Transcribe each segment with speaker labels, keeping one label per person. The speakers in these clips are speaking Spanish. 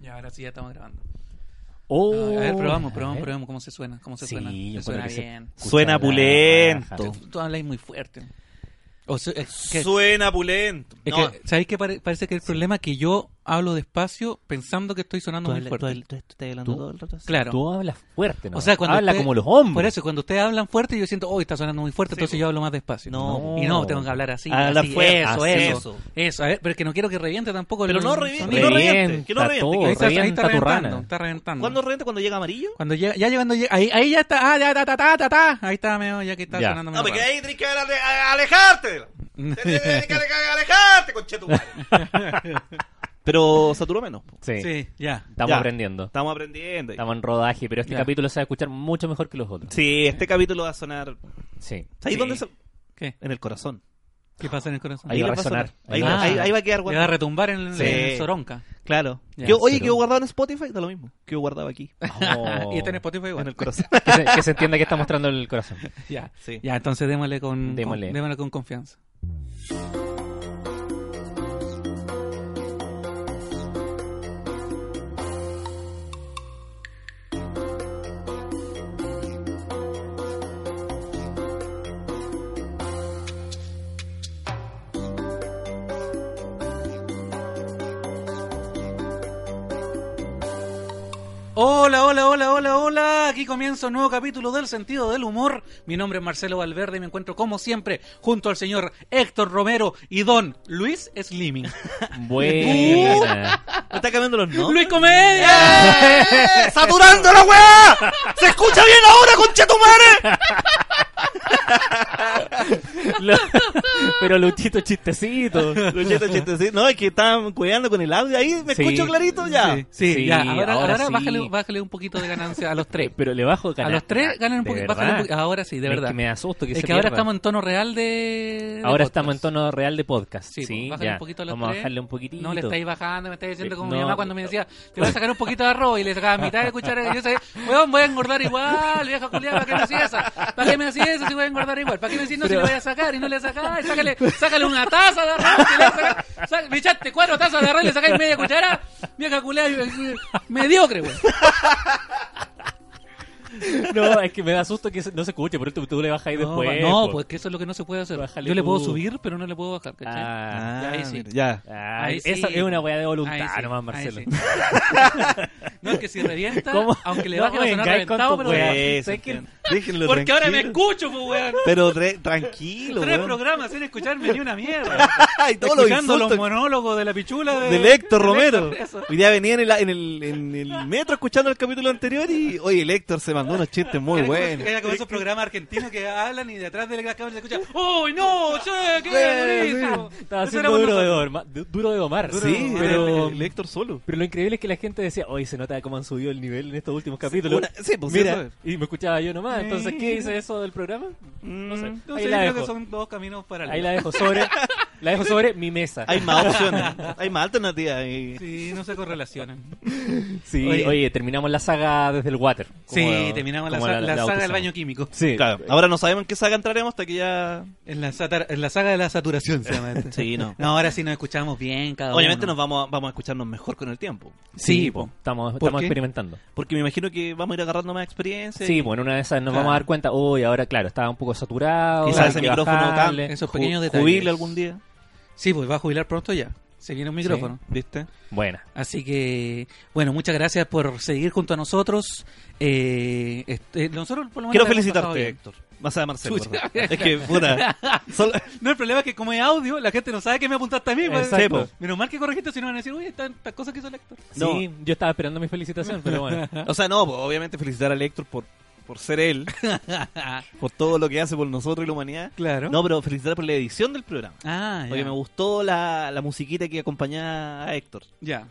Speaker 1: Ya, ahora sí ya estamos grabando.
Speaker 2: Oh,
Speaker 1: a ver, probamos,
Speaker 2: a
Speaker 1: probamos,
Speaker 2: ver.
Speaker 1: probamos cómo se suena, cómo se
Speaker 2: Sí,
Speaker 1: suena.
Speaker 2: yo
Speaker 1: Se
Speaker 2: creo
Speaker 1: suena
Speaker 2: que se-
Speaker 1: bien.
Speaker 2: Escucha
Speaker 3: Suena
Speaker 2: la
Speaker 3: pulento.
Speaker 2: raja.
Speaker 1: Ah, Tú, tú hablas muy fuerte. O sea, es que-
Speaker 3: Suena pulento.
Speaker 1: es
Speaker 3: No,
Speaker 1: que, ¿Sabéis que pare- parece que el problema es que yo hablo despacio pensando que estoy sonando
Speaker 4: Tú
Speaker 1: muy
Speaker 4: hablas- tú
Speaker 1: fuerte?
Speaker 4: hablas- tú estás hablando
Speaker 2: Tú-
Speaker 4: todo el rato así.
Speaker 1: Claro.
Speaker 2: Tú hablas fuerte, ¿no?
Speaker 1: O sea, cuando
Speaker 2: Habla
Speaker 1: usted-
Speaker 2: como los hombres.
Speaker 1: Por eso, cuando ustedes hablan fuerte, yo siento, oh, está sonando muy fuerte,
Speaker 3: Sí,
Speaker 1: entonces
Speaker 3: pues.
Speaker 1: yo hablo más despacio.
Speaker 2: No.
Speaker 1: Y no, tengo que hablar así.
Speaker 2: Habla
Speaker 1: así,
Speaker 2: fuerte,
Speaker 1: Eso,
Speaker 2: así.
Speaker 1: eso, eso. a ver, pero es que no quiero que reviente tampoco.
Speaker 3: Pero
Speaker 1: el-
Speaker 3: no
Speaker 1: el
Speaker 3: reviente,
Speaker 1: sonido.
Speaker 3: que no reviente,
Speaker 2: Revienta
Speaker 3: que no reviente.
Speaker 2: todo,
Speaker 1: Ahí está, ahí
Speaker 2: revienta
Speaker 1: está
Speaker 2: tu
Speaker 1: reventando,
Speaker 2: rana.
Speaker 1: está reventando.
Speaker 3: ¿Cuándo renta? ¿Cuando llega amarillo?
Speaker 1: Cuando ya, ya llegando, ya- ahí, ahí ya está, ah, ya, ta, ta, ta, ta, ta. ahí está, medio, ya que está
Speaker 2: Ya.
Speaker 1: sonando Mm.
Speaker 3: No,
Speaker 1: medio
Speaker 3: porque
Speaker 1: raro.
Speaker 3: ahí tenés que ale- a- alejarte. de la- Tenés tenés que ale- alejarte, conchetumare. Pero saturó menos. po.
Speaker 2: Sí.
Speaker 1: Sí, ya.
Speaker 2: Estamos
Speaker 3: Ya.
Speaker 2: aprendiendo.
Speaker 3: Estamos aprendiendo.
Speaker 2: Estamos en rodaje, pero este
Speaker 1: Ya.
Speaker 2: capítulo se va a escuchar mucho mejor que los otros.
Speaker 3: Sí, este capítulo va a sonar.
Speaker 2: Sí.
Speaker 3: ¿Sabes
Speaker 1: Sí.
Speaker 3: dónde? se-
Speaker 1: ¿Qué?
Speaker 3: En el corazón.
Speaker 1: ¿Qué pasa en el corazón?
Speaker 2: Ahí va a
Speaker 3: le
Speaker 2: sonar.
Speaker 3: Ahí,
Speaker 2: Ahí va a
Speaker 3: ahí-
Speaker 1: sonar. Ah.
Speaker 3: ahí va a quedar
Speaker 1: Le va a
Speaker 3: guardado.
Speaker 1: retumbar en, el-
Speaker 3: Sí.
Speaker 1: en el Soronca.
Speaker 3: Claro.
Speaker 1: Ya,
Speaker 3: Yo, oye,
Speaker 2: pero-
Speaker 3: quedó guardado en Spotify, da lo mismo. Quedó guardado aquí.
Speaker 2: Oh.
Speaker 1: Y está en Spotify igual.
Speaker 3: En el corazón.
Speaker 2: que, se, que se entienda que está mostrando el corazón.
Speaker 1: Ya,
Speaker 3: Sí.
Speaker 1: ya entonces démosle con,
Speaker 2: Démosle.
Speaker 1: con, démosle con confianza. Hola, hola, hola, hola, hola. Aquí comienza un nuevo capítulo del sentido del humor. Mi nombre es Marcelo Valverde y me encuentro como siempre junto al señor Héctor Romero y don Luis Slimming.
Speaker 2: Buena.
Speaker 3: Me está cambiando los nombres.
Speaker 1: ¡Luis Comedia!
Speaker 3: ¡Eh! ¡Saturando la weá! ¡Se escucha bien ahora, conchetumare!
Speaker 1: Uh.
Speaker 2: Lo- pero Luchito chistecito.
Speaker 3: Luchito, chistecito. No, es que estaban cuidando con el audio ahí. Me
Speaker 2: Sí.
Speaker 3: escucho clarito ya.
Speaker 1: Sí, sí,
Speaker 2: Sí,
Speaker 1: ya. Ahora,
Speaker 2: ahora
Speaker 1: ahora
Speaker 2: sí.
Speaker 1: bájale, bájale un poquito de ganancia a los tres.
Speaker 2: Pero le bajo
Speaker 1: A
Speaker 2: ganar.
Speaker 1: los tres ganan un
Speaker 2: De
Speaker 1: poquito.
Speaker 2: verdad.
Speaker 1: bájale un poquito. Ahora sí, de
Speaker 2: Es
Speaker 1: verdad.
Speaker 2: que me asusto que
Speaker 1: Es
Speaker 2: se
Speaker 1: que ahora
Speaker 2: pierda.
Speaker 1: estamos en tono real de. de
Speaker 2: Ahora estamos en
Speaker 1: podcast.
Speaker 2: tono real de podcast.
Speaker 1: Sí,
Speaker 2: Sí,
Speaker 1: pues, bájale
Speaker 2: ya.
Speaker 1: un poquito a los
Speaker 2: Vamos
Speaker 1: tres.
Speaker 2: a bajarle un poquitito.
Speaker 1: No le estáis bajando, me estáis diciendo
Speaker 2: Sí,
Speaker 1: como mi
Speaker 2: no,
Speaker 1: mamá cuando me
Speaker 2: no.
Speaker 1: decía, te voy a sacar un poquito de arroz y le sacaba mitad de cuchara. Y yo decía, weón, voy a engordar igual, vieja culiada, ¿para qué me hacías eso? ¿Para qué me hacías eso si voy a engordar igual? ¿Para qué me decís no si le voy a sacar y no le sacáis? Sácale, sácale una taza de arroz. que le saca- sa- Me echaste cuatro tazas de arroz y le sacáis media cuchara. Vieja culiada, y- y- mediocre, weón.
Speaker 2: No, es que me da susto que se- no se escuche, pero tú, tú le bajas ahí después.
Speaker 1: no,
Speaker 2: po.
Speaker 1: pues que eso es lo que no se puede hacer.
Speaker 2: Bájale
Speaker 1: yo le puedo
Speaker 2: tú.
Speaker 1: subir, pero no le puedo bajar, ¿cachai?
Speaker 2: Ah,
Speaker 3: Ah,
Speaker 1: Ahí sí.
Speaker 3: mira, ya.
Speaker 2: ah,
Speaker 1: Ahí sí.
Speaker 2: Esa es una weá de
Speaker 1: Ahí
Speaker 2: voluntad
Speaker 1: sí,
Speaker 2: nomás,
Speaker 1: ahí
Speaker 2: Marcelo.
Speaker 1: sí. no, es que si revienta,
Speaker 2: ¿Cómo?
Speaker 1: aunque le
Speaker 2: No
Speaker 1: baje va a sonar
Speaker 2: vengáis con
Speaker 1: reventado,
Speaker 2: tu
Speaker 1: pero...
Speaker 2: weá.
Speaker 1: le
Speaker 2: Bueno,
Speaker 3: Eso,
Speaker 2: sé que-
Speaker 3: Déjenlo
Speaker 1: baja. Porque ahora me
Speaker 3: tranquilo.
Speaker 1: escucho, pues, weón.
Speaker 3: Pero tre- tranquilo,
Speaker 1: Tres
Speaker 3: weón.
Speaker 1: programas sin escucharme ni una mierda.
Speaker 3: Y todos los
Speaker 1: Escuchando los
Speaker 3: insultos
Speaker 1: monólogos de la pichula de...
Speaker 3: del Héctor
Speaker 1: del
Speaker 3: Romero.
Speaker 1: eso.
Speaker 3: Hoy día venía en el, en, el, en el metro escuchando el capítulo anterior y, oye, el Héctor se mandó unos chistes muy
Speaker 1: Era como-
Speaker 3: buenos.
Speaker 1: Era como esos programas argentinos que hablan y detrás de las cámaras se escucha ¡Uy, no! ¡Che,
Speaker 3: Sí,
Speaker 1: qué bonito!
Speaker 2: Estaba
Speaker 1: Eso
Speaker 2: haciendo
Speaker 1: éramos
Speaker 2: duro de,
Speaker 1: nosotros.
Speaker 2: domar, du- duro de domar.
Speaker 3: Sí,
Speaker 2: pero, mm,
Speaker 3: pero el Héctor solo.
Speaker 2: pero lo increíble es que la gente decía, hoy se nota cómo han subido el nivel en estos últimos capítulos.
Speaker 3: Una- sí, pues,
Speaker 2: Mira,
Speaker 3: sí, eso es.
Speaker 2: y me escuchaba yo nomás. Entonces, ¿qué dice eso del programa?
Speaker 3: No
Speaker 2: sé.
Speaker 1: Entonces
Speaker 2: Ahí
Speaker 1: yo
Speaker 2: la
Speaker 1: creo que
Speaker 2: dejo.
Speaker 1: son dos caminos paralelos.
Speaker 2: Ahí la dejo sobre, la dejo sobre mi mesa.
Speaker 3: Hay más opciones, hay más alternativas. ahí.
Speaker 1: Sí, no se correlacionan.
Speaker 2: Sí,
Speaker 1: Oye.
Speaker 2: oye, terminamos la saga desde el water.
Speaker 1: Sí,
Speaker 2: Como-
Speaker 1: terminamos la,
Speaker 2: como
Speaker 1: sa- la saga del
Speaker 2: bautizamos.
Speaker 1: baño químico.
Speaker 2: Sí,
Speaker 3: Claro, ahora no sabemos en qué saga entraremos hasta que ya...
Speaker 1: En la, satar- en la saga de la saturación se llama. este.
Speaker 3: Sí, no.
Speaker 1: No, ahora sí nos escuchamos bien cada
Speaker 3: Obviamente
Speaker 1: uno.
Speaker 3: nos vamos a, vamos a escucharnos mejor con el tiempo.
Speaker 1: Sí,
Speaker 2: po.
Speaker 1: po.
Speaker 2: Estamos,
Speaker 1: ¿Por
Speaker 2: estamos
Speaker 1: qué?
Speaker 2: experimentando.
Speaker 3: Porque me imagino que vamos a ir agarrando más experiencia.
Speaker 2: Sí,
Speaker 3: y-
Speaker 2: bueno, una de esas nos
Speaker 3: Claro.
Speaker 2: vamos a dar cuenta, uy, ahora claro, estaba un poco saturado.
Speaker 3: Quizás
Speaker 2: hay
Speaker 3: ese
Speaker 2: que
Speaker 3: micrófono
Speaker 2: bajarle".
Speaker 1: cambie. Esos
Speaker 3: ju-
Speaker 1: pequeños detalles.
Speaker 3: Jubible algún día,
Speaker 1: Sí, pues va a jubilar pronto ya. Se viene un micrófono.
Speaker 3: ¿viste?
Speaker 2: Buena.
Speaker 1: Así que, bueno, muchas gracias por seguir junto a nosotros. Eh, este, nosotros por lo menos
Speaker 3: Quiero
Speaker 1: la hemos pasado
Speaker 3: felicitarte,
Speaker 1: bien.
Speaker 3: Héctor. Más a Marcelo.
Speaker 1: Chucha.
Speaker 3: perdón. Es que, puta. solo-
Speaker 1: No, el problema es que como es audio, la gente no sabe que me apuntaste a mí. pues.
Speaker 2: Exacto.
Speaker 1: Menos mal que corregiste, si no van a decir, uy, tantas cosas que hizo el Héctor.
Speaker 3: No.
Speaker 2: Sí, yo estaba esperando mi felicitación, pero bueno.
Speaker 3: O sea, no, pues, obviamente felicitar al Héctor por, por ser él, por todo lo que hace por nosotros y la humanidad.
Speaker 1: Claro.
Speaker 3: No, pero felicitar por la edición del programa.
Speaker 1: Ah,
Speaker 3: Porque
Speaker 1: ya.
Speaker 3: me gustó la, la musiquita que acompañaba a Héctor.
Speaker 1: Ya.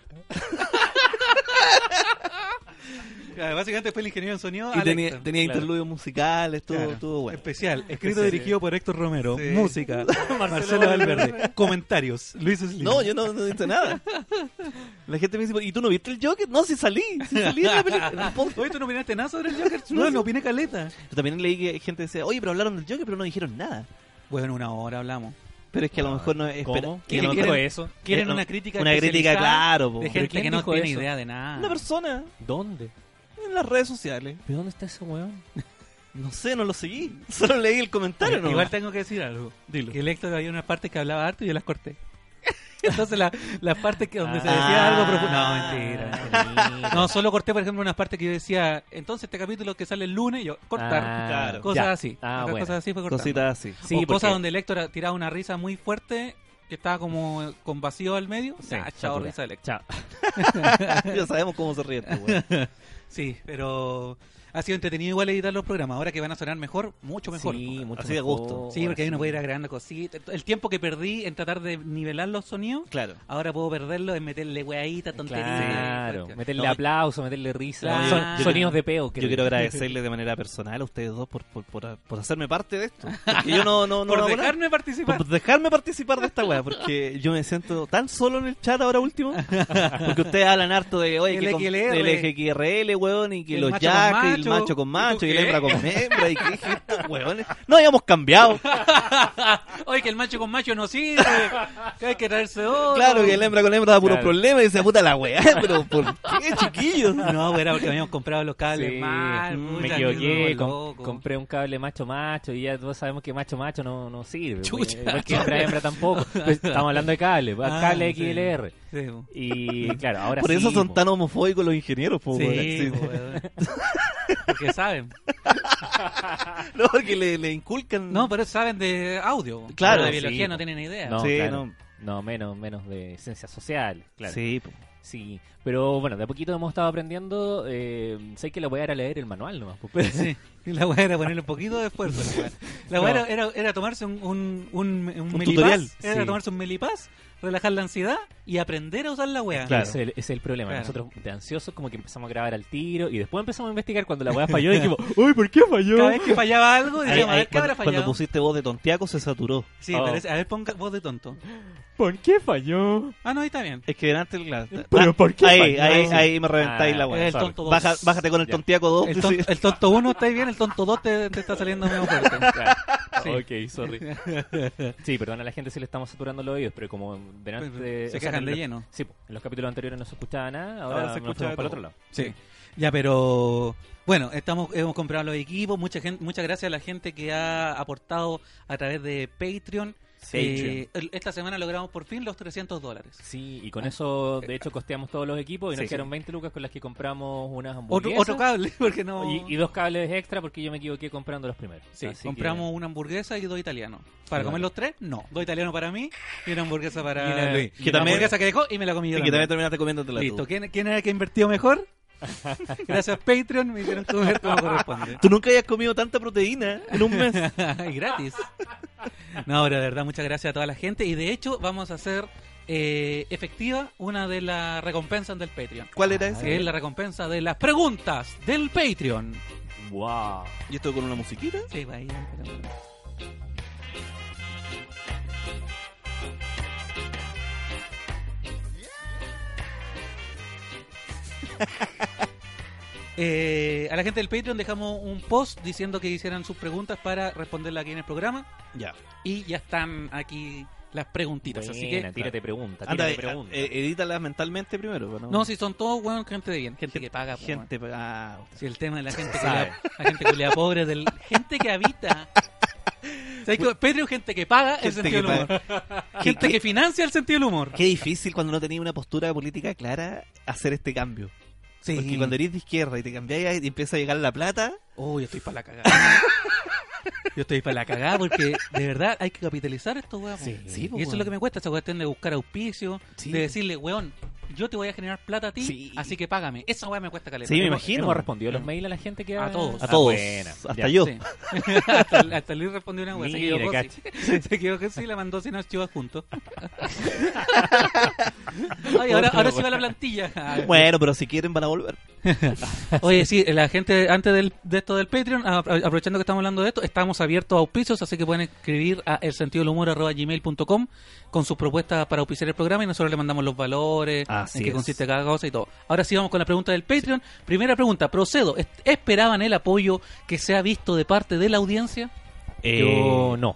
Speaker 1: Ya, Básicamente fue el ingeniero en sonido.
Speaker 3: Y
Speaker 1: al
Speaker 3: tenía,
Speaker 1: Ah, Héctor.
Speaker 3: tenía
Speaker 2: Claro.
Speaker 3: interludios musicales, estuvo,
Speaker 1: Claro.
Speaker 3: estuvo bueno.
Speaker 1: Ah, Especial, escrito
Speaker 2: Especial.
Speaker 1: dirigido por Héctor Romero.
Speaker 3: Sí.
Speaker 1: Música, Marcelo Valverde. Comentarios, Luis Slim.
Speaker 3: No, yo no, no he visto nada. La gente me dice, ¿y tú no viste el Joker? No, sí salí, sí salí de la película. No,
Speaker 1: Oye, ¿tú no opinaste nada sobre el Joker? No, no opiné caleta.
Speaker 3: Pero también leí que gente decía, oye, pero hablaron del Joker, pero no dijeron nada.
Speaker 1: Bueno, una hora hablamos. Eh,
Speaker 3: Pero es que a lo mejor no es. espera,
Speaker 2: ¿Cómo?
Speaker 3: que
Speaker 2: ¿Quién
Speaker 3: no-
Speaker 2: dijo eso?
Speaker 1: Quieren
Speaker 3: no,
Speaker 1: una crítica
Speaker 3: Una crítica,
Speaker 1: especializada
Speaker 3: claro. po.
Speaker 1: De
Speaker 2: ¿Pero
Speaker 1: gente
Speaker 2: quién
Speaker 1: que no
Speaker 2: dijo
Speaker 1: tiene
Speaker 2: eso?
Speaker 1: idea de nada.
Speaker 3: Una persona
Speaker 2: ¿Dónde?
Speaker 3: en las redes sociales.
Speaker 2: ¿Pero dónde está ese weón?
Speaker 3: No sé, no lo seguí. Solo leí el comentario,
Speaker 1: Oye,
Speaker 3: ¿no?
Speaker 1: Igual tengo que decir algo.
Speaker 3: Dilo.
Speaker 1: Que el Héctor había unas partes que hablaba harto y yo las corté. Entonces la- las partes que donde se
Speaker 3: Ah.
Speaker 1: decía algo profundo. No, mentira. No, solo corté, por ejemplo, unas partes que yo decía, entonces este capítulo que sale el lunes, yo cortar.
Speaker 2: Ah,
Speaker 3: claro.
Speaker 1: Cosas
Speaker 2: ya.
Speaker 1: así.
Speaker 2: Ah,
Speaker 1: Otras
Speaker 2: bueno.
Speaker 1: Cosas así fue cortando.
Speaker 3: Cositas así.
Speaker 2: Sí,
Speaker 1: o
Speaker 2: porque-
Speaker 1: cosas donde el Héctor tiraba una risa muy fuerte que estaba como con vacío al medio.
Speaker 2: Sí,
Speaker 1: Ah, chao,
Speaker 2: satura.
Speaker 1: risa del Héctor.
Speaker 2: Chao.
Speaker 3: ya sabemos cómo se ríe este weón.
Speaker 1: Sí, pero ha sido entretenido igual editar los programas. Ahora que van a sonar mejor, mucho mejor.
Speaker 2: Sí, mucho
Speaker 3: Así de
Speaker 2: mejor.
Speaker 3: gusto.
Speaker 1: Sí, porque ahí uno
Speaker 2: Sí.
Speaker 1: puede ir agregando cositas. El tiempo que perdí en tratar de nivelar los sonidos,
Speaker 3: Claro.
Speaker 1: ahora puedo perderlo en meterle weadita, tonterías.
Speaker 2: Claro,
Speaker 1: cuestión.
Speaker 2: meterle
Speaker 3: No, yo-
Speaker 2: aplauso, meterle risa,
Speaker 1: Claro.
Speaker 2: son-
Speaker 1: Yo- yo-
Speaker 2: sonidos de peo.
Speaker 3: Yo quiero agradecerles de manera personal a ustedes dos por, por, por, por hacerme parte de esto. Porque yo no, no, no
Speaker 1: Por
Speaker 3: hago nada.
Speaker 1: dejarme participar.
Speaker 3: Por dejarme participar de esta weá, porque yo me siento tan solo en el chat ahora último. Porque ustedes hablan harto de, oye, que con-
Speaker 1: LXR.
Speaker 3: del XRL, weón, y que
Speaker 1: eh. El
Speaker 3: los
Speaker 1: macho con
Speaker 3: jacks, y el
Speaker 1: macho.
Speaker 3: macho con macho, y
Speaker 1: ¿Y
Speaker 3: el
Speaker 1: tú
Speaker 3: hembra con hembra, y que estos weones. No habíamos cambiado.
Speaker 1: Oye, que el macho con macho no sirve, que hay que traerse otro.
Speaker 3: Claro que el hembra con hembra da puros
Speaker 2: Claro.
Speaker 3: problemas y se puta la weá, pero ¿por qué, chiquillos?
Speaker 1: No, era porque habíamos comprado los cables
Speaker 2: Sí,
Speaker 1: mal.
Speaker 2: me
Speaker 1: puta,
Speaker 2: equivoqué,
Speaker 1: que
Speaker 2: com-
Speaker 1: loco.
Speaker 2: compré un cable macho macho y ya todos sabemos que macho macho no, no sirve. pues,
Speaker 1: Chucha.
Speaker 2: porque- Porque hembra hembra tampoco. Pues Estamos hablando de cable, pues,
Speaker 1: Ah,
Speaker 2: cable
Speaker 1: sí.
Speaker 2: XLR.
Speaker 1: Sí, po.
Speaker 2: Y claro, ahora
Speaker 3: Por
Speaker 2: sí, pues.
Speaker 3: eso son
Speaker 2: po.
Speaker 3: tan homofóbicos los ingenieros, po,
Speaker 1: Sí,
Speaker 3: weón.
Speaker 1: po, weón. Porque saben.
Speaker 3: No, porque le, le inculcan.
Speaker 1: No, pero saben de audio.
Speaker 3: Claro,
Speaker 1: Pero de
Speaker 2: sí,
Speaker 1: biología
Speaker 2: po.
Speaker 1: no tienen idea.
Speaker 2: No,
Speaker 3: Sí,
Speaker 2: claro.
Speaker 3: no.
Speaker 2: No, menos, menos de ciencias sociales, claro. Sí.
Speaker 3: Sí, po.
Speaker 2: pero bueno, de a poquito hemos estado aprendiendo. Eh, sé que le voy a dar a leer el manual nomás. pues. po, pero-
Speaker 1: Sí. Y La weá era ponerle un poquito de esfuerzo. La weá, La weá
Speaker 2: No.
Speaker 1: era, era, era tomarse un, un, un, un melipás,
Speaker 3: tutorial.
Speaker 1: Era
Speaker 2: Sí.
Speaker 1: tomarse un melipaz, relajar la ansiedad y aprender a usar la weá.
Speaker 3: Claro.
Speaker 2: Ese es el, ese es el problema.
Speaker 1: Claro.
Speaker 2: Nosotros de ansiosos como que empezamos a grabar al tiro y después empezamos a investigar cuando la weá falló y dijimos, uy, ¿por qué
Speaker 1: Cada
Speaker 2: falló?
Speaker 1: vez que fallaba algo,
Speaker 3: Ahí-
Speaker 1: decíamos, a
Speaker 3: ahí
Speaker 1: ver qué habrá
Speaker 3: cuando, cuando
Speaker 1: fallado.
Speaker 3: pusiste voz de tontiaco se saturó.
Speaker 1: Sí,
Speaker 2: Oh.
Speaker 1: pero es- a ver, ponga voz de tonto.
Speaker 2: ¿Por qué falló?
Speaker 1: Ah, no, ahí está bien.
Speaker 3: Es que delante el glass.
Speaker 2: Pero ¿por qué
Speaker 3: Ahí,
Speaker 2: falló?
Speaker 3: ahí, ahí me reventáis
Speaker 2: Ah,
Speaker 3: la weá.
Speaker 1: el
Speaker 2: sorry.
Speaker 1: tonto dos.
Speaker 3: Baja- bájate con el
Speaker 2: Ya.
Speaker 3: tontiaco 2.
Speaker 1: El, ton- el tonto uno está bien, el tonto dos te, te está saliendo medio fuerte. Sí.
Speaker 2: Ah, Ok, sorry. Sí, perdón, a la gente sí le estamos saturando los oídos, pero como delante...
Speaker 1: Pues, Se
Speaker 2: o sea,
Speaker 1: quejan de
Speaker 2: en-
Speaker 1: lleno.
Speaker 2: Sí, po, en los capítulos anteriores no se escuchaba nada, ahora,
Speaker 3: Ahora se
Speaker 2: se
Speaker 3: escucha
Speaker 2: escucha
Speaker 3: de
Speaker 2: para el
Speaker 3: todo.
Speaker 2: otro lado.
Speaker 1: Sí. Ya, pero bueno, estamos hemos comprado los equipos, mucha gente, muchas gracias a la gente que ha aportado a través de Patreon. Eh, el- esta semana logramos por fin los 300 dólares.
Speaker 2: Sí, y con eso, de hecho, costeamos todos los equipos y
Speaker 3: Sí,
Speaker 2: nos
Speaker 3: sí.
Speaker 2: quedaron 20 lucas con las que compramos unas
Speaker 1: Otro,
Speaker 2: hamburguesas.
Speaker 1: otro cable, porque no.
Speaker 2: y, y dos cables extra porque yo me equivoqué comprando los primeros.
Speaker 1: Sí,
Speaker 2: Así que-
Speaker 1: compramos una hamburguesa y dos italianos. ¿Para
Speaker 2: Claro.
Speaker 1: comer los tres? No. Dos italianos para mí y una hamburguesa para
Speaker 2: Y una-
Speaker 1: Luis.
Speaker 2: y
Speaker 1: Que
Speaker 3: una
Speaker 1: también... hamburguesa que dejó y me la comí yo.
Speaker 3: Y que también
Speaker 1: también.
Speaker 3: terminaste comiéndotela
Speaker 1: Listo.
Speaker 3: tú.
Speaker 1: ¿Quién, ¿Quién era el que invertió mejor? Gracias a Patreon me hicieron comer como corresponde.
Speaker 3: Tú nunca habías comido tanta proteína en un mes.
Speaker 1: y gratis. No, pero de verdad, muchas gracias a toda la gente. Y de hecho, vamos a hacer eh, efectiva una de las recompensas del Patreon.
Speaker 3: ¿Cuál era
Speaker 2: Ah,
Speaker 3: ese?
Speaker 1: Que es la recompensa de las preguntas del Patreon.
Speaker 2: ¡Wow!
Speaker 3: ¿Y esto con una musiquita?
Speaker 1: Sí, va ahí, pero- Eh, a la gente del Patreon dejamos un post diciendo que hicieran sus preguntas para responderla aquí en el programa.
Speaker 3: Ya.
Speaker 1: Y ya están aquí las preguntitas. así que.
Speaker 2: Buena, tírate pregunta,
Speaker 3: Anda,
Speaker 2: tírate
Speaker 3: eh,
Speaker 2: pregunta.
Speaker 3: eh, edítalas mentalmente primero. pues, ¿no?
Speaker 1: No, si son todos weón, gente de bien, gente que paga. po, weón.
Speaker 3: Gente. Ah,
Speaker 1: Si el tema de la gente que
Speaker 2: Sabe.
Speaker 1: la gente que lea pobre, del gente que habita. ¿Sabes qué? Patreon, gente que paga el
Speaker 3: Gente
Speaker 1: sentido
Speaker 3: que
Speaker 1: del humor. Gente que financia el sentido del humor.
Speaker 3: qué difícil cuando no tenías una postura política clara hacer este cambio.
Speaker 1: Sí.
Speaker 3: Porque cuando eres de izquierda y te cambiáis y empieza a llegar la plata,
Speaker 1: Oh, yo estoy para la cagada. Yo estoy para la cagada porque de verdad hay que capitalizar esto, weón.
Speaker 2: Sí.
Speaker 3: sí, po,
Speaker 1: Y eso es
Speaker 3: weón.
Speaker 1: lo que me cuesta, esa cuestión de buscar auspicio,
Speaker 3: Sí.
Speaker 1: de decirle, weón, yo te voy a generar plata a ti,
Speaker 3: Sí.
Speaker 1: así que págame. Esa weá me cuesta caleta.
Speaker 3: Sí, me
Speaker 2: Hemos-
Speaker 3: imagino.
Speaker 2: Hemos respondido los mails a la gente que
Speaker 1: A
Speaker 2: ha-
Speaker 1: todos.
Speaker 3: a
Speaker 1: Ah,
Speaker 3: todos,
Speaker 2: buena,
Speaker 3: hasta
Speaker 2: ya.
Speaker 3: yo.
Speaker 1: Sí. hasta, hasta Luis respondió una weá. Se
Speaker 2: Mira,
Speaker 1: equivocó,
Speaker 2: cacha.
Speaker 1: sí. Se equivocó, sí, la mandó sin archivos juntos. Ay, ahora, ahora sí va la plantilla. Ay,
Speaker 3: Bueno, pero si quieren van a volver.
Speaker 1: Oye, sí, la gente, antes del- de esto del Patreon, a- a- aprovechando que estamos hablando de esto, estamos abiertos a auspicios, así que pueden escribir a el sentido del gmail.com con sus propuestas para auspiciar el programa y nosotros le mandamos los valores,
Speaker 3: Así
Speaker 1: en qué
Speaker 3: es.
Speaker 1: consiste cada cosa y todo. Ahora sí vamos con la pregunta del Patreon. Primera pregunta, procedo. ¿Est-
Speaker 3: Eh,
Speaker 1: ¿Esperaban el apoyo que se ha visto de parte de la audiencia?
Speaker 2: Yo no.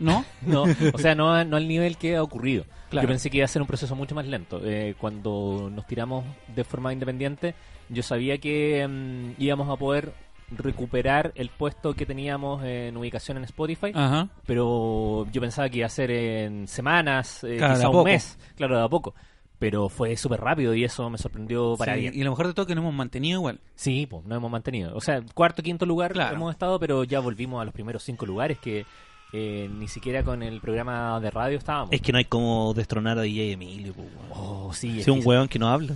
Speaker 1: ¿No?
Speaker 2: Eh, No, o sea, no, a- no al nivel que ha ocurrido.
Speaker 1: Claro.
Speaker 2: Yo pensé que iba a ser un proceso mucho más lento. Eh, cuando nos tiramos de forma independiente, yo sabía que mm, íbamos a poder recuperar el puesto que teníamos en ubicación en Spotify,
Speaker 1: Ajá.
Speaker 2: pero yo pensaba que iba a ser en semanas, eh,
Speaker 1: Claro, de
Speaker 2: quizá
Speaker 1: a
Speaker 2: un
Speaker 1: poco.
Speaker 2: mes, claro, de a poco. Pero fue súper rápido y eso me sorprendió para
Speaker 1: Sí,
Speaker 2: bien.
Speaker 1: y lo mejor de todo es que no hemos mantenido igual.
Speaker 2: Sí, pues no hemos mantenido. O sea, cuarto, quinto lugar
Speaker 1: Claro.
Speaker 2: hemos estado, pero ya volvimos a los primeros cinco lugares que eh, ni siquiera con el programa de radio estábamos.
Speaker 3: Es que no hay como destronar a DJ Emilio, po, weón.
Speaker 2: Oh, sí,
Speaker 3: Si
Speaker 2: es
Speaker 3: un
Speaker 2: que-
Speaker 3: huevón que no habla.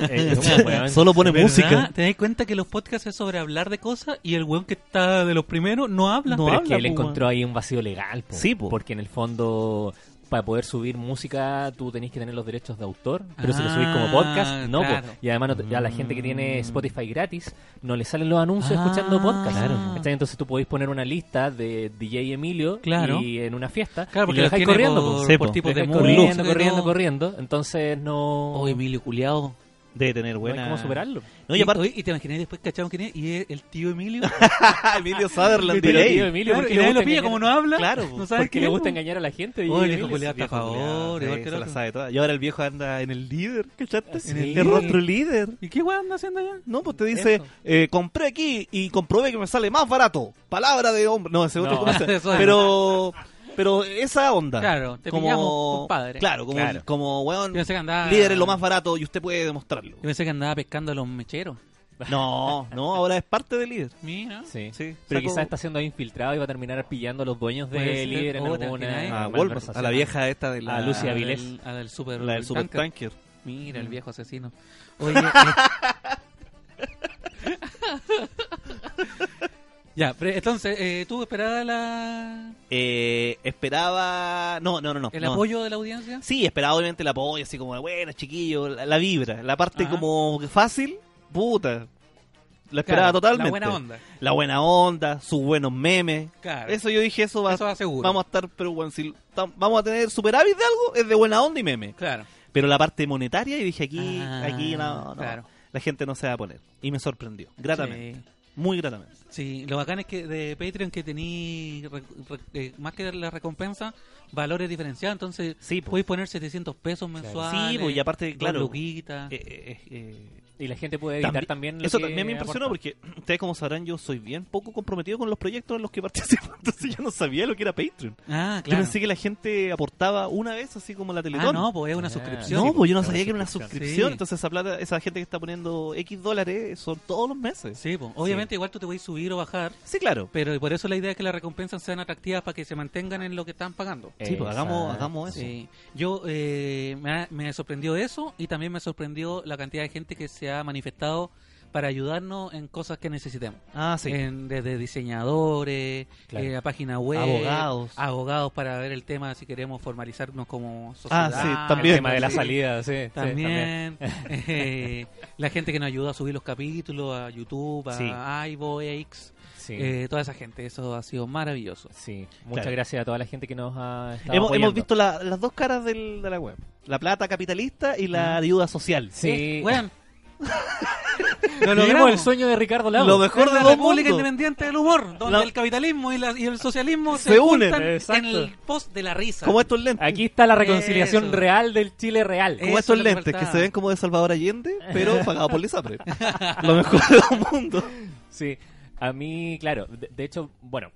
Speaker 2: eh, es un hueón.
Speaker 3: Solo pone
Speaker 1: ¿Verdad?
Speaker 3: música.
Speaker 1: ¿Te das cuenta que los podcasts es sobre hablar de cosas y el weón que está de los primeros no habla? pues,
Speaker 3: No
Speaker 2: Pero
Speaker 3: habla,
Speaker 2: es que él
Speaker 3: po,
Speaker 2: encontró ahí un vacío legal, po.
Speaker 3: Sí, po.
Speaker 2: porque en el fondo para poder subir música tú tenés que tener los derechos de autor, pero si lo subís como
Speaker 1: Ah,
Speaker 2: podcast, no, po.
Speaker 1: claro. Mm.
Speaker 2: y además no te- a la gente que tiene Spotify gratis no le salen los anuncios
Speaker 1: Ah,
Speaker 2: escuchando podcast.
Speaker 1: claro.
Speaker 2: ¿Cachai? Entonces tú podéis poner una lista de DJ Emilio
Speaker 1: Claro.
Speaker 2: y en una fiesta
Speaker 1: Claro,
Speaker 2: y
Speaker 1: porque
Speaker 2: lo
Speaker 1: los
Speaker 2: dejáis
Speaker 1: tiene
Speaker 2: corriendo, pues. po.
Speaker 1: por,
Speaker 3: Sí,
Speaker 1: por
Speaker 3: po.
Speaker 1: tipos
Speaker 2: Lo
Speaker 1: de
Speaker 2: dejáis
Speaker 1: música.
Speaker 2: corriendo,
Speaker 1: y
Speaker 2: corriendo,
Speaker 1: todo.
Speaker 2: corriendo, entonces no,
Speaker 1: Oh, Emilio Culeado.
Speaker 3: Debe tener
Speaker 2: no hay
Speaker 3: buena.
Speaker 2: cómo superarlo.
Speaker 3: No, y aparte.
Speaker 1: oye, te imaginé después, cachamos quién es, y es el tío Emilio.
Speaker 3: Ah, Emilio Sutherland,
Speaker 2: Pero,
Speaker 3: diré.
Speaker 2: tío, Emilio, ¿por
Speaker 1: Claro,
Speaker 2: qué
Speaker 1: y
Speaker 2: le
Speaker 1: nadie lo
Speaker 2: gusta
Speaker 1: pilla
Speaker 2: engañar
Speaker 1: como
Speaker 2: a-
Speaker 1: no habla.
Speaker 3: Claro,
Speaker 1: no sabe
Speaker 2: Porque
Speaker 1: qué,
Speaker 2: le gusta
Speaker 1: po.
Speaker 2: engañar a la gente. y
Speaker 1: Oye,
Speaker 2: él
Speaker 1: viejo
Speaker 2: es-
Speaker 1: culiao, por
Speaker 3: Viejo culiao,
Speaker 1: favor,
Speaker 3: sí,
Speaker 1: igual que el
Speaker 3: se la
Speaker 1: otro.
Speaker 3: sabe toda. Y ahora el viejo anda en el líder, ¿cachaste?
Speaker 2: Sí.
Speaker 3: En el, el rostro líder.
Speaker 1: ¿Y qué weón anda haciendo allá?
Speaker 3: No, pues te dice,
Speaker 2: Eso.
Speaker 3: eh, compré aquí y comprobé que me sale más barato. Palabra de hombre. No, ese otro
Speaker 2: No.
Speaker 3: ¿cómo se-
Speaker 1: Eso es.
Speaker 3: Pero, pero esa onda.
Speaker 1: Claro, te
Speaker 3: como,
Speaker 1: pillamos, compadre.
Speaker 3: Claro, como,
Speaker 2: Claro.
Speaker 3: como weón,
Speaker 1: Yo pensé que andaba.
Speaker 3: líder es lo más barato y usted puede demostrarlo.
Speaker 1: Yo pensé que andaba pescando a los mecheros.
Speaker 3: No, no, ahora es parte de líder.
Speaker 1: Mira.
Speaker 2: Sí.
Speaker 3: Sí,
Speaker 2: Pero
Speaker 3: sacó-
Speaker 2: quizás está siendo ahí infiltrado y va a terminar pillando a los dueños
Speaker 1: Puede
Speaker 2: de
Speaker 1: ser,
Speaker 2: líder en
Speaker 1: o te imaginas, ¿eh?
Speaker 2: alguna
Speaker 3: A Walmart,
Speaker 2: malversación.
Speaker 3: Ah, a la vieja esta de la...
Speaker 2: A Lucy Lucía
Speaker 1: Ah,
Speaker 2: Avilés.
Speaker 1: del- Ah, del super.
Speaker 3: La del
Speaker 1: tanker.
Speaker 3: supertanker.
Speaker 1: Mira, el
Speaker 2: Mm.
Speaker 1: viejo asesino. Oye. eh. ya, pero entonces, eh, ¿tú esperabas la...
Speaker 3: Eh, esperaba... No, no, no, no.
Speaker 1: el
Speaker 3: no.
Speaker 1: apoyo de la audiencia?
Speaker 3: Sí, esperaba obviamente el apoyo, así como, bueno, chiquillo, la, la vibra. La parte
Speaker 1: Ajá.
Speaker 3: como fácil, puta. La esperaba
Speaker 1: Claro,
Speaker 3: totalmente.
Speaker 1: La buena onda.
Speaker 3: la buena onda, sus buenos memes.
Speaker 1: Claro.
Speaker 3: Eso yo dije, eso va,
Speaker 1: Eso va seguro.
Speaker 3: vamos a estar, pero bueno, si tam- vamos a tener superávit de algo, es de buena onda y meme.
Speaker 1: Claro.
Speaker 3: Pero la parte monetaria, y dije aquí,
Speaker 1: Ah,
Speaker 3: aquí, no, no.
Speaker 1: claro.
Speaker 3: La gente no se va a poner. Y me sorprendió, gratamente, muy gratamente.
Speaker 1: Sí, sí, lo bacán es que de Patreon que tení, re- re- eh, más que la recompensa, valores diferenciados. Entonces,
Speaker 3: Sí, pues.
Speaker 1: podéis poner 700 pesos mensuales.
Speaker 3: Sí, pues, y aparte,
Speaker 1: dos
Speaker 3: claro.
Speaker 1: luquitas.
Speaker 3: Eh, eh, eh,
Speaker 2: Y la gente puede evitar
Speaker 3: También-
Speaker 2: también. lo
Speaker 3: eso
Speaker 2: que
Speaker 3: también me impresionó
Speaker 2: aporta.
Speaker 3: porque ustedes como sabrán yo soy bien poco comprometido con los proyectos en los que participo, entonces yo no sabía lo que era Patreon.
Speaker 1: ah,
Speaker 3: Yo
Speaker 1: claro.
Speaker 3: pensé que la gente aportaba una vez así como la Teletón.
Speaker 1: ah, no, pues es una
Speaker 2: Ah.
Speaker 1: suscripción.
Speaker 3: No,
Speaker 2: Sí,
Speaker 3: pues yo no
Speaker 2: era
Speaker 3: sabía que era una
Speaker 2: suscripción.
Speaker 3: suscripción.
Speaker 1: Sí.
Speaker 3: Entonces esa plata, esa gente que está poniendo X dólares son todos los meses.
Speaker 1: Sí, po. obviamente igual tú te puedes subir o bajar,
Speaker 3: Sí, claro.
Speaker 1: pero por eso la idea es que las recompensas sean atractivas para que se mantengan en lo que están pagando.
Speaker 3: Sí, pues hagamos,
Speaker 2: Exacto.
Speaker 3: hagamos eso.
Speaker 1: Sí. Yo eh, me, ha- me sorprendió eso y también me sorprendió la cantidad de gente que se ha manifestado para ayudarnos en cosas que necesitemos.
Speaker 3: Ah, sí.
Speaker 1: En- desde diseñadores,
Speaker 2: Claro.
Speaker 1: eh, la página web,
Speaker 3: Abogados.
Speaker 1: abogados para ver el tema si queremos formalizarnos como
Speaker 3: Ah,
Speaker 1: sociedad.
Speaker 3: sí,
Speaker 2: El
Speaker 3: también.
Speaker 2: tema de la
Speaker 1: Sí.
Speaker 2: salida, sí. sí,
Speaker 1: También, eh, la gente que nos ayuda a subir los capítulos a YouTube, a
Speaker 3: Sí.
Speaker 1: iVox,
Speaker 2: Sí.
Speaker 1: eh, toda esa gente, eso ha sido maravilloso.
Speaker 2: Sí. Muchas
Speaker 3: Claro.
Speaker 2: gracias a toda la gente que nos ha estado
Speaker 3: Hemos, hemos
Speaker 2: apoyando.
Speaker 3: visto la- las dos caras del- de la web. La plata capitalista y la
Speaker 1: Ajá.
Speaker 3: ayuda social.
Speaker 2: Sí.
Speaker 1: Bueno, lo
Speaker 2: Vivimos
Speaker 1: logramos.
Speaker 2: el sueño de Ricardo Lagos.
Speaker 3: Lo mejor
Speaker 1: Es
Speaker 3: de
Speaker 1: la
Speaker 3: dos
Speaker 1: República
Speaker 3: mundos.
Speaker 1: Independiente del Humor, donde
Speaker 3: La-
Speaker 1: el capitalismo y, la- y el socialismo se,
Speaker 3: Se unen,
Speaker 1: juntan en
Speaker 2: exacto.
Speaker 1: el post de la risa.
Speaker 3: Como estos lentes.
Speaker 2: Aquí está la reconciliación
Speaker 1: Eso.
Speaker 2: real del Chile real.
Speaker 1: Eh,
Speaker 3: como
Speaker 1: eso
Speaker 3: estos
Speaker 1: es lo que
Speaker 3: lentes que
Speaker 1: faltaba.
Speaker 3: se ven como de Salvador Allende, pero pagados por Lisapre. Lo mejor de los mundos.
Speaker 2: Sí, a mí, claro, de, de hecho, bueno,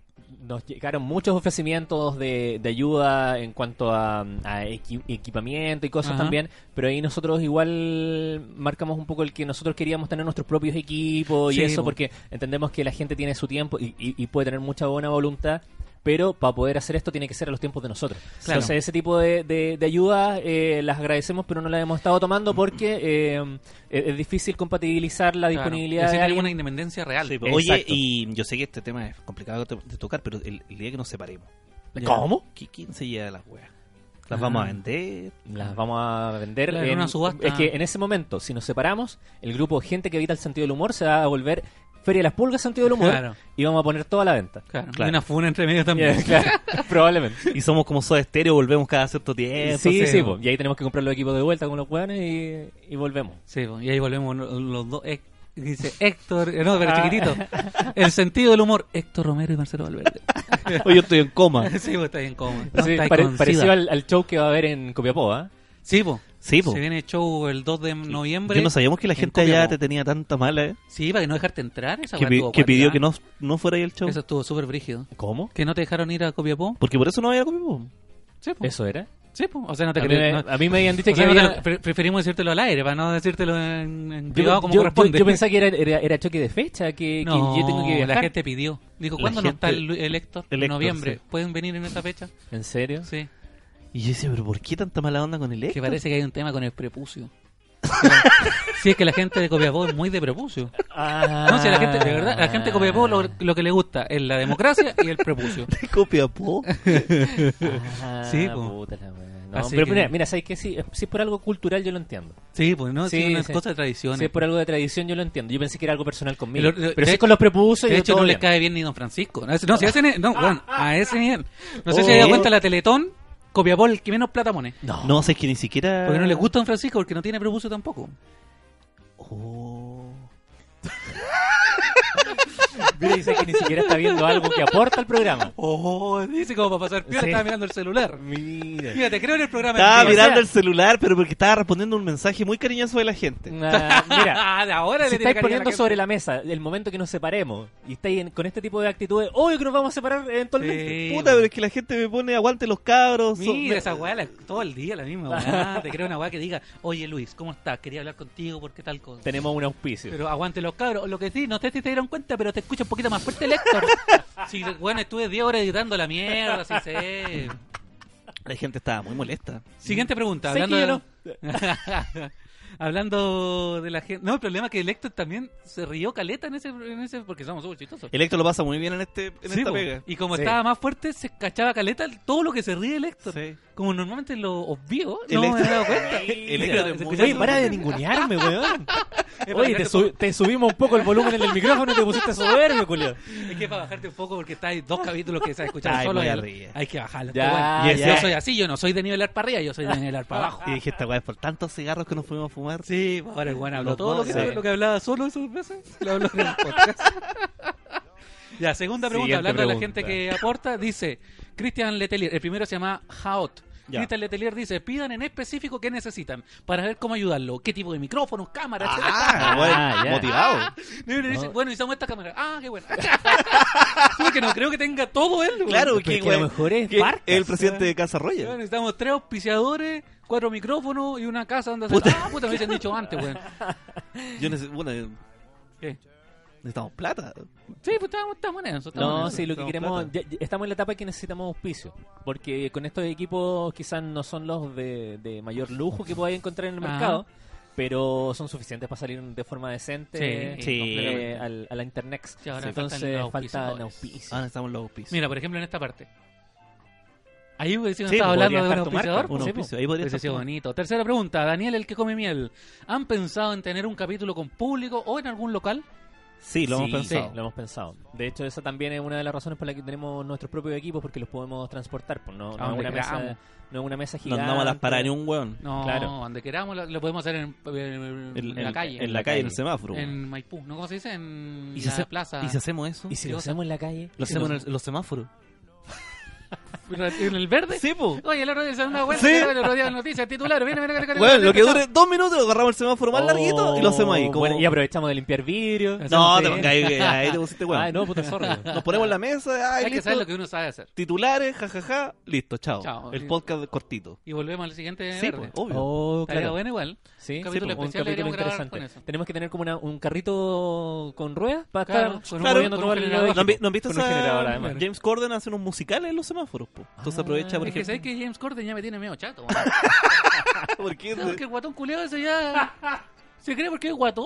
Speaker 2: nos llegaron muchos ofrecimientos de, de ayuda en cuanto a, a equi- equipamiento y cosas
Speaker 1: Ajá.
Speaker 2: también, pero ahí nosotros igual marcamos un poco el que nosotros queríamos tener nuestros propios equipos y
Speaker 1: Sí,
Speaker 2: eso,
Speaker 1: po.
Speaker 2: porque entendemos que la gente tiene su tiempo y, y- y puede tener mucha buena voluntad. Pero para poder hacer esto tiene que ser a los tiempos de nosotros.
Speaker 1: Claro.
Speaker 2: Entonces ese tipo de, de, de ayudas eh, las agradecemos, pero no las hemos estado tomando porque eh, es, es difícil compatibilizar la
Speaker 1: Claro,
Speaker 2: disponibilidad
Speaker 1: decir
Speaker 2: de alguien
Speaker 1: alguna independencia real.
Speaker 3: Sí,
Speaker 2: pues.
Speaker 3: Oye,
Speaker 2: Exacto.
Speaker 3: y yo sé que este tema es complicado de de tocar, pero el, el día que nos separemos.
Speaker 1: Ya.
Speaker 3: ¿Qui- ¿Quién se lleva las weas?
Speaker 1: Ah.
Speaker 3: ¿Las vamos a vender?
Speaker 2: Las vamos a vender
Speaker 1: Claro, en una subasta.
Speaker 2: Es que en ese momento, si nos separamos, el grupo de gente que habita el sentido del humor se va a volver Feria de las Pulgas Sentido del Humor
Speaker 1: Claro.
Speaker 2: y vamos a poner toda la venta.
Speaker 1: Claro,
Speaker 3: Claro.
Speaker 1: y una funa entre medio también.
Speaker 2: Yeah, claro, probablemente.
Speaker 3: Y somos como Soda Estéreo, volvemos cada cierto tiempo.
Speaker 2: sí,
Speaker 1: sí,
Speaker 2: sí, pues.
Speaker 1: po.
Speaker 2: po. y ahí tenemos que comprar los equipos de vuelta con los hueones y, y volvemos.
Speaker 1: Sí, po, y ahí volvemos lo- los dos ex Y dice Héctor, eh, no, pero
Speaker 2: Ah.
Speaker 1: chiquitito. El sentido del humor, Héctor Romero y Marcelo Valverde.
Speaker 3: Hoy yo estoy en coma.
Speaker 1: sí, pues está bien cómodo. No,
Speaker 2: Sí,
Speaker 1: está ahí
Speaker 2: pare-
Speaker 1: con
Speaker 2: parecido
Speaker 1: sida.
Speaker 2: al, al show que va a haber en Copiapó, ¿ah?
Speaker 1: Sí, po.
Speaker 3: Sí, po.
Speaker 1: Se viene el show el 2 de noviembre.
Speaker 3: Yo no sabíamos que la
Speaker 1: en
Speaker 3: gente allá
Speaker 1: Copiapó.
Speaker 3: te tenía tanta mala, ¿eh?
Speaker 1: Sí, para que no dejarte entrar. Esa
Speaker 3: Que,
Speaker 1: weá
Speaker 3: pi-
Speaker 1: estuvo
Speaker 3: que pidió
Speaker 1: cuática.
Speaker 3: que no, no fuera ahí el show.
Speaker 1: Eso estuvo súper brígido.
Speaker 2: ¿Cómo?
Speaker 1: ¿Que no te dejaron ir a Copiapó?
Speaker 3: Porque por eso no había comido.
Speaker 1: Sí, po.
Speaker 2: ¿Eso era?
Speaker 1: Sí, po. O sea, no te
Speaker 2: A mí, me,
Speaker 1: crees. no-
Speaker 2: a mí me habían dicho
Speaker 1: o
Speaker 2: que
Speaker 1: sea, no te
Speaker 2: había-
Speaker 1: lo- pre- preferimos decírtelo al aire, para no decírtelo en, en
Speaker 2: yo-
Speaker 1: privado como
Speaker 2: yo-
Speaker 1: corresponde.
Speaker 2: yo- yo pensaba que era, era, era choque de fecha, que, que
Speaker 1: No,
Speaker 2: yo tengo que viajar.
Speaker 1: la gente pidió. Dijo,
Speaker 3: La
Speaker 1: ¿cuándo no está el,
Speaker 3: gente-
Speaker 1: el Héctor?
Speaker 3: el
Speaker 1: En
Speaker 3: Héctor,
Speaker 1: noviembre.
Speaker 3: sí.
Speaker 1: ¿Pueden venir en esa fecha?
Speaker 2: ¿En serio?
Speaker 1: Sí.
Speaker 3: Y yo decía, pero ¿por qué tanta mala onda con el
Speaker 1: Que
Speaker 3: Héctor?
Speaker 1: parece que hay un tema con el prepucio. si es que la gente de Copiapó es muy de prepucio.
Speaker 2: Ah.
Speaker 1: No, si la gente, de verdad, la gente de Copiapó lo, lo que le gusta es la democracia y el prepucio.
Speaker 3: ¿Te copia, po?
Speaker 2: Ah,
Speaker 1: Sí, po.
Speaker 2: puta la wea. No,
Speaker 1: Así
Speaker 2: pero
Speaker 1: que-
Speaker 2: mira, mira, ¿sabes qué? Si, si es por algo cultural, yo lo entiendo.
Speaker 1: Sí, pues no,
Speaker 2: Sí,
Speaker 1: sí, pues, una
Speaker 2: sí.
Speaker 1: cosa de tradiciones.
Speaker 2: Si es por algo de tradición, yo lo entiendo. Yo pensé que era algo personal conmigo.
Speaker 1: Lo- lo-
Speaker 2: pero
Speaker 1: de-
Speaker 2: si es con los prepusos,
Speaker 1: de
Speaker 2: yo
Speaker 1: hecho,
Speaker 2: todo
Speaker 1: no les
Speaker 2: bien.
Speaker 1: cae bien ni Don Francisco. No, si- no, si a ese nivel- no, bueno, a ese nivel. No sé si
Speaker 2: Oh.
Speaker 1: se da cuenta la Teletón, Copiapó el que menos plata pone.
Speaker 2: No.
Speaker 3: No, sé que ni siquiera.
Speaker 1: Porque no les gusta Don Francisco porque no tiene prepucio tampoco.
Speaker 3: Oh.
Speaker 2: Mira, dice que ni siquiera está viendo algo que aporta al programa.
Speaker 1: Oh, dice como para pasar piola,
Speaker 2: Sí.
Speaker 1: estaba mirando el celular.
Speaker 2: Mira.
Speaker 1: Mira, te creo en el programa.
Speaker 3: Estaba
Speaker 1: en vivo.
Speaker 3: mirando
Speaker 2: sea-
Speaker 3: el celular, pero porque estaba respondiendo un mensaje muy cariñoso de la
Speaker 1: Mm,
Speaker 3: gente.
Speaker 2: Ah, mira.
Speaker 1: Ah, de ahora
Speaker 2: Si
Speaker 1: le tiene
Speaker 2: estáis
Speaker 1: cariño a
Speaker 2: poniendo
Speaker 1: la
Speaker 2: sobre la mesa el momento que nos separemos y estáis en- con este tipo de actitudes, obvio que nos vamos a separar eventualmente.
Speaker 1: gente. Sí,
Speaker 3: Puta,
Speaker 1: bueno.
Speaker 3: pero es que la gente me pone aguante los cabros. son-
Speaker 1: Mira, esa weá, la- todo el día la misma weá. Te creo una weá que diga, oye Luis, ¿cómo estás? Quería hablar contigo porque tal cosa.
Speaker 2: Tenemos un auspicio.
Speaker 1: Pero aguante los cabros. Lo que sí, no sé si se dieron cuenta, pero te escucho un poquito más fuerte el Héctor. Sí, bueno, estuve 10 horas editando la mierda, sí sé.
Speaker 3: La gente estaba muy molesta.
Speaker 1: Siguiente pregunta.
Speaker 2: Sé que
Speaker 1: Hablando
Speaker 2: yo
Speaker 1: de...
Speaker 2: no-
Speaker 1: hablando de la gente... No, el problema es que el Héctor también se rió caleta en ese... En ese porque somos súper chistosos.
Speaker 3: El Héctor lo pasa muy bien en, este, en
Speaker 1: Sí,
Speaker 3: esta
Speaker 1: po.
Speaker 3: pega.
Speaker 1: Y como
Speaker 2: Sí.
Speaker 1: estaba más fuerte, se cachaba caleta todo lo que se ríe el Héctor.
Speaker 3: Sí.
Speaker 1: Como normalmente lo obvio,
Speaker 3: El
Speaker 1: no me
Speaker 3: Héctor-
Speaker 1: he dado cuenta.
Speaker 3: El
Speaker 1: Mira,
Speaker 3: Héctor
Speaker 1: se
Speaker 3: es muy-
Speaker 1: escucha
Speaker 2: Oye,
Speaker 1: el-
Speaker 2: para de ningunearme, weón.
Speaker 1: para
Speaker 2: Oye,
Speaker 1: que
Speaker 2: te,
Speaker 1: te
Speaker 2: sub-
Speaker 1: ponga-
Speaker 2: te subimos un poco el volumen en el micrófono y te pusiste soberbio, culiao.
Speaker 1: Es que para bajarte un poco, porque está hay dos capítulos que se ha escuchado
Speaker 3: Ay,
Speaker 1: solo.
Speaker 3: muy
Speaker 1: y-
Speaker 3: arriba.
Speaker 1: hay que bajarlo.
Speaker 2: Ya,
Speaker 1: está bueno.
Speaker 3: ya.
Speaker 1: Y ese- Yo soy así, yo no soy de nivelar para arriba, yo soy de nivelar para abajo.
Speaker 3: Y dije, esta weá es por tantos cigarros que nos fuimos a fumar.
Speaker 1: Sí, pues ahora el Juan habló
Speaker 3: Los
Speaker 1: todo lo
Speaker 3: dos,
Speaker 1: que,
Speaker 3: sí.
Speaker 1: lo que hablaba solo esos meses, lo habló en el podcast. ya, segunda pregunta,
Speaker 2: Siguiente
Speaker 1: hablando de la
Speaker 2: pregunta.
Speaker 1: gente que aporta, dice Cristian Letelier, el primero se llama Jaot.
Speaker 3: Ya.
Speaker 1: Cristian Letelier dice, pidan en específico qué necesitan para ver cómo ayudarlo, qué tipo de micrófonos, cámaras,
Speaker 3: Ah,
Speaker 2: Ah,
Speaker 3: bueno,
Speaker 2: ya.
Speaker 3: motivado.
Speaker 1: Y uno dice, bueno, necesitamos esta cámara. Ah, qué bueno. Porque no creo que tenga todo él. güey.
Speaker 3: Claro,
Speaker 2: Porque
Speaker 3: que,
Speaker 2: a lo
Speaker 3: weón,
Speaker 2: mejor es
Speaker 3: que
Speaker 2: Barcas.
Speaker 3: El presidente de Casa Royal.
Speaker 1: Bueno, necesitamos tres auspiciadores, cuatro micrófonos y una casa donde hacer...
Speaker 3: Puta.
Speaker 1: Ah, puta, me hubiesen dicho antes, güey.
Speaker 3: Yo neces- bueno, eh,
Speaker 1: ¿Qué?
Speaker 3: necesitamos plata.
Speaker 1: Sí, pues estamos, estamos en eso. estamos en
Speaker 2: No,
Speaker 1: eso.
Speaker 2: sí, lo que
Speaker 3: necesitamos
Speaker 2: queremos.
Speaker 3: plata.
Speaker 2: ya- ya estamos en la etapa que necesitamos auspicio. Porque con estos equipos quizás no son los de, de mayor lujo que podáis encontrar en el
Speaker 1: Ajá.
Speaker 2: mercado. Pero son suficientes para salir de forma decente
Speaker 1: Sí,
Speaker 3: Sí.
Speaker 2: eh, al- a la internet.
Speaker 1: Sí, ahora
Speaker 2: Entonces
Speaker 1: faltan los
Speaker 2: faltan
Speaker 1: auspiciadores.
Speaker 2: auspicios.
Speaker 3: Ah, necesitamos los auspicios.
Speaker 1: Mira, por ejemplo, en esta parte. Ahí hubiese
Speaker 3: Sí,
Speaker 1: estaba
Speaker 3: podría
Speaker 1: hablando de un
Speaker 2: estar tu marca,
Speaker 1: auspiciador.
Speaker 2: un
Speaker 1: pues, sí,
Speaker 3: auspicio,
Speaker 1: pues.
Speaker 3: ahí podría
Speaker 1: Hubiese
Speaker 3: estar tu
Speaker 1: sido
Speaker 3: marca.
Speaker 1: bonito. Tercera pregunta, Daniel, el que come miel. ¿Han pensado en tener un capítulo con público o en algún local?
Speaker 3: Sí, lo
Speaker 2: Sí,
Speaker 3: hemos pensado.
Speaker 2: sí, lo hemos pensado. De hecho, esa también es una de las razones por la que tenemos nuestros propios equipos, porque los podemos transportar. pues, no, no, es
Speaker 1: dónde
Speaker 2: una mesa,
Speaker 1: queramos.
Speaker 2: no es una mesa
Speaker 3: No
Speaker 2: gigante.
Speaker 3: andamos a las paradas ni un weón.
Speaker 1: No,
Speaker 2: Claro.
Speaker 1: donde queramos, lo, lo podemos hacer en, en- en
Speaker 3: En-
Speaker 1: la calle.
Speaker 3: En la calle, en el semáforo. weón.
Speaker 1: En Maipú, ¿no? ¿Cómo se dice? En
Speaker 3: ¿Y si
Speaker 1: la
Speaker 3: hace-
Speaker 1: plaza.
Speaker 3: ¿Y si hacemos eso?
Speaker 2: ¿Y si lo hacemos en la calle?
Speaker 3: ¿Lo hacemos en el- los semáforos?
Speaker 1: Pues, ¿En el verde?
Speaker 3: Sí, po.
Speaker 1: Oye, el otro día se da una vuelta,
Speaker 3: Sí.
Speaker 1: el otro día la noticia, titular, viene, viene, viene, viene,
Speaker 3: Weón,
Speaker 1: viene,
Speaker 3: lo que
Speaker 1: chao.
Speaker 3: dure dos minutos, agarramos el semáforo más
Speaker 2: Oh,
Speaker 3: larguito y lo hacemos ahí. como-
Speaker 2: bueno, y aprovechamos de limpiar vidrio.
Speaker 3: No,
Speaker 1: hacemos
Speaker 3: te
Speaker 1: sí.
Speaker 3: pongáis, eh, ahí te pusiste
Speaker 2: Ah,
Speaker 3: weón.
Speaker 2: no, puta zorra.
Speaker 3: Nos ponemos en la mesa, ay,
Speaker 1: Hay que
Speaker 3: listo.
Speaker 1: saber lo que uno sabe hacer.
Speaker 3: Titulares, jajaja, listo, chao.
Speaker 1: Chao.
Speaker 3: El podcast cortito.
Speaker 1: Y volvemos al siguiente
Speaker 3: Sí,
Speaker 1: verde.
Speaker 3: po, obvio.
Speaker 2: Oh,
Speaker 1: Estaría
Speaker 2: claro.
Speaker 1: bueno igual.
Speaker 2: Sí,
Speaker 3: pues,
Speaker 1: capítulo
Speaker 2: sí, un
Speaker 1: especial
Speaker 2: capítulo
Speaker 1: deberíamos grabar con
Speaker 2: interesante.
Speaker 1: eso.
Speaker 2: Tenemos que tener como una- un carrito con ruedas para
Speaker 1: Claro,
Speaker 2: estar
Speaker 1: con un-
Speaker 2: moviendo
Speaker 1: con
Speaker 2: todo
Speaker 1: un
Speaker 2: el-
Speaker 1: generador.
Speaker 3: ¿No han, vi- no han visto
Speaker 2: con un
Speaker 3: esa-
Speaker 2: generador, además.
Speaker 3: James Corden hace unos musicales en los semáforos, po. Entonces
Speaker 2: Ah,
Speaker 3: aprovecha, por
Speaker 1: Es que
Speaker 3: ejemplo.
Speaker 1: sabes que James Corden ya me tiene medio chato. weón.
Speaker 3: ¿Por qué?
Speaker 1: No, es que el guatón culeado ese ya se cree porque es guatón.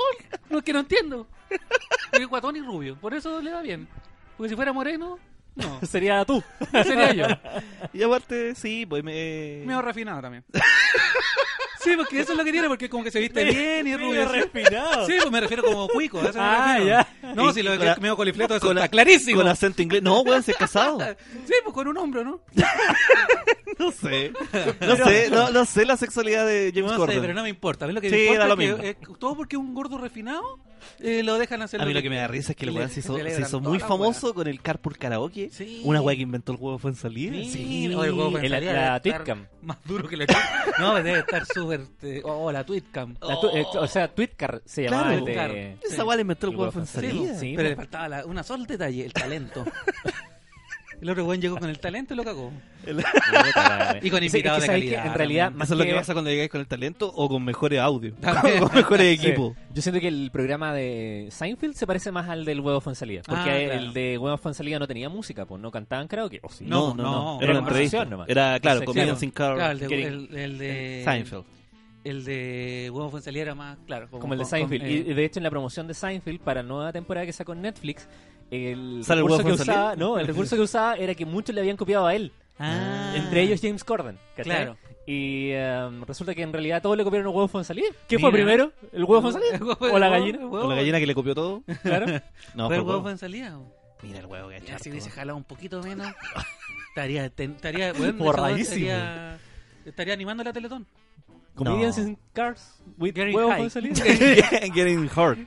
Speaker 1: No es que no entiendo. Porque es guatón y rubio. Por eso le va bien. Porque si fuera moreno, no.
Speaker 2: Sería tú.
Speaker 1: Sería yo.
Speaker 3: Y aparte, sí, pues me...
Speaker 1: Medio refinado también. Sí, porque eso es lo que tiene, porque como que se viste bien y es rubio.
Speaker 2: Medio
Speaker 1: así.
Speaker 2: respirado.
Speaker 1: Sí, pues me refiero como cuico. a eso me
Speaker 2: Ah,
Speaker 1: refiero.
Speaker 2: ya.
Speaker 1: No,
Speaker 3: Y-
Speaker 1: si
Speaker 3: y
Speaker 1: lo
Speaker 3: con
Speaker 1: que
Speaker 3: la-
Speaker 1: es medio colifleto, eso
Speaker 3: con la-
Speaker 1: está clarísimo.
Speaker 3: Con acento inglés. No, weón, se es casado.
Speaker 1: Sí, pues con un hombro, ¿no?
Speaker 3: no sé. No sé, no, no sé la sexualidad de James
Speaker 1: No sé,
Speaker 3: Corden.
Speaker 1: pero no me importa. A mí lo que
Speaker 3: Sí,
Speaker 1: me importa
Speaker 3: da lo
Speaker 1: es que,
Speaker 3: mismo.
Speaker 1: eh, todo porque un gordo refinado eh, lo dejan hacer
Speaker 3: A mí lo que me da risa es que el
Speaker 1: le-
Speaker 3: weón se hizo,
Speaker 1: le
Speaker 3: se
Speaker 1: dan
Speaker 3: hizo
Speaker 1: toda
Speaker 3: muy
Speaker 1: la
Speaker 3: famoso con el Carpool Karaoke.
Speaker 1: Sí.
Speaker 3: Una weá que inventó el huevo fue en salida.
Speaker 1: Sí,
Speaker 2: Sí,
Speaker 1: oye, weón,
Speaker 2: el-
Speaker 1: pensaría
Speaker 2: la
Speaker 1: debe estar
Speaker 2: Twitcam.
Speaker 1: Más duro que la Twitcam. No, pues debe estar súper. eh, Oh, la Twitcam.
Speaker 2: La tu- eh, o sea, Twitcar se llamaba
Speaker 3: Claro.
Speaker 2: el de...
Speaker 1: Claro.
Speaker 3: Esa weá la inventó el
Speaker 2: El huevo
Speaker 3: huevo fue en
Speaker 2: fue
Speaker 1: Sí,
Speaker 3: salida.
Speaker 1: po,
Speaker 2: Sí,
Speaker 1: pero
Speaker 2: po.
Speaker 1: le faltaba la- una solo detalle, el talento. El otro weón llegó con el talento y lo cagó.
Speaker 2: Puta la wea.
Speaker 1: Y con
Speaker 2: Es que-
Speaker 1: invitado
Speaker 2: es
Speaker 1: de
Speaker 2: que sabéis
Speaker 1: calidad
Speaker 2: que en realidad,
Speaker 1: también.
Speaker 2: más
Speaker 3: Eso es lo que
Speaker 2: que-
Speaker 3: pasa cuando llegáis con el talento o con mejores audios.
Speaker 1: También.
Speaker 3: o con mejores
Speaker 2: Sí.
Speaker 3: equipos.
Speaker 2: Yo siento que el programa de Seinfeld se parece más al del Huevo Fonsalía. Porque
Speaker 1: Ah,
Speaker 2: el
Speaker 1: claro.
Speaker 2: de Huevo Fonsalía no tenía música, pues no cantaban karaoke. O sí.
Speaker 1: No, no,
Speaker 3: Era una
Speaker 1: era
Speaker 3: entrevista.
Speaker 2: conversación nomás.
Speaker 3: Era, claro,
Speaker 2: Entonces,
Speaker 3: comedian
Speaker 2: claro.
Speaker 3: sin car.
Speaker 1: Claro, el de,
Speaker 3: getting-
Speaker 1: el, el de
Speaker 3: Seinfeld.
Speaker 1: El de Huevo Fuenzalía era más, claro.
Speaker 2: como el de
Speaker 1: con- con-
Speaker 2: Seinfeld.
Speaker 1: eh,
Speaker 2: Y de hecho, en la promoción de Seinfeld para la nueva temporada que sacó en Netflix, el
Speaker 3: ¿Sale el
Speaker 2: recurso
Speaker 3: huevo
Speaker 2: que
Speaker 3: Fonsalía?
Speaker 2: usaba, no, el recurso que usaba era que muchos le habían copiado a él.
Speaker 3: Ah.
Speaker 2: Entre ellos James Corden. ¿cachai?
Speaker 1: Claro.
Speaker 2: Y em, resulta que en realidad todos le copiaron el huevo Fonsalía. ¿Qué fue
Speaker 1: Mira.
Speaker 2: primero? ¿El huevo
Speaker 1: el
Speaker 2: Fonsalía?
Speaker 1: huevo-
Speaker 2: ¿O la
Speaker 1: el huevo-
Speaker 2: gallina?
Speaker 1: el huevo-
Speaker 3: Con la gallina que le copió todo.
Speaker 2: Claro.
Speaker 3: No,
Speaker 1: Oh. fue
Speaker 3: fue
Speaker 1: el Huevo
Speaker 3: huevo.
Speaker 1: Fuenzalía.
Speaker 3: Mira el huevo que ha hecho
Speaker 1: Ya, si
Speaker 3: harto.
Speaker 1: hubiese jalado un poquito menos, estaría, ten- estaría, weón, ese
Speaker 2: Borradísimo.
Speaker 1: weón estaría, estaría animando la Teletón.
Speaker 2: Comedians
Speaker 3: No.
Speaker 2: in Cars with
Speaker 1: Getting
Speaker 2: huevo
Speaker 1: high.
Speaker 2: Fonsalía.
Speaker 3: Getting hurt.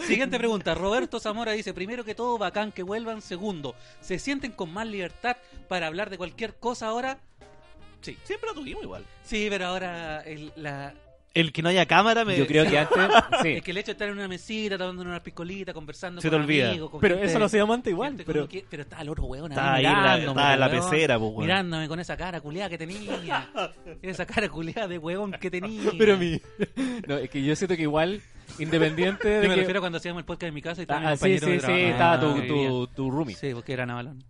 Speaker 1: Siguiente pregunta. Roberto Zamora dice, primero que todo, bacán que vuelvan. Segundo, ¿se sienten con más libertad para hablar de cualquier cosa ahora? Sí.
Speaker 3: Siempre lo tuvimos igual.
Speaker 1: Sí, pero ahora el, la,
Speaker 3: El que no haya cámara me.
Speaker 2: Yo creo que antes. Sí.
Speaker 1: es que el hecho de estar en una mesita, tomando una piscolita, conversando
Speaker 3: Se te
Speaker 1: con
Speaker 3: olvida.
Speaker 1: amigos, con
Speaker 2: Pero
Speaker 1: gente-
Speaker 2: eso lo hacíamos antes igual.
Speaker 1: gente con
Speaker 2: Pero
Speaker 1: que- pero estaba el otro weón
Speaker 3: Estaba ahí en la-
Speaker 1: mirándome,
Speaker 3: estaba en la
Speaker 1: weón,
Speaker 3: pecera, pues, weón.
Speaker 1: Mirándome con esa cara culiada que tenía. esa cara culiada de huevón que tenía.
Speaker 2: Pero mi. No, es que yo siento que igual, independiente de.
Speaker 1: Yo me
Speaker 2: que-
Speaker 1: refiero a cuando hacíamos el podcast en mi casa y estaba mi
Speaker 2: Ah, ah, sí,
Speaker 1: compañero de
Speaker 2: sí, sí,
Speaker 1: trabajo.
Speaker 2: estaba
Speaker 1: Ah,
Speaker 2: tu,
Speaker 1: que vivía.
Speaker 2: tu, tu roomie.
Speaker 1: Sí, porque era Navalón.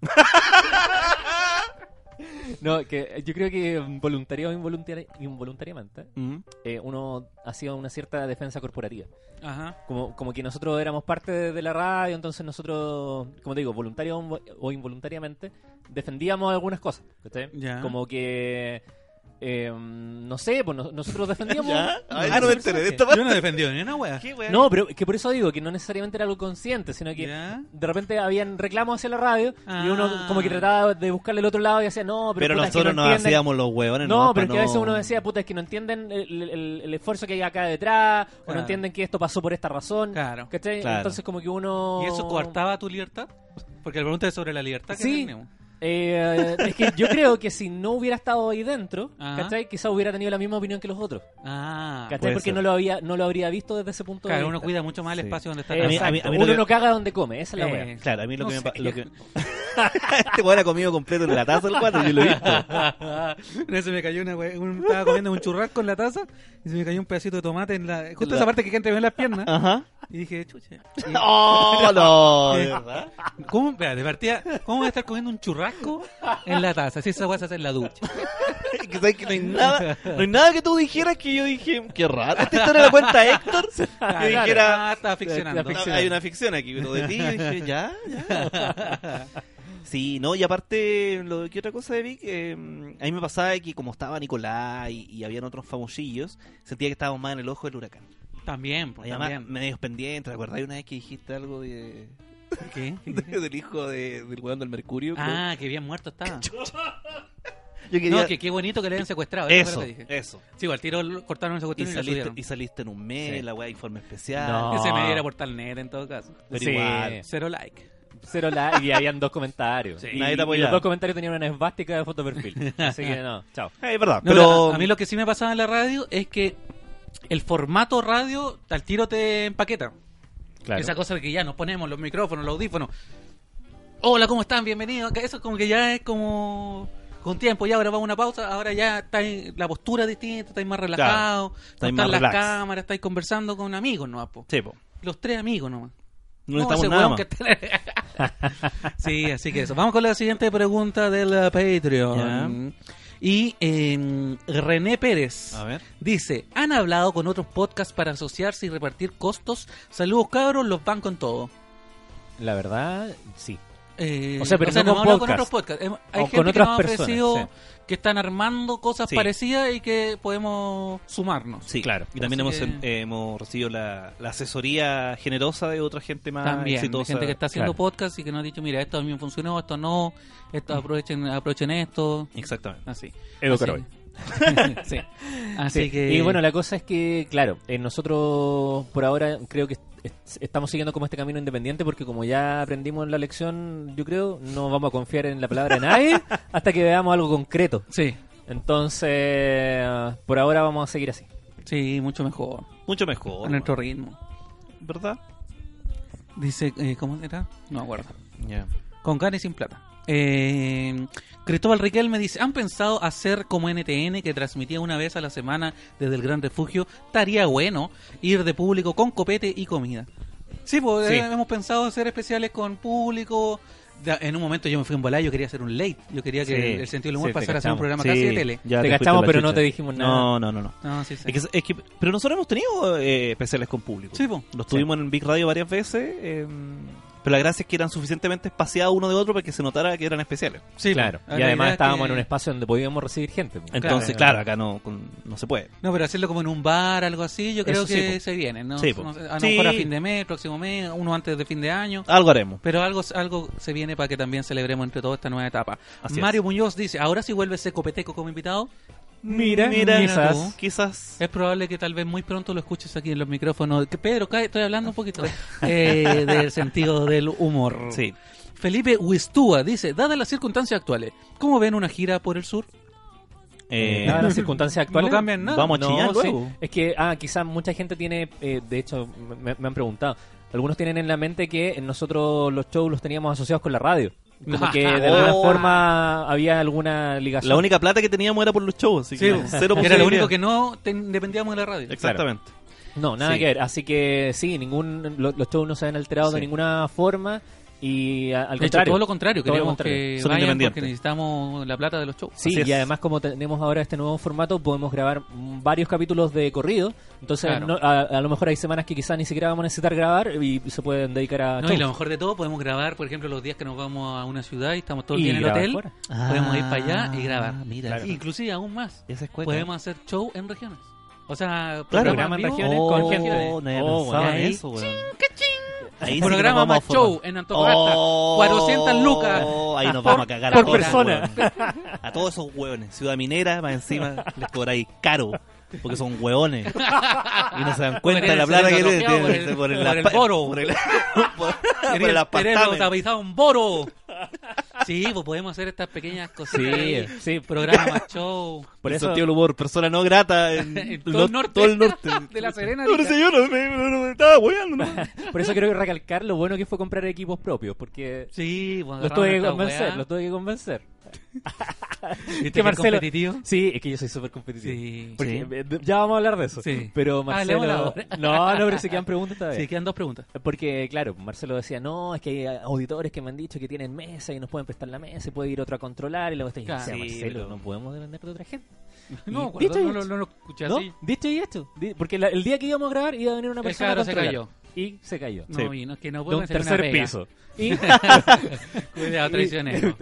Speaker 2: No, que yo creo que mm, voluntaria o involuntaria- involuntariamente
Speaker 3: Mm.
Speaker 2: eh, uno hacía una cierta defensa corporativa.
Speaker 1: Ajá.
Speaker 2: Como, como que nosotros éramos parte de, de la radio, entonces nosotros, como te digo, voluntaria o invo- o involuntariamente, defendíamos algunas cosas. ¿cachai?
Speaker 1: Ya.
Speaker 2: Como que, eh, no sé, pues no- nosotros defendíamos...
Speaker 3: Ya. Ay,
Speaker 2: a
Speaker 3: Ah, no me
Speaker 2: ese
Speaker 3: enteré de
Speaker 2: personaje.
Speaker 3: esta parte.
Speaker 1: no defendí ni una wea.
Speaker 3: ¿Qué weón?
Speaker 2: No, pero que por eso digo que no necesariamente era algo consciente, sino que
Speaker 1: Ya.
Speaker 2: de repente habían reclamos hacia la radio y
Speaker 1: Ah.
Speaker 2: uno como que trataba de buscarle el otro lado y hacía, no, pero,
Speaker 3: Pero
Speaker 2: puta, es que
Speaker 3: nosotros
Speaker 2: no
Speaker 3: nos
Speaker 2: entienden".
Speaker 3: hacíamos los huevones.
Speaker 2: No,
Speaker 3: nomás
Speaker 2: pero
Speaker 3: pa'
Speaker 2: es que a veces
Speaker 3: no-
Speaker 2: uno decía, puta, es que no entienden el, el- el esfuerzo que hay acá detrás, o
Speaker 1: Claro.
Speaker 2: no entienden que esto pasó por esta razón.
Speaker 1: Claro.
Speaker 2: ¿Cachai?
Speaker 3: Claro.
Speaker 2: Entonces como que uno...
Speaker 1: ¿Y eso coartaba tu libertad? Porque la pregunta es sobre la libertad que
Speaker 2: Sí.
Speaker 1: tenemos.
Speaker 2: Eh, es que yo creo que si no hubiera estado ahí dentro,
Speaker 1: Ajá.
Speaker 2: ¿cachai? Quizá hubiera tenido la misma opinión que los otros.
Speaker 1: Ah.
Speaker 2: ¿Cachai?
Speaker 3: puede
Speaker 2: Porque
Speaker 3: ser.
Speaker 2: no lo, había, no lo habría visto desde ese punto de
Speaker 1: Claro,
Speaker 2: vista.
Speaker 1: uno cuida mucho más el
Speaker 3: Sí.
Speaker 1: espacio donde está.
Speaker 2: Exacto.
Speaker 3: A mí- a mí- a mí lo
Speaker 2: uno
Speaker 3: que-
Speaker 2: no caga donde come, esa es la
Speaker 1: Eh.
Speaker 2: wea.
Speaker 3: Claro, a mí lo
Speaker 1: No
Speaker 3: que
Speaker 1: sé.
Speaker 3: me. Lo que... este weón ha comido completo en la taza del cuadro, yo lo he visto.
Speaker 1: Una vez se me cayó una wea- un- estaba comiendo un churrasco en la taza y se me cayó un pedacito de tomate en la justo
Speaker 3: La- Ah.
Speaker 1: esa parte que gente ve en las piernas
Speaker 3: Ajá.
Speaker 1: y dije, chuche. Y-
Speaker 3: ¡Oh, no! ¿De verdad?
Speaker 1: ¿Cómo, espera, de partida, ¿Cómo voy a estar comiendo un churrasco en la taza? Si esa weá se hace en la ducha.
Speaker 3: Es que sabes que no hay nada, no hay nada que tú dijeras que yo dije, qué raro. Esta historia la cuenta Héctor. Que
Speaker 1: Claro.
Speaker 3: dijera,
Speaker 1: Ah, estaba ficcionando.
Speaker 2: La ficción.
Speaker 3: hay una ficción aquí pero de ti. Yo dije, ya, ya. Sí, no, y aparte, lo que otra cosa de Vic, eh, a mí me pasaba que como estaba Nicolás y, y habían otros famosillos, sentía que estábamos más en el ojo del huracán.
Speaker 1: También, pues,
Speaker 3: Además,
Speaker 1: también.
Speaker 3: medios pendientes, ¿te acordás una vez que dijiste algo de,
Speaker 1: ¿Qué?
Speaker 3: de- del hijo de- del weón del Mercurio? creo?
Speaker 1: Ah, que bien muerto estaba.
Speaker 3: yo quería...
Speaker 1: No, que qué bonito que le hayan secuestrado. eso
Speaker 3: Eso,
Speaker 1: fue lo que dije.
Speaker 3: eso.
Speaker 1: Sí, al tiro lo- cortaron esa
Speaker 3: Y
Speaker 1: cuestión y, lo
Speaker 3: saliste,
Speaker 1: subieron.
Speaker 3: y Ah. saliste en un mes,
Speaker 2: Sí.
Speaker 3: la weá, informe especial.
Speaker 2: No.
Speaker 1: Ese me diera por tal net en todo caso.
Speaker 3: Pero
Speaker 2: Sí.
Speaker 3: igual.
Speaker 1: Cero like.
Speaker 2: Cero la y habían dos comentarios.
Speaker 1: Sí.
Speaker 2: Y,
Speaker 3: Nadie te
Speaker 2: y
Speaker 3: apoyaba.
Speaker 2: los dos comentarios tenían una esvástica de foto de perfil. Así que no, chao.
Speaker 3: Es verdad,
Speaker 1: No,
Speaker 3: Eh, pero
Speaker 1: a- a mí lo que sí me pasaba en la radio es que el formato radio al tiro te empaqueta.
Speaker 2: Claro.
Speaker 1: Esa cosa de que ya nos ponemos los micrófonos, los audífonos. Hola, ¿cómo están? Bienvenidos. Que Eso como que ya es como con tiempo. Ya ahora va una pausa. Ahora ya está en- la postura es distinta, estáis más relajado.
Speaker 3: estáis
Speaker 1: no
Speaker 3: más
Speaker 1: están las
Speaker 3: relax.
Speaker 1: cámaras, estáis conversando con amigos nomás. po.
Speaker 3: Sí, po.
Speaker 1: Los tres amigos nomás.
Speaker 3: no
Speaker 1: No,
Speaker 3: necesitamos
Speaker 1: ese
Speaker 3: nada
Speaker 1: weón
Speaker 3: más.
Speaker 1: que está- sí, así que eso. Vamos con la siguiente pregunta del eh, Patreon. Y eh, René Pérez
Speaker 3: A ver.
Speaker 1: dice, ¿han hablado con otros podcasts para asociarse y repartir costos? Saludos cabros, los van con todo.
Speaker 2: La verdad, sí.
Speaker 1: Eh,
Speaker 2: O sea, pero no
Speaker 1: hemos
Speaker 2: con
Speaker 1: hablado
Speaker 2: podcast.
Speaker 1: otros podcasts. Hemos- Hay
Speaker 2: O
Speaker 1: gente
Speaker 2: con
Speaker 1: que
Speaker 2: otras
Speaker 1: nos ha
Speaker 2: personas,
Speaker 1: ofrecido
Speaker 2: sí.
Speaker 1: que están armando cosas
Speaker 3: Sí.
Speaker 1: parecidas y que podemos sumarnos.
Speaker 3: Sí,
Speaker 2: Claro.
Speaker 3: Y también hemos, eh,
Speaker 1: Así que-
Speaker 3: hemos recibido la, la asesoría generosa de otra gente más
Speaker 1: También, hay
Speaker 3: exitosa.
Speaker 1: gente que está haciendo
Speaker 2: Claro.
Speaker 1: podcast y que nos ha dicho, mira, esto a mí me funcionó, esto no, esto aprovechen, aprovechen esto,
Speaker 3: Exactamente.
Speaker 1: así.
Speaker 2: Edo
Speaker 1: Así-
Speaker 2: Caroy.
Speaker 1: sí. Así
Speaker 2: Sí,
Speaker 1: que...
Speaker 2: Y bueno, la cosa es que, claro, eh, nosotros por ahora creo que est- estamos siguiendo como este camino independiente porque como ya aprendimos en la lección, yo creo, no vamos a confiar en la palabra de nadie hasta que veamos algo concreto.
Speaker 1: Sí,
Speaker 2: Entonces, por ahora vamos a seguir así.
Speaker 1: sí, mucho mejor,
Speaker 3: Mucho mejor.
Speaker 1: a nuestro ritmo.
Speaker 3: ¿Verdad?
Speaker 1: Dice, eh, ¿cómo era? No me acuerdo.
Speaker 3: Ya.
Speaker 1: Con carne y sin plata. Eh, Cristóbal Riquel me dice, ¿han pensado hacer como NTN que transmitía una vez a la semana desde el Gran Refugio? Estaría bueno ir de público con copete y comida. Sí, pues
Speaker 3: Sí.
Speaker 1: eh, hemos pensado hacer especiales con público. Da- En un momento yo me fui en yo quería hacer un late. Yo quería que
Speaker 3: Sí,
Speaker 1: el, el sentido del humor
Speaker 2: sí, te
Speaker 1: pasara a ser un
Speaker 2: cachamos.
Speaker 1: programa
Speaker 2: Sí.
Speaker 1: casi de tele.
Speaker 2: Te
Speaker 3: fuiste
Speaker 2: cachamos,
Speaker 3: la
Speaker 2: pero no
Speaker 3: chucha.
Speaker 2: te dijimos nada.
Speaker 3: No, no, no. no.
Speaker 1: No, sí, sí.
Speaker 3: Es que, es que- pero nosotros hemos tenido eh, especiales con público.
Speaker 1: Sí, po.
Speaker 3: Los tuvimos en Big Radio varias veces. eh, pero la gracia es que eran suficientemente espaciados uno de otro para que se notara que eran especiales.
Speaker 1: Sí,
Speaker 2: claro.
Speaker 1: pues,
Speaker 2: Y
Speaker 1: la idea
Speaker 2: además
Speaker 1: es
Speaker 2: estábamos
Speaker 1: que-
Speaker 2: en un espacio donde podíamos recibir gente. pues.
Speaker 3: Entonces, claro, acá no, con- no se puede.
Speaker 1: No, pero hacerlo como en un bar, algo así, yo creo
Speaker 3: Eso sí,
Speaker 1: que
Speaker 3: po.
Speaker 1: se viene, ¿no?
Speaker 3: Sí, po.
Speaker 1: No sé, a lo
Speaker 3: Sí. Ah.
Speaker 1: mejor a fin de mes, próximo mes, uno antes de fin de año.
Speaker 3: Algo haremos.
Speaker 1: Pero algo, algo se viene para que también celebremos entre todos esta nueva etapa.
Speaker 3: Así es.
Speaker 1: Mario Muñoz dice, ahora si vuelve ese copeteco como invitado,
Speaker 2: Mira,
Speaker 1: mira
Speaker 3: Mira,
Speaker 1: Eh,
Speaker 3: quizás.
Speaker 1: tú.
Speaker 3: quizás
Speaker 1: es probable que tal vez muy pronto lo escuches aquí en los micrófonos. Que Pedro, cae- estoy hablando un poquito eh, del sentido del humor.
Speaker 3: sí.
Speaker 1: Felipe Huistúa dice, dadas las circunstancias actuales, ¿cómo ven una gira por el sur?
Speaker 3: Eh,
Speaker 2: Nada, las circunstancias actuales.
Speaker 1: No cambian nada.
Speaker 3: Vamos a
Speaker 2: No,
Speaker 3: chillar
Speaker 2: sí.
Speaker 3: luego.
Speaker 2: Es que, ah, quizás mucha gente tiene, eh, de hecho, me, me han preguntado. Algunos tienen en la mente que nosotros los shows los teníamos asociados con la radio.
Speaker 1: Ah,
Speaker 2: Como que de alguna
Speaker 3: Oh.
Speaker 2: forma había alguna ligación.
Speaker 3: La única plata que teníamos era por los shows, así que cero
Speaker 1: Era lo
Speaker 3: posibilidad.
Speaker 1: único que no ten- dependíamos de la radio.
Speaker 3: Exactamente.
Speaker 2: No, nada
Speaker 3: Sí.
Speaker 2: que ver. Así que sí, ningún lo- los shows no se han alterado de
Speaker 3: Sí.
Speaker 2: ninguna forma y a- al
Speaker 1: De hecho,
Speaker 2: contrario.
Speaker 1: todo lo contrario,
Speaker 2: Todo lo
Speaker 1: queríamos
Speaker 2: contrario.
Speaker 1: que
Speaker 3: Son
Speaker 1: vayan porque
Speaker 3: independientes.
Speaker 1: necesitamos la plata de los shows.
Speaker 2: Sí,
Speaker 3: Así es.
Speaker 2: y además como tenemos ahora este nuevo formato, podemos grabar mm, varios capítulos de corrido. Entonces,
Speaker 1: Claro.
Speaker 2: no- a, a lo mejor hay semanas que quizás ni siquiera vamos a necesitar grabar y se pueden dedicar a...
Speaker 1: No, y
Speaker 2: shows.
Speaker 1: lo mejor de todo, podemos grabar, por ejemplo, los días que nos vamos a una ciudad y estamos todo el
Speaker 2: Y
Speaker 1: día en el
Speaker 2: grabar
Speaker 1: hotel,
Speaker 2: fuera.
Speaker 1: podemos ir para allá y grabar.
Speaker 3: Ah, Mira,
Speaker 2: Claro.
Speaker 3: Y-
Speaker 1: Inclusive aún más,
Speaker 3: esa es cueca.
Speaker 1: podemos hacer show en regiones. O sea,
Speaker 3: Claro.
Speaker 1: programa
Speaker 2: Programa
Speaker 1: en
Speaker 2: en
Speaker 1: vivo,
Speaker 2: regiones con
Speaker 1: oh,
Speaker 2: gente.
Speaker 1: regiones.
Speaker 3: no había
Speaker 2: Oh,
Speaker 3: pensado
Speaker 1: bueno,
Speaker 3: en
Speaker 1: ahí-
Speaker 3: eso, weón. Ahí sí que nos
Speaker 1: Programa
Speaker 3: vamos a
Speaker 1: más show
Speaker 3: formar.
Speaker 1: en Antofagasta,
Speaker 2: Oh.
Speaker 1: 400 lucas.
Speaker 3: Oh, Ahí nos
Speaker 1: Por-
Speaker 3: vamos a cagar
Speaker 1: por
Speaker 3: a todos
Speaker 2: persona.
Speaker 3: esos hueones. A todos esos hueones. Ciudad Minera, más encima, les cobráis caro. Porque son hueones. Y no se dan cuenta de la plata que le
Speaker 1: Por el-
Speaker 3: tienen por el,
Speaker 1: por el boro.
Speaker 3: Por el, por- por
Speaker 1: Quería
Speaker 3: el
Speaker 1: tenerlo
Speaker 3: apartamento.
Speaker 1: tapizado un boro. Sí, pues podemos hacer estas pequeñas cositas. ahí.
Speaker 2: Sí, sí, pero
Speaker 1: Programa más show.
Speaker 2: por
Speaker 3: el
Speaker 2: eso...
Speaker 3: sentido del humor, persona no grata en,
Speaker 1: En
Speaker 3: lo-
Speaker 1: todo el norte.
Speaker 3: todo el norte.
Speaker 1: De La Serena,
Speaker 3: No, pero
Speaker 1: Arica.
Speaker 3: si yo no, me, no- no- estaba hueando. ¿no?
Speaker 2: Por eso quiero recalcar lo bueno que fue comprar equipos propios, porque
Speaker 1: Sí, pues
Speaker 2: los
Speaker 1: agarramos
Speaker 2: tuve que
Speaker 1: nuestra
Speaker 2: convencer,
Speaker 1: weá.
Speaker 2: los tuve que convencer.
Speaker 1: ¿Viste
Speaker 2: que
Speaker 1: que
Speaker 2: Marcelo-
Speaker 1: competitivo?
Speaker 2: Sí, es que yo soy súper competitivo.
Speaker 1: Sí.
Speaker 2: Porque,
Speaker 3: Sí.
Speaker 2: eh, de- Ya vamos a hablar de eso.
Speaker 1: Sí. Ah,
Speaker 2: Pero Marcelo...
Speaker 1: Hablemos ahora.
Speaker 2: No, no, pero se quedan preguntas todavía.
Speaker 1: Sí, quedan dos preguntas.
Speaker 2: Porque, claro, Marcelo decía, no, es que hay auditores que me han dicho que tienen mesa y nos pueden prestar la mesa y puede ir otro a controlar y luego está
Speaker 1: Claro.
Speaker 2: diciendo,
Speaker 3: Sí,
Speaker 2: Marcelo,
Speaker 3: pero-
Speaker 2: no podemos depender de otra gente.
Speaker 1: No,
Speaker 2: dicho
Speaker 1: cuando
Speaker 2: y
Speaker 1: no,
Speaker 2: hecho.
Speaker 1: lo- no lo escuché
Speaker 2: ¿No?
Speaker 1: así.
Speaker 2: Dicho y esto, di- porque la- el día que íbamos a grabar iba a venir una
Speaker 1: El
Speaker 2: persona
Speaker 1: cabro
Speaker 2: a
Speaker 1: se
Speaker 2: controlar.
Speaker 1: cayó.
Speaker 2: Y se cayó.
Speaker 1: No,
Speaker 3: Sí.
Speaker 1: y no, que no
Speaker 2: de
Speaker 1: puede
Speaker 2: un
Speaker 1: hacer una
Speaker 2: tercer
Speaker 1: pega.
Speaker 2: piso. Y
Speaker 1: Cuidado, traicionero.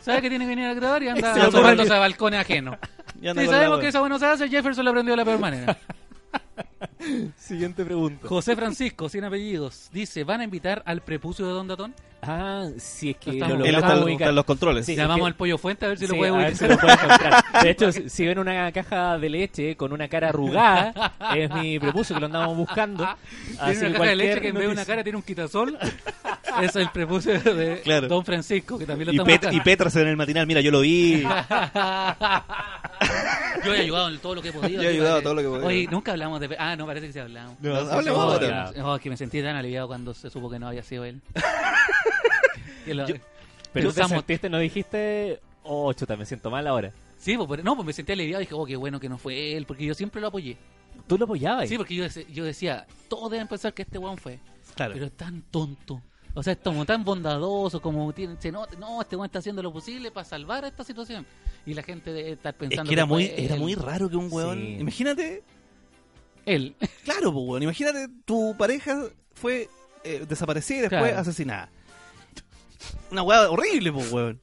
Speaker 1: ¿Sabe que tiene que venir a grabar y
Speaker 3: Se
Speaker 1: anda
Speaker 3: lo
Speaker 1: asomándose
Speaker 3: ocurrió.
Speaker 1: a balcones ajenos?
Speaker 3: Ya anda
Speaker 1: Sí,
Speaker 3: con la
Speaker 1: sabemos
Speaker 3: wea.
Speaker 1: que esa buena se hace, Jefferson lo aprendió de la peor manera.
Speaker 2: siguiente pregunta.
Speaker 1: José Francisco, sin apellidos, dice, ¿van a invitar al prepucio de Don Datón?
Speaker 2: Ah, si es
Speaker 1: No
Speaker 2: que
Speaker 1: estamos-
Speaker 2: lo
Speaker 1: Él
Speaker 3: Él
Speaker 1: está-
Speaker 2: logramos
Speaker 3: está, en- está
Speaker 2: ubicar.
Speaker 3: en los controles.
Speaker 2: Sí.
Speaker 1: Llamamos
Speaker 2: es que-
Speaker 1: al pollo fuente a ver si lo
Speaker 2: Sí,
Speaker 1: puede
Speaker 2: a ver
Speaker 1: ubicar. Ah,
Speaker 2: si lo puede encontrar. De hecho, si, si ven una caja de leche con una cara arrugada, es mi prepucio que lo andamos buscando. Así
Speaker 1: Tiene una
Speaker 2: que
Speaker 1: cara de leche
Speaker 2: cualquier
Speaker 1: que en vez de una
Speaker 2: noticia-
Speaker 1: cara tiene un quitasol. es el prepucio de
Speaker 3: Claro.
Speaker 1: Don Francisco, que también lo
Speaker 3: Y,
Speaker 1: estamos
Speaker 3: Pet-
Speaker 1: buscando.
Speaker 3: y Petras en el matinal, mira, yo lo vi.
Speaker 1: Yo he ayudado en todo lo que he podido.
Speaker 3: Yo he
Speaker 1: sí,
Speaker 3: ayudado
Speaker 1: parece.
Speaker 3: todo lo que he podido.
Speaker 1: Oye, nunca hablamos de... Ah, no, parece que sí hablamos.
Speaker 3: No,
Speaker 1: No,
Speaker 3: hablemos
Speaker 1: no,
Speaker 2: ahora.
Speaker 1: que- no, que me sentí tan aliviado cuando se supo que no había sido él. Que lo-
Speaker 2: Pero tú te
Speaker 1: Usamos-
Speaker 2: sentiste, no dijiste, oh, chuta, me siento mal ahora.
Speaker 1: Sí, pues, pero- no, pues me sentí aliviado y dije, oh, qué bueno que no fue él, porque yo siempre lo apoyé.
Speaker 2: Tú lo apoyabas.
Speaker 1: Sí, porque yo, dec- yo decía, todos deben pensar que este weón fue,
Speaker 3: Claro.
Speaker 1: pero es tan tonto. O sea, es como tan bondadoso, como tiene, se nota, no, este weón está haciendo lo posible para salvar esta situación. Y la gente debe estar
Speaker 3: Es
Speaker 1: pensando
Speaker 3: que era
Speaker 1: fue
Speaker 3: muy, era
Speaker 1: él.
Speaker 3: muy raro que un weón.
Speaker 2: Sí.
Speaker 3: Imagínate,
Speaker 1: Él.
Speaker 3: claro, pues, weón. Imagínate, tu pareja fue eh, desaparecida y después
Speaker 1: Claro.
Speaker 3: asesinada. una weá horrible, pues, weón.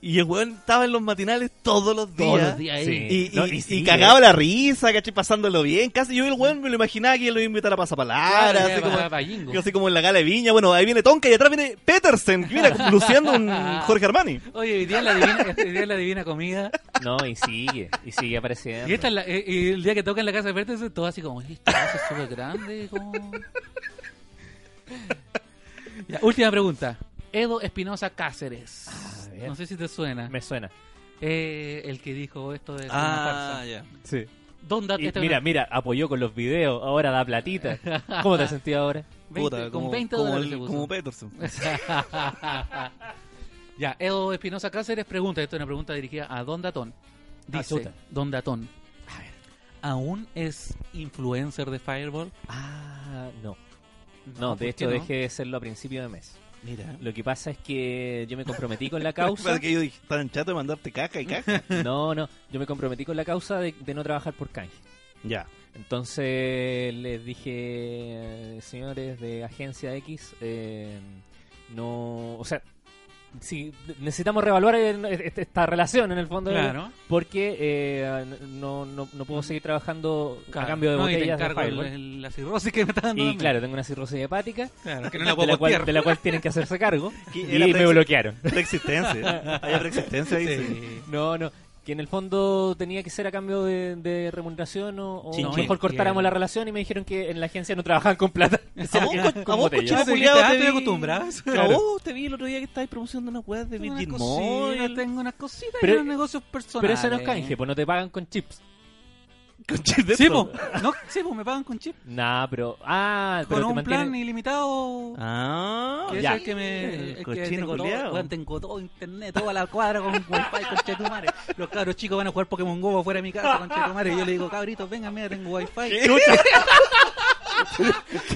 Speaker 3: Y el weón estaba en los matinales todos los días.
Speaker 4: Todos los días ahí.
Speaker 2: Sí.
Speaker 3: Y,
Speaker 2: No,
Speaker 3: y-
Speaker 2: y
Speaker 3: y
Speaker 2: sigue.
Speaker 3: cagaba la risa, caché, pasándolo bien. Casi yo el weón me lo imaginaba que lo iba a invitar a pasapalabra, así como,
Speaker 1: para Jingo.
Speaker 3: así como en la gala de Viña. Bueno, ahí viene Tonka y atrás viene Petersen, que mira, luciendo un Jorge Armani.
Speaker 1: Oye, hoy día es la divina, hoy día es la divina comida.
Speaker 2: No, y sigue, y sigue apareciendo.
Speaker 1: pues. Y, esta es la- eh, y el día que toca en la casa de Bertes, todo así como, "Oye, esta casa es súper grande. como". Ya, última pregunta. Edo Espinosa Cáceres.
Speaker 3: Ah,
Speaker 2: A ver,
Speaker 1: No sé si te suena.
Speaker 2: Me suena.
Speaker 1: Eh, el que dijo esto de
Speaker 3: Ah, ya.
Speaker 2: Sí.
Speaker 1: ¿Dónde
Speaker 2: Y mira, mira, apoyó con los videos, ahora da platita. ¿Cómo te has sentido ahora?
Speaker 3: Puta,
Speaker 1: con
Speaker 3: como-
Speaker 1: 20
Speaker 3: como
Speaker 1: dólares
Speaker 3: el-
Speaker 1: se puso.
Speaker 3: Como Petersen.
Speaker 1: ya, Edo Espinosa Cáceres pregunta, esto es una pregunta dirigida a Don Datón. Dice,
Speaker 2: Ah, chuta.
Speaker 1: Don Datón, ¿aún es influencer de Fireball?
Speaker 2: Ah, no.
Speaker 1: ¿por
Speaker 2: No,
Speaker 1: qué
Speaker 2: de hecho
Speaker 1: no?
Speaker 2: dejé de serlo a principio de mes.
Speaker 3: Mira.
Speaker 2: Lo que pasa es que yo me comprometí con la
Speaker 3: Para
Speaker 2: causa.
Speaker 3: que yo dije, están chato de mandarte caca y caca.
Speaker 2: No, no, yo me comprometí con la causa de, de no trabajar por canje.
Speaker 3: ya.
Speaker 2: Entonces les dije, eh, señores de Agencia X, eh, no, o sea, si necesitamos reevaluar eh, este- esta relación en el fondo,
Speaker 1: Claro. Mm.
Speaker 2: porque eh, no, no, no puedo seguir trabajando a
Speaker 1: Claro.
Speaker 2: cambio de
Speaker 1: No, y te
Speaker 2: botellas de
Speaker 1: encargo el-
Speaker 2: Fireball.
Speaker 1: el- la cirrosis que me está dando.
Speaker 2: Y
Speaker 1: también.
Speaker 2: claro, tengo una cirrosis hepática,
Speaker 1: Claro, que no la
Speaker 2: de
Speaker 1: puedo
Speaker 2: la, cual,
Speaker 1: costear.
Speaker 2: de la cual tienen que hacerse cargo,
Speaker 3: Que
Speaker 2: y
Speaker 3: era
Speaker 2: me
Speaker 3: prexi-
Speaker 2: bloquearon.
Speaker 3: Preexistencia. Hay preexistencia ahí. sí.
Speaker 1: Sí.
Speaker 2: No, no. Que en el fondo tenía que ser a cambio de, de remuneración o, o
Speaker 3: Chin,
Speaker 2: mejor
Speaker 1: chin.
Speaker 2: cortáramos la relación y me dijeron que en la agencia no trabajaban con plata.
Speaker 3: A vos, co- a vos,
Speaker 2: botellas.
Speaker 3: cochino
Speaker 1: Ah, te
Speaker 3: culiao,
Speaker 1: dijiste, ah,
Speaker 3: te
Speaker 1: estoy
Speaker 3: vi-
Speaker 1: acostumbrado.
Speaker 3: A
Speaker 2: Oh,
Speaker 3: vos te vi el otro día que estabas promocionando unas weas de
Speaker 1: Tengo
Speaker 3: Virgin
Speaker 1: unas
Speaker 3: Mobile.
Speaker 1: cositas, tengo unas cositas y
Speaker 2: Pero-
Speaker 1: unos negocios
Speaker 2: Pero
Speaker 1: personales.
Speaker 2: eso no es canje, pues no te pagan con chips.
Speaker 3: Con chip de
Speaker 1: Sí,
Speaker 3: esto.
Speaker 1: po. No, sí, po, me pagan con chip.
Speaker 2: Nah, pero. Ah,
Speaker 1: con
Speaker 2: pero
Speaker 1: un
Speaker 2: te mantienen.
Speaker 1: plan ilimitado.
Speaker 3: Ah,
Speaker 1: Que
Speaker 2: ya.
Speaker 1: es el que me. el que
Speaker 3: Cochino
Speaker 1: tengo, todo,
Speaker 3: culiao.
Speaker 1: weón, tengo todo internet, toda la cuadra con wifi, con Chetumare. Los cabros chicos van a jugar Pokémon Go afuera de mi casa con Chetumare. Y yo le digo, cabritos, vengan, mira, tengo wifi.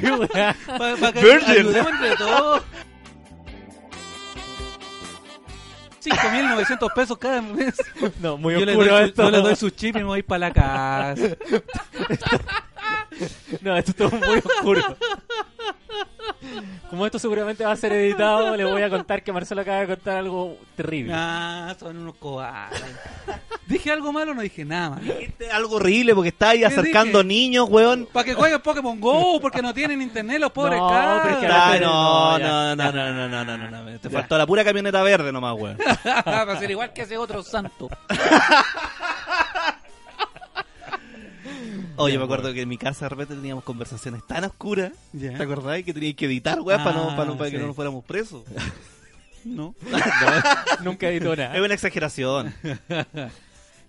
Speaker 2: Qué weá.
Speaker 1: Pa- pa- que
Speaker 3: Virgin.
Speaker 1: ayudemos entre todos. 5.900 pesos cada mes.
Speaker 2: no, muy
Speaker 1: Yo le,
Speaker 2: oscuro
Speaker 1: doy,
Speaker 2: esto.
Speaker 1: yo le doy su chip y me voy para la casa.
Speaker 2: No, esto es todo muy oscuro. Como esto seguramente va a ser editado, le voy a contar que Marcelo acaba de contar algo terrible.
Speaker 1: Ah, son unos cobardes. ¿Dije algo malo? No dije nada, man.
Speaker 3: Dijiste algo horrible porque estáis acercando
Speaker 1: dije?
Speaker 3: niños, weón.
Speaker 1: Para que jueguen Pokémon Go, porque no tienen internet los pobres
Speaker 2: No,
Speaker 1: cabros.
Speaker 2: pero es que ahora-
Speaker 3: Ay,
Speaker 2: ya,
Speaker 3: no,
Speaker 2: ya,
Speaker 3: no, no, no, no, no, no, no, no. Te faltó la pura camioneta verde nomás, weón.
Speaker 1: Va a ser igual que ese otro santo.
Speaker 3: Oye, me acuerdo que en mi casa de repente teníamos conversaciones tan oscuras.
Speaker 1: Ya.
Speaker 3: ¿Te acordás que tenías que editar, weón, para, no,
Speaker 1: Ah,
Speaker 3: para, no- para que
Speaker 1: sí.
Speaker 3: no nos fuéramos presos?
Speaker 1: No.
Speaker 2: No, nunca editó
Speaker 3: Es
Speaker 2: nada.
Speaker 3: una exageración.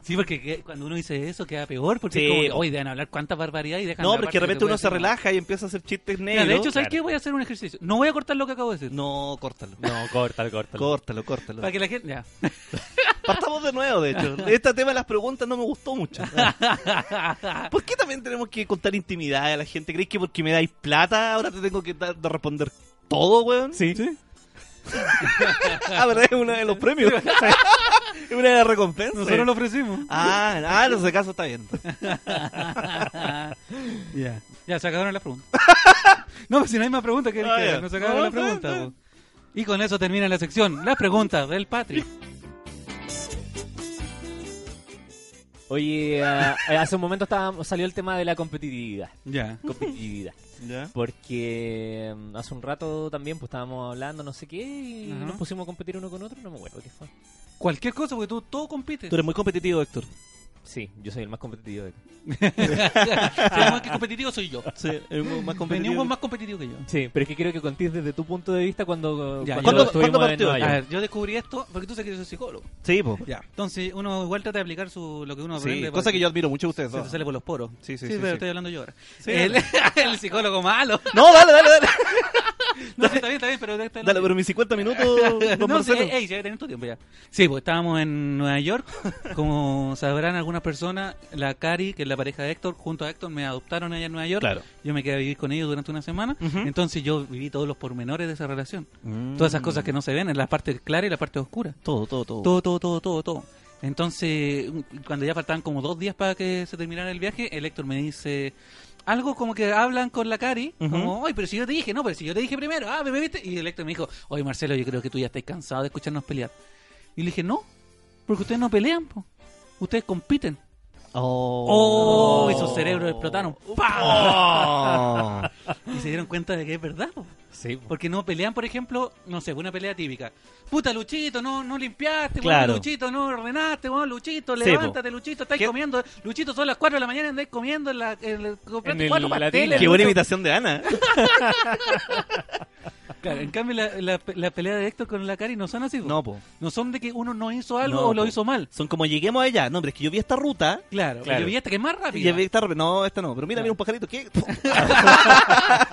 Speaker 1: Sí, porque que- cuando uno dice eso queda peor, porque
Speaker 3: Sí,
Speaker 1: es como que,
Speaker 3: po.
Speaker 1: hoy dejan hablar cuántas barbaridades y dejan
Speaker 3: No,
Speaker 1: la
Speaker 3: porque de
Speaker 1: parte que
Speaker 3: repente
Speaker 1: puede
Speaker 3: uno se
Speaker 1: decir, no.
Speaker 3: relaja y empieza a hacer chistes
Speaker 1: Mira,
Speaker 3: negros.
Speaker 1: de hecho, ¿sabes
Speaker 2: Claro.
Speaker 1: qué? Voy a hacer un ejercicio. No voy a cortar lo que acabo de decir.
Speaker 3: No, córtalo.
Speaker 2: No, córtalo, córtalo.
Speaker 3: Córtalo, córtalo.
Speaker 1: Para que la gente... Ya.
Speaker 3: Partamos de nuevo, de hecho. Este tema de las preguntas no me gustó mucho. ¿Por qué también tenemos que contar intimidad a la gente? ¿Crees que porque me dais plata ahora te tengo que dar, de responder todo, weón?
Speaker 2: Sí.
Speaker 3: Ah, ¿verdad? Es uno de los premios. es una de las recompensas.
Speaker 1: Nosotros lo ofrecimos.
Speaker 3: Ah, ah, en ese caso está bien.
Speaker 1: Ya. Ya, se acabaron las preguntas. no, pues si no hay más preguntas, ¿qué
Speaker 3: Ah,
Speaker 1: quieres?
Speaker 3: ya.
Speaker 1: No se acabaron
Speaker 3: No,
Speaker 1: las
Speaker 3: está bien,
Speaker 1: preguntas.
Speaker 3: está
Speaker 1: po. Y con eso termina la sección. Las preguntas del Patri.
Speaker 2: Oye, ah, hace un momento estábamos- salió el tema de la competitividad.
Speaker 1: Ya.
Speaker 2: Competitividad.
Speaker 3: ¿Ya?
Speaker 2: Porque mm, hace un rato también pues estábamos hablando, no sé qué, y
Speaker 1: Ajá.
Speaker 2: nos pusimos a competir uno con otro, no me acuerdo qué fue.
Speaker 1: Cualquier cosa, porque tú todo compites.
Speaker 3: Tú eres muy competitivo, Héctor.
Speaker 2: Sí, yo soy el más competitivo de
Speaker 1: Si hay más que competitivo soy yo.
Speaker 3: Sí, eres muy- más
Speaker 1: No hay
Speaker 3: competitivo.
Speaker 1: ningún más competitivo que yo.
Speaker 2: Sí, pero es que quiero que contéis desde tu punto de vista cuando,
Speaker 1: Ya,
Speaker 2: cuando
Speaker 1: ¿cuándo-
Speaker 2: estuvimos
Speaker 3: cuándo
Speaker 2: en
Speaker 3: partió?
Speaker 2: Nueva
Speaker 1: A
Speaker 2: York.
Speaker 1: ver, yo descubrí esto porque tú sabes que yo soy psicólogo.
Speaker 3: Sí, po.
Speaker 1: Ya. Entonces, uno igual trata de aplicar su, lo que uno aprende.
Speaker 3: Sí,
Speaker 1: porque
Speaker 3: cosa que yo admiro mucho de ustedes
Speaker 1: Se te
Speaker 3: dos.
Speaker 1: sale por los poros.
Speaker 3: Sí, sí, sí,
Speaker 1: pero
Speaker 3: sí.
Speaker 1: estoy hablando yo ahora.
Speaker 3: Sí,
Speaker 1: el, el psicólogo malo.
Speaker 3: No, dale, dale, dale.
Speaker 1: No, sí, está bien, está bien, pero... está bien.
Speaker 3: Dale, pero mis 50 minutos, don
Speaker 1: no, sí, eh,
Speaker 3: Marcelo.
Speaker 1: ey, ya tenés tu tiempo ya. Sí, pues estábamos en Nueva York. Como sabrán algunas personas, la Cari, que es la pareja de Héctor, junto a Héctor me adoptaron allá en Nueva York.
Speaker 3: Claro.
Speaker 1: Yo me quedé a vivir con ellos durante una semana.
Speaker 3: Ujú.
Speaker 1: Entonces yo viví todos los pormenores de esa relación. Todas
Speaker 3: Mm.
Speaker 1: esas cosas que no se ven, en la parte clara y la parte oscura.
Speaker 3: Todo, todo, todo.
Speaker 1: Todo, todo, todo, todo, todo. Entonces, cuando ya faltaban como dos días para que se terminara el viaje, el Héctor me dice, algo como que hablan con la Cari,
Speaker 3: Ujú.
Speaker 1: como, oye, pero si yo te dije, no, pero si yo te dije primero, ah, me viste. Y Electro me dijo, oye, Marcelo, yo creo que tú ya estás cansado de escucharnos pelear. Y le dije, no, porque ustedes no pelean, po. ustedes compiten. Oh,
Speaker 3: Oh,
Speaker 1: y sus cerebros explotaron. ¡Pah!
Speaker 3: Oh.
Speaker 1: Y se dieron cuenta de que es verdad, po.
Speaker 2: Sí, pues. po.
Speaker 1: Porque no pelean, por ejemplo, no sé, una pelea típica. Puta, Luchito, no, no limpiaste,
Speaker 3: Claro.
Speaker 1: weón, Luchito, no ordenaste, weón, Luchito,
Speaker 3: Sí,
Speaker 1: levántate, Luchito, estáis
Speaker 3: ¿Qué-
Speaker 1: comiendo. Luchito, son las 4 de la mañana, andáis comiendo, en la, en el- compraste
Speaker 2: el
Speaker 1: cuatro
Speaker 2: Latina.
Speaker 1: pasteles.
Speaker 3: Qué buena imitación de Ana.
Speaker 1: Claro, en cambio, la, la, la pelea de Héctor con la Cari no son así. po.
Speaker 3: No, po.
Speaker 1: No son de que uno no hizo algo
Speaker 3: No,
Speaker 1: o lo
Speaker 3: po.
Speaker 1: hizo mal.
Speaker 3: Son como lleguemos allá. No, pero es que yo vi esta ruta.
Speaker 1: Claro,
Speaker 2: Claro.
Speaker 1: yo vi hasta que es más
Speaker 3: y
Speaker 1: rápido.
Speaker 3: llevé esta ruta. No, esta no. Pero mira, mira un pajarito. ¿Qué? no,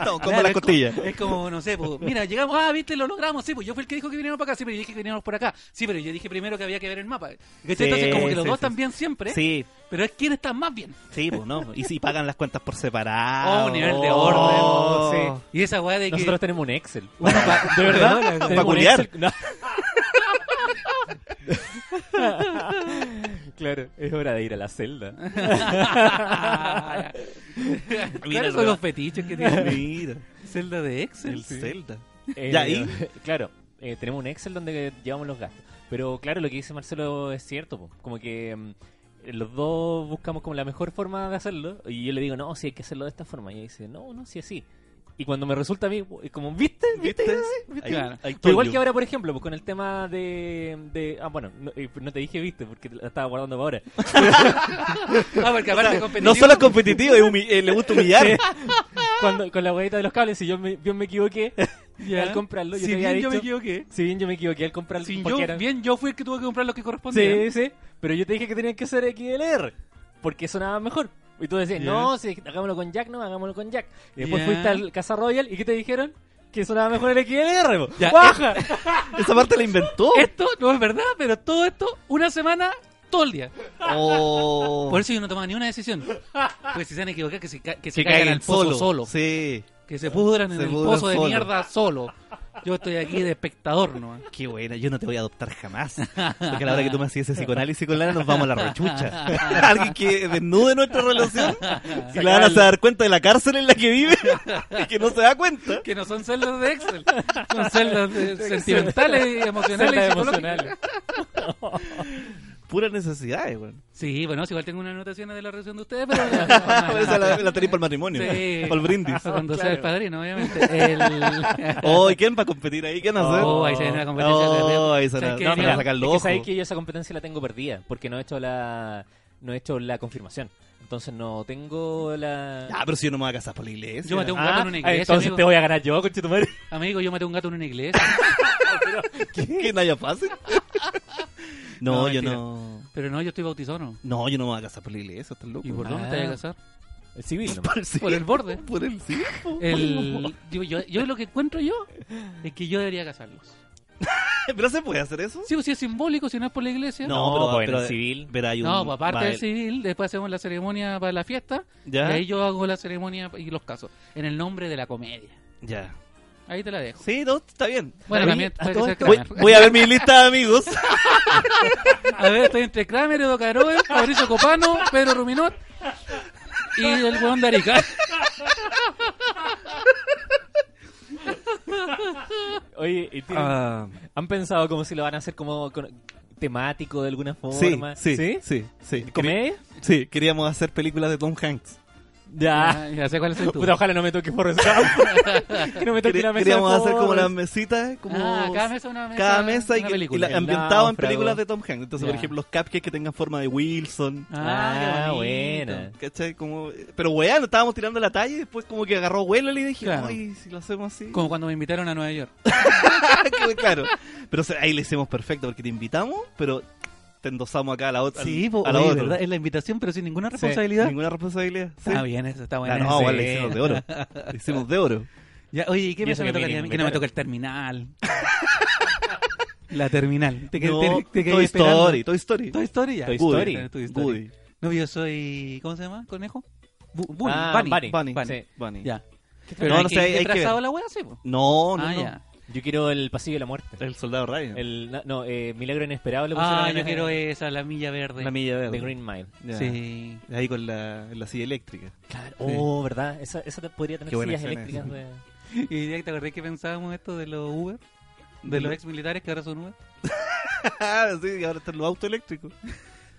Speaker 3: como
Speaker 1: Claro,
Speaker 3: las
Speaker 1: es
Speaker 3: costillas.
Speaker 1: como- Es como, no sé, po, mira, llegamos, ah, viste, lo logramos, sí, pues yo fui el que dijo que vinieron para acá, sí, pero yo dije que veníamos por acá, sí, pero yo dije primero que había que ver el mapa. ¿Cachai?
Speaker 3: Sí,
Speaker 1: Entonces, como que los
Speaker 3: sí,
Speaker 1: dos
Speaker 3: sí,
Speaker 1: también siempre,
Speaker 3: Sí,
Speaker 1: pero es quién está más bien.
Speaker 3: sí, pues no. Y si pagan las cuentas por separado.
Speaker 1: Oh, nivel de
Speaker 3: Oh,
Speaker 2: orden.
Speaker 1: Y esa weá de que.
Speaker 2: Nosotros tenemos un Excel.
Speaker 1: Bueno, pa-
Speaker 2: ¿De verdad? Tenemos un
Speaker 3: culiar.
Speaker 2: Excel- No. claro, es hora de ir a la celda.
Speaker 1: ¿Cuáles son los fetiches que tiene?
Speaker 3: Mira,
Speaker 1: Zelda de Excel.
Speaker 3: el
Speaker 1: sí.
Speaker 3: Zelda.
Speaker 2: Eh,
Speaker 3: Ya, ¿y?
Speaker 2: Claro, eh, tenemos un Excel donde llevamos los gastos. Pero claro, lo que dice Marcelo es cierto. po. Como que mm, los dos buscamos como la mejor forma de hacerlo. Y yo le digo, no, sí hay que hacerlo de esta forma. Y ella dice, no, no, sí así. Y cuando me resulta a mí, es como, ¿viste? ¿Viste?
Speaker 3: Ahí-
Speaker 1: Claro.
Speaker 3: ahí
Speaker 2: Pero
Speaker 3: estoy
Speaker 2: igual
Speaker 3: yo.
Speaker 2: que ahora, por ejemplo, pues, con el tema de, de- Ah, bueno, no, eh, no te dije, viste, porque la estaba guardando para ahora.
Speaker 1: Ah, porque aparte competitivo.
Speaker 3: No solo es competitivo, es humi- eh, le gusta humillar.
Speaker 2: Cuando, con la huevita de los cables, si yo me, yo me equivoqué
Speaker 1: Ya.
Speaker 2: al comprarlo, yo
Speaker 1: si
Speaker 2: te había
Speaker 1: bien yo me
Speaker 2: dicho-
Speaker 1: equivoqué.
Speaker 2: Si bien yo me equivoqué al comprarlo,
Speaker 1: Si
Speaker 2: porque
Speaker 1: yo,
Speaker 2: era-
Speaker 1: Bien, yo fui el que tuve que comprar lo que correspondía.
Speaker 3: ¿eh?
Speaker 2: Sí, sí. Pero yo te dije que tenían que ser XLR. Porque sonaba mejor. Y tú decías,
Speaker 1: Ya.
Speaker 2: no, si hagámoslo con Jack, no, hagámoslo con Jack. Y después
Speaker 1: Ya.
Speaker 2: fuiste al Casa Royal y ¿qué te dijeron? Que sonaba mejor el XLR. po.
Speaker 1: Ya,
Speaker 3: eh,
Speaker 2: ¡Baja!
Speaker 3: Esa parte la inventó.
Speaker 1: Esto no es verdad, pero todo esto, una semana, todo el día.
Speaker 3: Oh.
Speaker 1: Por eso yo no tomaba ni una decisión. Pues si se han equivocado, que se, ca- que se
Speaker 3: Que
Speaker 1: caigan
Speaker 3: caigan
Speaker 1: al pozo solo.
Speaker 3: Sí.
Speaker 1: Que se pudran en
Speaker 3: Se
Speaker 1: el
Speaker 3: pudran
Speaker 1: pozo de
Speaker 3: solo.
Speaker 1: mierda solo. Yo estoy aquí de espectador, ¿no?
Speaker 3: Qué buena, yo no te voy a adoptar jamás. Porque a la hora que tú me hacías ese psicoanálisis con Lana, nos vamos a la rechucha. Alguien que desnude nuestra relación y la Lana se va a dar cuenta de la cárcel en la que vive y que no se da cuenta.
Speaker 1: Que no son celdas de Excel, son celdas de- sentimentales, y emocionales y
Speaker 2: Celdas
Speaker 1: psicológicas.
Speaker 2: emocionales.
Speaker 3: Puras necesidades, weón.
Speaker 1: Sí, bueno, si igual tengo unas anotaciones de la relación de ustedes, pero...
Speaker 3: Por eso Ah, la, la tenéis para el matrimonio,
Speaker 1: Sí.
Speaker 3: para el brindis.
Speaker 1: Para cuando sea
Speaker 2: Claro.
Speaker 1: el padrino, obviamente. El...
Speaker 3: Oh, ¿y quién va a competir ahí? ¿Quién va a hacer?
Speaker 1: Oh, ahí se viene la competencia.
Speaker 3: Oh,
Speaker 1: terrible.
Speaker 3: ahí se
Speaker 1: ¿Sabes
Speaker 3: la-
Speaker 1: qué?
Speaker 3: no,
Speaker 1: Mira,
Speaker 3: me la saca el
Speaker 2: Es que
Speaker 3: ojo.
Speaker 2: sabéis que yo esa competencia la tengo perdida. Porque no he hecho la, no he hecho la confirmación. Entonces no tengo la...
Speaker 3: Ah, pero si yo no me voy a casar por la iglesia.
Speaker 1: Yo me tengo un gato en una
Speaker 2: Ah,
Speaker 1: iglesia,
Speaker 2: entonces
Speaker 1: amigo.
Speaker 2: te voy a ganar yo, conchetumare.
Speaker 1: Amigo, yo maté un gato en una iglesia.
Speaker 3: ¿Que no haya fácil? No,
Speaker 1: No,
Speaker 3: yo
Speaker 1: mentira.
Speaker 3: no.
Speaker 1: Pero no, yo estoy bautizado, ¿no?
Speaker 3: No, yo no me voy a casar por la iglesia, estás loco.
Speaker 1: ¿Y por dónde
Speaker 2: Ah.
Speaker 1: te vas a casar?
Speaker 2: El civil nomás.
Speaker 3: Por el sí.
Speaker 1: Por el borde.
Speaker 3: Por el sí. po.
Speaker 1: El... Digo, Yo, yo lo que encuentro yo es que yo debería casarlos.
Speaker 3: ¿Pero se puede hacer eso?
Speaker 1: Sí, pues, si es simbólico, si no es por la iglesia.
Speaker 2: No, pues, en el civil.
Speaker 3: Pero hay un,
Speaker 1: No, pues, aparte
Speaker 3: va
Speaker 1: del
Speaker 3: el-
Speaker 1: civil, después hacemos la ceremonia para la fiesta.
Speaker 3: ¿Ya?
Speaker 1: Y ahí yo hago la ceremonia y los casos. En el nombre de la comedia.
Speaker 3: Ya.
Speaker 1: Ahí te la dejo.
Speaker 3: Sí, no, está bien.
Speaker 1: Bueno,
Speaker 3: Ahí-
Speaker 1: también
Speaker 3: a
Speaker 1: puede
Speaker 3: todo
Speaker 1: ser
Speaker 3: esto- voy,
Speaker 1: Kramer.
Speaker 3: voy a ver mi lista de amigos.
Speaker 1: A ver, estoy entre Kramer, Edo Caroe, Mauricio Copano, Pedro Ruminot y el huevón de Arica.
Speaker 2: Oye, ¿y tienen-
Speaker 3: Ah,
Speaker 2: ¿Han pensado como si lo van a hacer como con- temático de alguna
Speaker 3: sí,
Speaker 2: forma?
Speaker 3: sí, sí, sí,
Speaker 2: ¿Comedia?
Speaker 3: Queri- Sí, queríamos hacer películas de Tom Hanks.
Speaker 2: Ya.
Speaker 1: Ah, ya sé cuál es el
Speaker 2: Puta,
Speaker 1: tuyo.
Speaker 2: ojalá no me toque Forrest Gump. que no me toque
Speaker 3: Queri-
Speaker 2: la mesa.
Speaker 3: queríamos
Speaker 2: de
Speaker 3: hacer como
Speaker 2: Forrest.
Speaker 3: las mesitas, como
Speaker 1: Ah, cada mesa una mesa,
Speaker 3: cada mesa y,
Speaker 1: una
Speaker 3: que- y
Speaker 1: película.
Speaker 3: la
Speaker 2: El
Speaker 3: ambientado en
Speaker 2: náufrago.
Speaker 3: películas de Tom Hanks. Entonces,
Speaker 1: Ya.
Speaker 3: por ejemplo, los cupcakes que tengan forma de Wilson.
Speaker 2: Ah,
Speaker 1: qué bonito.
Speaker 2: buena.
Speaker 3: ¿Cachai? Como... Pero weá, nos estábamos tirando la talla y después como que agarró vuelo y dije,
Speaker 1: Claro.
Speaker 3: ay, si lo hacemos así.
Speaker 1: Como cuando me invitaron a Nueva York.
Speaker 3: Que, claro. Pero o sea, ahí le hicimos perfecto porque te invitamos, pero te endosamos acá a la otra.
Speaker 1: Sí, po,
Speaker 3: a la
Speaker 1: oye,
Speaker 3: otra.
Speaker 1: ¿verdad? Es la invitación, pero sin ninguna
Speaker 2: Sí,
Speaker 1: responsabilidad.
Speaker 3: Ninguna responsabilidad. Sí.
Speaker 1: Está bien, eso está bueno.
Speaker 3: Ah, no, igual le hicimos de oro. Le hicimos de oro.
Speaker 1: Ya, oye, ¿y qué
Speaker 2: Y
Speaker 1: mesa
Speaker 2: eso
Speaker 1: me
Speaker 2: que
Speaker 1: tocaría a mí?
Speaker 2: mínimo,
Speaker 1: Que no me
Speaker 2: claro.
Speaker 1: toca el terminal. la terminal. Te, qued-
Speaker 3: No,
Speaker 1: te- te quedé
Speaker 3: Toy
Speaker 1: esperando.
Speaker 3: Story, Toy Story.
Speaker 1: Toy Story ya.
Speaker 2: Toy
Speaker 3: Woody,
Speaker 2: Story.
Speaker 1: Toy Story.
Speaker 3: Woody,
Speaker 1: No, yo soy. ¿Cómo se llama? ¿Conejo? Bu- Bunny.
Speaker 2: Ah,
Speaker 1: Bunny.
Speaker 2: Bunny.
Speaker 3: Bunny.
Speaker 2: Bunny.
Speaker 3: Bunny.
Speaker 1: Ya.
Speaker 3: No, no sé, hay que
Speaker 1: trazado
Speaker 3: ver.
Speaker 1: la wea, sí, po.
Speaker 3: No, no,
Speaker 1: ah,
Speaker 3: no.
Speaker 1: ya.
Speaker 2: Yo quiero el pasillo de la muerte.
Speaker 3: El soldado Ryan.
Speaker 2: El- na- no, eh, Milagro Inesperado le pusieron
Speaker 1: Ah,
Speaker 2: en
Speaker 1: yo
Speaker 2: el-
Speaker 1: quiero esa, la milla verde.
Speaker 3: la milla
Speaker 2: The
Speaker 3: verde.
Speaker 2: Green Mile.
Speaker 3: Ya.
Speaker 1: Sí.
Speaker 3: Ahí con la, la silla eléctrica.
Speaker 2: Claro.
Speaker 3: Sí.
Speaker 2: Oh, ¿verdad? Esa, esa te- podría tener
Speaker 3: Qué buena
Speaker 2: sillas
Speaker 3: escena
Speaker 2: eléctricas.
Speaker 3: esa.
Speaker 2: de-
Speaker 1: Y ya te acordás que pensábamos esto de los Uber, de los ex militares que ahora son Uber.
Speaker 3: sí, y ahora están los autos eléctricos.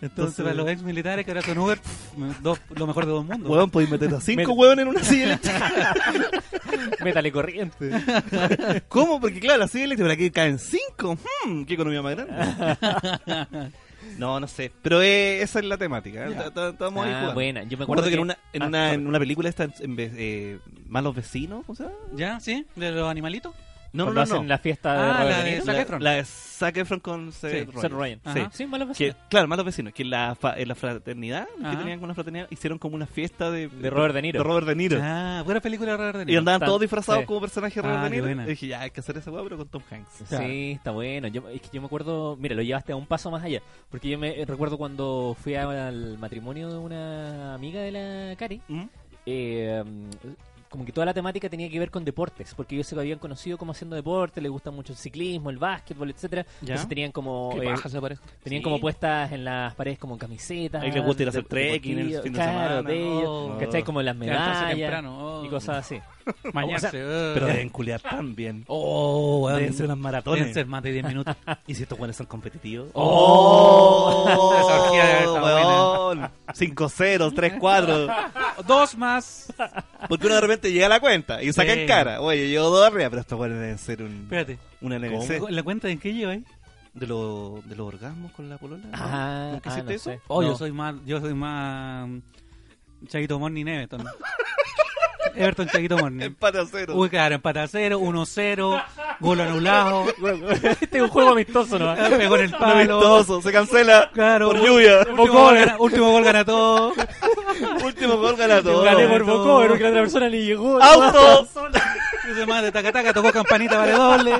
Speaker 1: Entonces, para los ex militares que ahora son Uber, pff, me- dos- lo mejor de dos mundos.
Speaker 3: Huevón, podéis meter a cinco
Speaker 2: Met-
Speaker 3: huevón en una silla eléctrica.
Speaker 2: Métale corriente.
Speaker 3: ¿Cómo? Porque claro, la silla eléctrica, ¿para qué caen cinco? Hmm, ¿Qué economía más grande? no, no sé. Pero eh, esa es la temática. ¿eh? Ta- ta- Estamos ahí
Speaker 2: Ah,
Speaker 3: jugando.
Speaker 2: buena. Yo me
Speaker 3: Me
Speaker 2: acuerdo
Speaker 3: acuerdo que en una, en
Speaker 2: Ah,
Speaker 3: una,
Speaker 2: sorry.
Speaker 3: en una película esta, en vez, eh, Malos Vecinos, ¿cómo se llama?
Speaker 1: ¿Ya? ¿Sí? ¿De los animalitos?
Speaker 3: No, no,
Speaker 2: cuando
Speaker 3: no.
Speaker 2: hacen
Speaker 3: no.
Speaker 2: la fiesta de
Speaker 1: Ah,
Speaker 2: Robert
Speaker 1: la
Speaker 2: De
Speaker 1: de-
Speaker 2: Niro.
Speaker 1: Zac
Speaker 3: La-
Speaker 1: Efron.
Speaker 3: La de Zac Efron con Seth
Speaker 1: Sí,
Speaker 3: Ryan.
Speaker 2: Seth Ryan.
Speaker 1: Ajá.
Speaker 3: Sí.
Speaker 2: Sí, malos
Speaker 3: Que,
Speaker 2: vecinos.
Speaker 3: claro, Malos Vecinos, que en la, fa- en la fraternidad, los que
Speaker 1: Ajá.
Speaker 3: tenían con una fraternidad, hicieron como una fiesta de,
Speaker 2: De Robert De Niro.
Speaker 3: de Robert De Niro.
Speaker 1: Ah, buena película de Robert De
Speaker 3: Y
Speaker 1: Niro.
Speaker 3: andaban
Speaker 2: Tan-
Speaker 3: todos disfrazados
Speaker 2: sí.
Speaker 3: como personajes de Robert
Speaker 1: Ah,
Speaker 3: De
Speaker 1: qué
Speaker 3: Niro.
Speaker 1: buena.
Speaker 3: Y dije, ya, hay que hacer esa hueá, pero con Tom Hanks.
Speaker 2: Sí, está bueno. Yo, es que yo me acuerdo, mira, lo llevaste a un paso más allá. Porque yo me eh, recuerdo cuando fui a- al matrimonio de una amiga de la Cari,
Speaker 3: ¿Mm?
Speaker 2: eh, um, como que toda la temática tenía que ver con deportes, porque ellos se habían conocido como haciendo deporte, les gusta mucho el ciclismo, el básquetbol, etcétera Entonces tenían como
Speaker 1: Qué
Speaker 2: eh,
Speaker 1: paja esa pareja.
Speaker 2: tenían
Speaker 3: Sí.
Speaker 2: como puestas en las paredes como camisetas.
Speaker 3: Ahí les gusta ir a hacer
Speaker 2: de-
Speaker 3: trekking el
Speaker 2: deportivas,
Speaker 3: fin de
Speaker 2: claro,
Speaker 3: semana.
Speaker 2: de ellos,
Speaker 1: Oh.
Speaker 2: ¿cachai? Como las
Speaker 1: Levantarse
Speaker 2: medallas
Speaker 1: temprano. oh.
Speaker 2: y cosas así.
Speaker 1: Mañarse.
Speaker 2: O eh,
Speaker 3: Pero
Speaker 1: oh.
Speaker 3: deben culiar tan bien.
Speaker 1: Oh, weón.
Speaker 3: Deben ser unas maratones.
Speaker 1: Deben ser más de 10 minutos.
Speaker 3: Y si estos buenos son competitivos.
Speaker 1: ¡Oh! Esa orgía debe estar
Speaker 3: ¡Oh! 5-0, 3-4.
Speaker 1: Dos más.
Speaker 3: Porque uno de repente llega a la cuenta y saca
Speaker 1: Sí.
Speaker 3: en cara. Oye, yo dos arriba, pero estos buenos deben ser un,
Speaker 1: Espérate.
Speaker 3: una NBC.
Speaker 1: ¿La cuenta en qué lleva ahí?
Speaker 3: ¿De, lo- ¿De los orgasmos con la polola?
Speaker 2: Ah,
Speaker 3: ¿Nunca
Speaker 2: ah,
Speaker 3: hiciste
Speaker 2: no
Speaker 3: eso?
Speaker 2: sé.
Speaker 1: Oh,
Speaker 3: No.
Speaker 1: yo soy más. Yo soy más. mm, Chaguito Morning Everton. Everton Chaguito Morning.
Speaker 3: Empate a cero.
Speaker 1: Uy, claro, empate a cero, 1-0, gol anulado,
Speaker 2: este es un juego amistoso, ¿no?
Speaker 1: pegó en el palo.
Speaker 3: Noventoso, se cancela
Speaker 1: Claro,
Speaker 3: por
Speaker 1: un-
Speaker 3: lluvia.
Speaker 1: Último gol, gana, último gol gana todo.
Speaker 3: Último gol ganado.
Speaker 2: Gané por
Speaker 1: por
Speaker 2: poco,
Speaker 1: poco,
Speaker 2: pero
Speaker 1: pero
Speaker 2: que la otra persona le llegó.
Speaker 3: ¡Auto!
Speaker 1: Yo soy más de tacataca, tocó campanita, vale doble.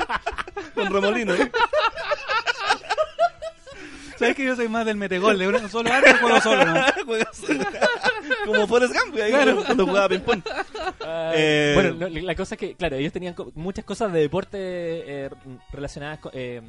Speaker 3: Con remolino.
Speaker 1: ¿Sabes que yo soy más del metegol? De un solo arco, juego solo. ¿no?
Speaker 3: Juegas- Como Forrest Gump, ahí cuando jugaba ping-pong. Eh,
Speaker 2: bueno, lo- la cosa es que, claro, ellos tenían co- muchas cosas de deporte eh, relacionadas con... eh,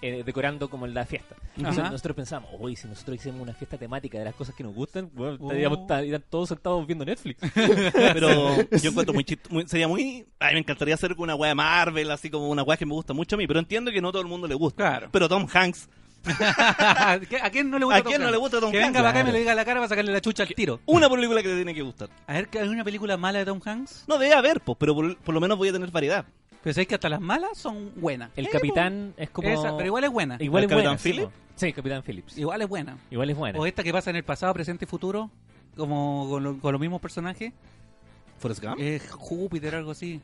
Speaker 2: eh, decorando como la fiesta. Entonces
Speaker 1: Ajá.
Speaker 2: nosotros pensábamos, uy, si nosotros hicimos una fiesta temática de las cosas que nos gustan, bueno,
Speaker 1: Uh.
Speaker 2: estaríamos- estarían todos sentados viendo Netflix.
Speaker 3: Pero yo encuentro muy chist- muy- Sería muy. Ay, me encantaría hacer una wea de Marvel, así como una wea que me gusta mucho a mí. Pero entiendo que no todo el mundo le gusta.
Speaker 1: Claro.
Speaker 3: Pero Tom Hanks.
Speaker 1: ¿A quién- a quién no le gusta
Speaker 3: ¿A quién no
Speaker 1: Hanks?
Speaker 3: le gusta Tom
Speaker 1: Que
Speaker 3: Hanks?
Speaker 1: venga para acá y me
Speaker 2: Claro.
Speaker 1: lo diga a la cara para sacarle la chucha al tiro.
Speaker 3: Una película que te tiene que gustar.
Speaker 1: A ver, ¿hay una película mala de Tom Hanks?
Speaker 3: No debe haber, pues, pero por, por lo menos voy a tener variedad.
Speaker 1: Pero sabéis que hasta las malas son buenas.
Speaker 2: El capitán es como...
Speaker 1: Esa, pero igual es buena.
Speaker 2: Igual
Speaker 3: ¿El
Speaker 2: es buena.
Speaker 3: Capitán Phillips?
Speaker 2: ¿no? Sí, Capitán Phillips.
Speaker 1: Igual es buena.
Speaker 2: Igual es buena.
Speaker 1: O esta que pasa en el pasado, presente y futuro, como con, lo- con los mismos personajes.
Speaker 3: Forrest Gump.
Speaker 1: Eh, Júpiter, algo así.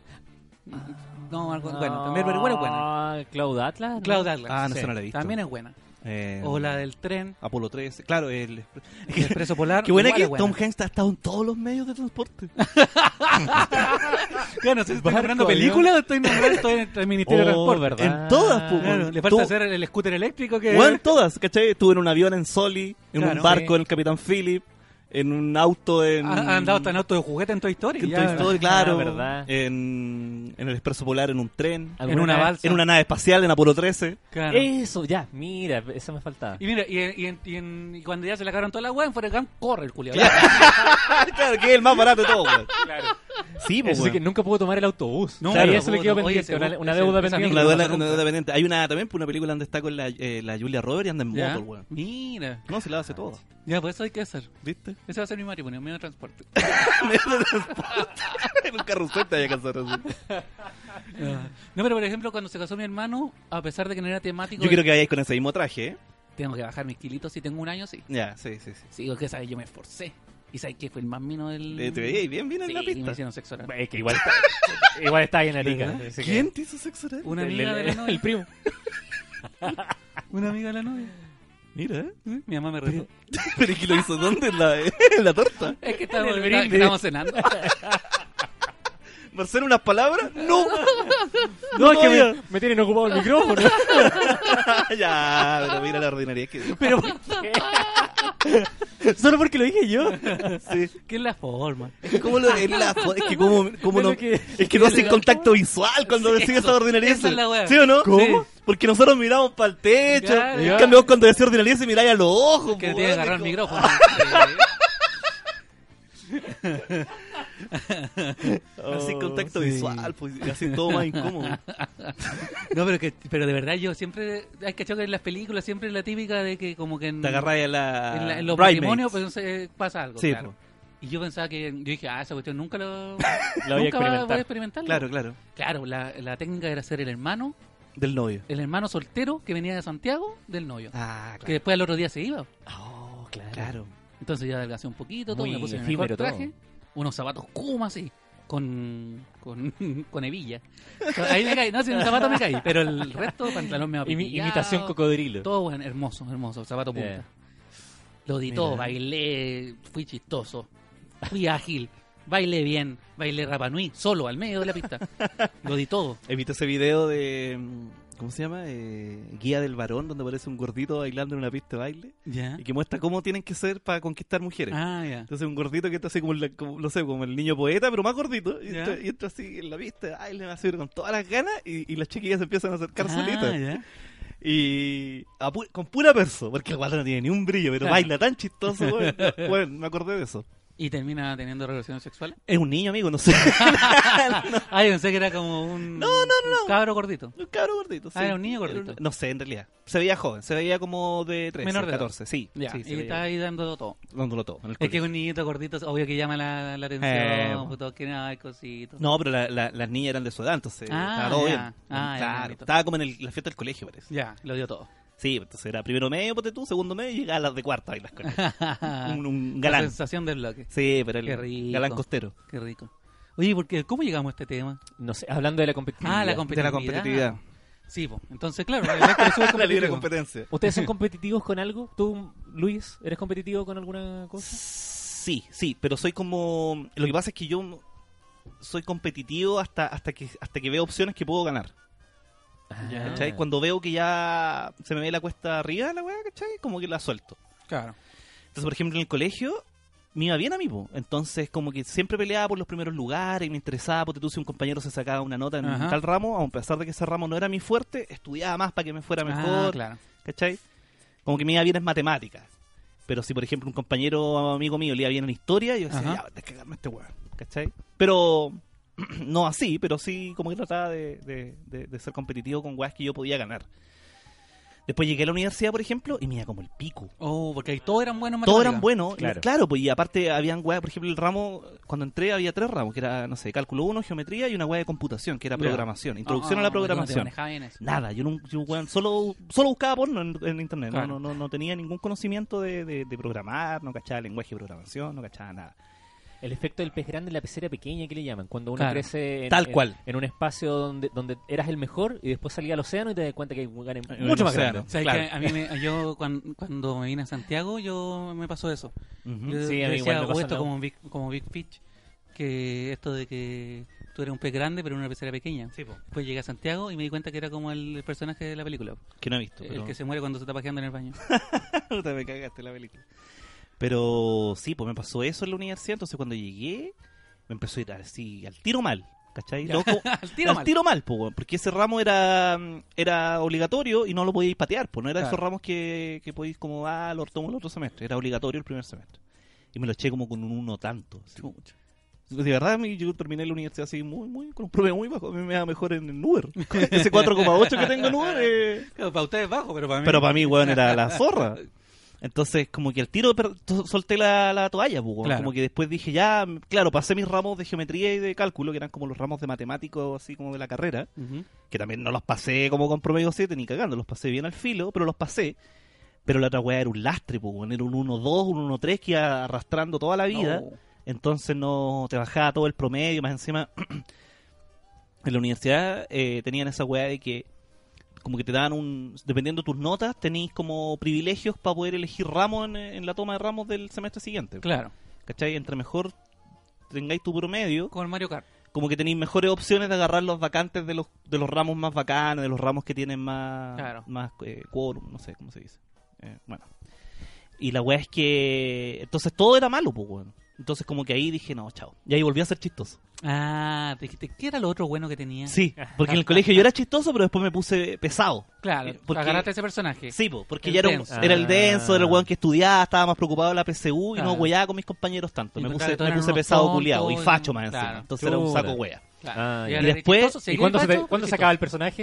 Speaker 3: Ah.
Speaker 1: No, algo, bueno, también, pero igual es buena.
Speaker 2: Ah, Cloud Atlas. ¿no?
Speaker 1: Cloud Atlas.
Speaker 3: Ah, no, esa no la he visto.
Speaker 1: También es buena.
Speaker 3: Eh,
Speaker 1: O la del tren,
Speaker 3: Apolo 13. Claro, el.
Speaker 1: el expreso polar.
Speaker 3: Qué buena
Speaker 1: igual
Speaker 3: que
Speaker 1: es
Speaker 3: Tom Hanks ha estado en todos los medios de transporte.
Speaker 1: Claro, no sé si estoy
Speaker 2: Barco,
Speaker 1: nombrando
Speaker 2: avión.
Speaker 1: películas o estoy nombrando estoy en el Ministerio de
Speaker 2: Oh,
Speaker 1: Transporte.
Speaker 2: ¿verdad?
Speaker 3: En todas, pues.
Speaker 1: Claro, le falta
Speaker 3: Tú-
Speaker 1: hacer el scooter eléctrico que...
Speaker 3: Bueno, todas, ¿cachai? Estuve en un avión en Soli, en
Speaker 1: Claro.
Speaker 3: un barco
Speaker 2: Sí.
Speaker 3: en el Capitán Philip, en un auto en.
Speaker 1: Ha, ha andado hasta en auto de juguete en Toy Story.
Speaker 3: en
Speaker 1: ya,
Speaker 3: Toy
Speaker 1: ¿verdad?
Speaker 3: Story, claro.
Speaker 2: Ah, verdad.
Speaker 3: En, en el Expreso Polar, en un tren,
Speaker 2: Al-
Speaker 1: En una
Speaker 2: Alguna-
Speaker 1: balsa.
Speaker 3: en una nave espacial, en Apolo 13.
Speaker 1: Claro.
Speaker 2: Eso, ya, mira, esa me faltaba.
Speaker 1: Y mira, y, en- y, en- y en- y cuando ya se le acabaron toda la weá, en Forrest Gump corre el culiado.
Speaker 3: Ah, claro, que es el más barato de todo, güey. Sí, pues.
Speaker 2: Eso sí que nunca pudo tomar el autobús.
Speaker 1: No,
Speaker 2: O sea,
Speaker 1: claro,
Speaker 2: eso le quedó
Speaker 1: pudo, oye,
Speaker 2: pendiente,
Speaker 1: ese
Speaker 2: una,
Speaker 1: bus-
Speaker 2: una
Speaker 1: ese-
Speaker 2: deuda
Speaker 1: esa
Speaker 2: pendiente.
Speaker 3: Una
Speaker 1: mierda.
Speaker 3: duela- una duela dependiente. Hay una también, pues, una película donde está con la, eh, la Julia Roberts y anda en
Speaker 1: Ya.
Speaker 3: moto, güey.
Speaker 1: Mira.
Speaker 3: No, se la hace todo.
Speaker 1: Ya, pues eso hay que hacer.
Speaker 3: ¿Viste?
Speaker 1: Ese va a ser mi matrimonio, medio de transporte.
Speaker 3: Medio de transporte. en un carrusel te vaya a casar así. Ah.
Speaker 1: No, pero por ejemplo, cuando se casó mi hermano, a pesar de que no era temático,
Speaker 3: Yo quiero que vayáis con ese mismo traje, ¿eh?
Speaker 1: tengo que bajar mis kilitos. Si tengo un año, sí.
Speaker 3: Ya, sí, sí, sí.
Speaker 1: Sí, digo que sabes, yo me esforcé. ¿Y sabes qué fue el más mino del...?
Speaker 3: Eh, Te veíais bien, bien en
Speaker 1: Sí,
Speaker 3: la
Speaker 1: me
Speaker 3: pista.
Speaker 1: hicieron sexo oral.
Speaker 2: Es que igual está, igual está ahí en la liga.
Speaker 3: ¿Verdad?
Speaker 2: así que-
Speaker 3: ¿Quién te hizo sexo oral?
Speaker 1: Una
Speaker 2: El,
Speaker 1: amiga de
Speaker 2: el-
Speaker 1: la novia.
Speaker 2: el primo.
Speaker 1: Una amiga de la novia.
Speaker 3: Mira, ¿eh?
Speaker 1: ¿Eh? Mi mamá me retó.
Speaker 3: ¿Pero es que lo hizo dónde? ¿En la, en la torta?
Speaker 1: Es que estábamos,
Speaker 2: el
Speaker 1: está-
Speaker 2: brindis.
Speaker 1: estábamos cenando.
Speaker 3: ¿Marcelo unas palabras? ¡No!
Speaker 2: No, es que
Speaker 3: todavía.
Speaker 2: me, me tienen ocupado el micrófono.
Speaker 3: ya, pero mira la ordinaria que...
Speaker 2: Pero ¿por qué? Solo porque lo dije yo.
Speaker 3: Sí.
Speaker 1: ¿Qué es la forma?
Speaker 3: Es como lo- es la jo- es que como, como
Speaker 2: Es lo
Speaker 3: no,
Speaker 2: que-
Speaker 3: es que no hacen contacto visual cuando decís
Speaker 1: eso,
Speaker 3: esa ordinaria.
Speaker 1: esa es la wea.
Speaker 3: ¿Sí o no?
Speaker 1: ¿Cómo?
Speaker 3: Sí. Porque nosotros miramos para el techo.
Speaker 1: Claro.
Speaker 3: En cambio, vos cuando decís ordinaria, se miráis a los ojos.
Speaker 1: Que te tiene
Speaker 3: po,
Speaker 1: que
Speaker 3: weón,
Speaker 1: agarrar el
Speaker 3: es
Speaker 1: micrófono.
Speaker 3: como- No hacen contacto
Speaker 1: sí.
Speaker 3: visual, pues y hacen todo más incómodo.
Speaker 1: No, pero que, pero de verdad yo siempre, hay que que en las películas siempre es la típica de que como que en,
Speaker 3: Te agarráis a la.
Speaker 1: en, la- en los
Speaker 3: bridesmaids.
Speaker 1: matrimonios pues, eh, pasa algo.
Speaker 3: Sí, pues.
Speaker 1: claro.
Speaker 3: po.
Speaker 1: Y yo pensaba que, yo dije, ah, esa cuestión nunca lo,
Speaker 2: La voy
Speaker 1: nunca va-
Speaker 2: a experimentar.
Speaker 1: voy a experimentarlo.
Speaker 3: Claro, claro.
Speaker 1: Claro, la, la técnica era ser el hermano,
Speaker 3: Del novio.
Speaker 1: el hermano soltero que venía de Santiago del novio.
Speaker 3: Ah,
Speaker 1: Que después al otro día se iba.
Speaker 2: Oh, claro.
Speaker 3: Claro.
Speaker 1: Entonces ya adelgacé un poquito, todo,
Speaker 2: Muy
Speaker 1: me puse mi mejor
Speaker 2: efímero
Speaker 1: traje,
Speaker 2: todo.
Speaker 1: unos zapatos como así, con, con, con hebilla. Ahí me caí, no, si en un zapato me caí, pero el resto, pantalón me
Speaker 2: Imi- imitación cocodrilo. Eh,
Speaker 1: Todo bueno, hermoso, hermoso, zapato punta.
Speaker 2: Yeah.
Speaker 1: Lo di todo,
Speaker 3: Mira.
Speaker 1: bailé, fui chistoso, fui ágil, bailé bien, bailé Rapanui, solo, al medio de la pista. Lo di todo.
Speaker 3: He visto ese video de. mm, ¿Cómo se llama? Eh, Guía del varón, donde aparece un gordito bailando en una pista de baile.
Speaker 1: ¿Ya?
Speaker 3: Y que muestra cómo tienen que ser para conquistar mujeres.
Speaker 1: Ah, ya.
Speaker 3: Entonces un gordito que está así como, la- como- no sé, como el niño poeta, pero más gordito. Y,
Speaker 1: Ya.
Speaker 3: entra, y entra así en la pista, ay, le va a subir con todas las ganas y, y las chiquillas se empiezan a acercar
Speaker 1: Ah,
Speaker 3: solitas.
Speaker 1: ya.
Speaker 3: Y a pu- con pura perso, porque el guarda no tiene ni un brillo, pero
Speaker 1: Claro.
Speaker 3: baila tan chistoso, weón. Weón, me acordé de eso.
Speaker 1: ¿Y termina teniendo relaciones sexuales?
Speaker 3: Es un niño, amigo, no sé.
Speaker 1: Ah, yo pensé que era como un,
Speaker 3: No, no, no, no.
Speaker 1: un cabro gordito.
Speaker 3: un cabro gordito. sí.
Speaker 1: Ah, era un niño gordito.
Speaker 3: No sé, en realidad. Se veía joven, se veía como de 13,
Speaker 1: Menor de edad.
Speaker 3: 14, sí.
Speaker 1: Ya,
Speaker 3: sí, se
Speaker 1: y
Speaker 3: veía-
Speaker 1: está ahí dando todo.
Speaker 3: dándolo todo. en el
Speaker 1: Es que
Speaker 3: colegio.
Speaker 1: un niñito gordito, obvio que llama la, la atención,
Speaker 3: Eh,
Speaker 1: pues todos quieren ay, cositos.
Speaker 3: No, pero la- la- las niñas eran de su edad, entonces
Speaker 1: Ah,
Speaker 3: estaba
Speaker 1: ya.
Speaker 3: todo bien.
Speaker 1: Ah, ya,
Speaker 3: claro,
Speaker 1: bonito.
Speaker 3: estaba como en el- la fiesta del colegio, parece.
Speaker 1: Ya, lo dio todo.
Speaker 3: Sí, pues, entonces era primero medio, ponte tú, segundo medio y llegaba a las de cuarta bailas con él. un, un
Speaker 1: La
Speaker 3: galán.
Speaker 1: sensación del bloque.
Speaker 3: Sí, pero
Speaker 1: Qué
Speaker 3: el
Speaker 1: rico.
Speaker 3: galán costero.
Speaker 1: Qué rico. Oye, porque ¿cómo llegamos a este tema?
Speaker 2: No sé, hablando de la competitividad.
Speaker 1: Ah, la
Speaker 3: Mm, De la
Speaker 1: competitividad.
Speaker 3: competitividad.
Speaker 1: Sí, pues. Entonces, claro, el Héctor es súper
Speaker 3: La libre
Speaker 1: competitivo.
Speaker 3: competencia.
Speaker 2: ¿Ustedes son competitivos con algo? ¿Tú, Luis, eres competitivo con alguna cosa?
Speaker 3: Sí, sí, pero soy como... Lo que pasa es que yo soy competitivo hasta, hasta, que, hasta que veo opciones que puedo ganar.
Speaker 1: Ya.
Speaker 3: ¿Cachai? Cuando veo que ya se me ve la cuesta arriba, la weá, ¿cachai? Como que la suelto.
Speaker 1: Claro.
Speaker 3: Entonces, por ejemplo, en el colegio me iba bien a mí, po. Entonces, como que siempre peleaba por los primeros lugares, y me interesaba, porque tú si un compañero se sacaba una nota en
Speaker 1: Ajá.
Speaker 3: tal ramo, a pesar de que ese ramo no era mi fuerte, estudiaba más para que me fuera mejor,
Speaker 1: Ah, claro.
Speaker 3: ¿cachai? Como que me iba bien en matemáticas. Pero si, por ejemplo, un compañero amigo mío le iba bien en historia, yo decía,
Speaker 1: Ajá.
Speaker 3: ya, descargarme este weón, ¿cachai? Pero, no así, pero sí como que trataba de, de- de- de ser competitivo con weas que yo podía ganar. Después llegué a la universidad, por ejemplo, y me iba como el pico.
Speaker 1: Oh, porque ahí todos eran buenos en
Speaker 3: Todos eran
Speaker 1: matemáticas.
Speaker 3: buenos,
Speaker 2: Claro.
Speaker 3: claro. pues, y aparte habían weas, por ejemplo, el ramo, cuando entré había tres ramos, que era, no sé, cálculo 1, geometría y una wea de computación, que era
Speaker 2: Ya.
Speaker 3: programación, introducción
Speaker 1: Ah,
Speaker 3: a la
Speaker 1: tú no te
Speaker 3: programación.
Speaker 1: manejabas bien eso.
Speaker 3: Nada, yo, no, yo, weón, solo, solo buscaba porno en, en internet, no-
Speaker 1: Claro.
Speaker 3: no, no, no tenía ningún conocimiento de, de- de programar, no cachaba lenguaje de programación, no cachaba nada.
Speaker 2: El efecto del pez grande en la pecera pequeña, que le llaman? Cuando uno
Speaker 1: Claro.
Speaker 2: crece en,
Speaker 3: Tal
Speaker 2: en-
Speaker 3: cual.
Speaker 2: en un espacio donde, donde eras el mejor y después salías al océano y te das cuenta que hay lugares
Speaker 3: Hay
Speaker 2: mucho
Speaker 3: un
Speaker 2: más
Speaker 3: océano.
Speaker 2: grandes.
Speaker 1: ¿Sabes
Speaker 3: Claro.
Speaker 1: que a mí me- yo cuan- cuando, me vine a Santiago yo me pasó eso.
Speaker 3: Ujú.
Speaker 1: Yo,
Speaker 2: Sí, a
Speaker 1: yo
Speaker 2: mí igual
Speaker 1: decía,
Speaker 2: me
Speaker 1: "Oh,
Speaker 2: pasó
Speaker 1: esto
Speaker 2: la-
Speaker 1: como Big, como Big Fish, que esto de que tú eres un pez grande pero en una pecera pequeña. Después llegué a Santiago y me di cuenta que era como el personaje de la película,
Speaker 3: Que no he visto, pero
Speaker 1: el que se muere cuando se está pajeando en el baño.
Speaker 3: Puta, me cagaste la película. Pero sí, pues me pasó eso en la universidad, entonces cuando llegué me empezó a ir así, al tiro mal, ¿cachai? No, como-
Speaker 1: Al tiro
Speaker 3: al
Speaker 1: mal.
Speaker 3: tiro mal, po, weón, porque ese ramo era, mm, era obligatorio y no lo podíais patear, pues no era
Speaker 1: Claro.
Speaker 3: esos ramos que, que podéis como, ah, lo tomo el otro semestre, era obligatorio el primer semestre. Y me lo eché como con un uno tanto. así.
Speaker 1: Chucha.
Speaker 3: De verdad, a mí yo terminé la universidad así muy, muy, con un promedio muy bajo, a mí me da mejor en el Uber. Ese 4,8 que tengo en Uber, eh,
Speaker 1: Claro, para ustedes bajo, pero para mí.
Speaker 3: pero para mí, weón, era la zorra. Entonces, como que el tiro per- to- solté la, la toalla, pues, weón.
Speaker 1: Claro.
Speaker 3: como que después dije, ya, m- claro, pasé mis ramos de geometría y de cálculo, que eran como los ramos de matemáticos, así como de la carrera,
Speaker 1: Ujú.
Speaker 3: que también no los pasé como con promedio 7 ni cagando, los pasé bien al filo, pero los pasé. Pero la otra weá era un lastre, pues, weón. era un 1-2, un 1-3 que iba arrastrando toda la vida.
Speaker 1: No.
Speaker 3: Entonces no te bajaba todo el promedio, más encima en la universidad eh, tenían esa weá de que como que te daban un, dependiendo de tus notas, tenéis como privilegios para poder elegir ramos en, en la toma de ramos del semestre siguiente.
Speaker 1: Claro,
Speaker 3: ¿Cachai? Entre mejor tengáis tu promedio,
Speaker 1: con el Mario Kart.
Speaker 3: como que tenéis mejores opciones de agarrar los vacantes de los, de los ramos más bacanes, de los ramos que tienen más,
Speaker 1: Claro.
Speaker 3: más eh, quórum, no sé cómo se dice. Eh, bueno. Y la weá es que. Entonces todo era malo, pues, weón. Entonces, como que ahí dije, no, chao. Y ahí volví a ser chistoso.
Speaker 1: Ah, te dijiste, ¿qué era lo otro bueno que tenía?
Speaker 3: Sí, porque en el colegio yo era chistoso, pero después me puse pesado.
Speaker 1: Claro,
Speaker 3: Porque-
Speaker 1: agarraste a ese personaje.
Speaker 3: Sí, po, porque
Speaker 1: El
Speaker 3: ya era, un-
Speaker 1: denso.
Speaker 3: era el denso, era el
Speaker 2: Ah.
Speaker 3: weón que estudiaba, estaba más preocupado de la PSU y
Speaker 1: Claro.
Speaker 3: no hueaba con mis compañeros tanto.
Speaker 1: Y
Speaker 3: Me
Speaker 1: pues,
Speaker 3: puse,
Speaker 1: Ah. claro, todos
Speaker 3: me
Speaker 1: eran
Speaker 3: puse
Speaker 1: unos
Speaker 3: pesado
Speaker 1: tontos
Speaker 3: culiado y
Speaker 1: y-
Speaker 3: facho más encima.
Speaker 1: claro.
Speaker 3: Entonces era un
Speaker 2: Chuta.
Speaker 3: saco wea.
Speaker 1: Claro. Y
Speaker 2: Ah, ya.
Speaker 1: ahora
Speaker 3: Y
Speaker 1: eres
Speaker 3: después-
Speaker 1: chistoso,
Speaker 2: ¿Y
Speaker 1: seguí
Speaker 2: cuándo se,
Speaker 1: el
Speaker 2: te-
Speaker 1: pacho,
Speaker 2: cuándo
Speaker 1: eres
Speaker 2: se acaba el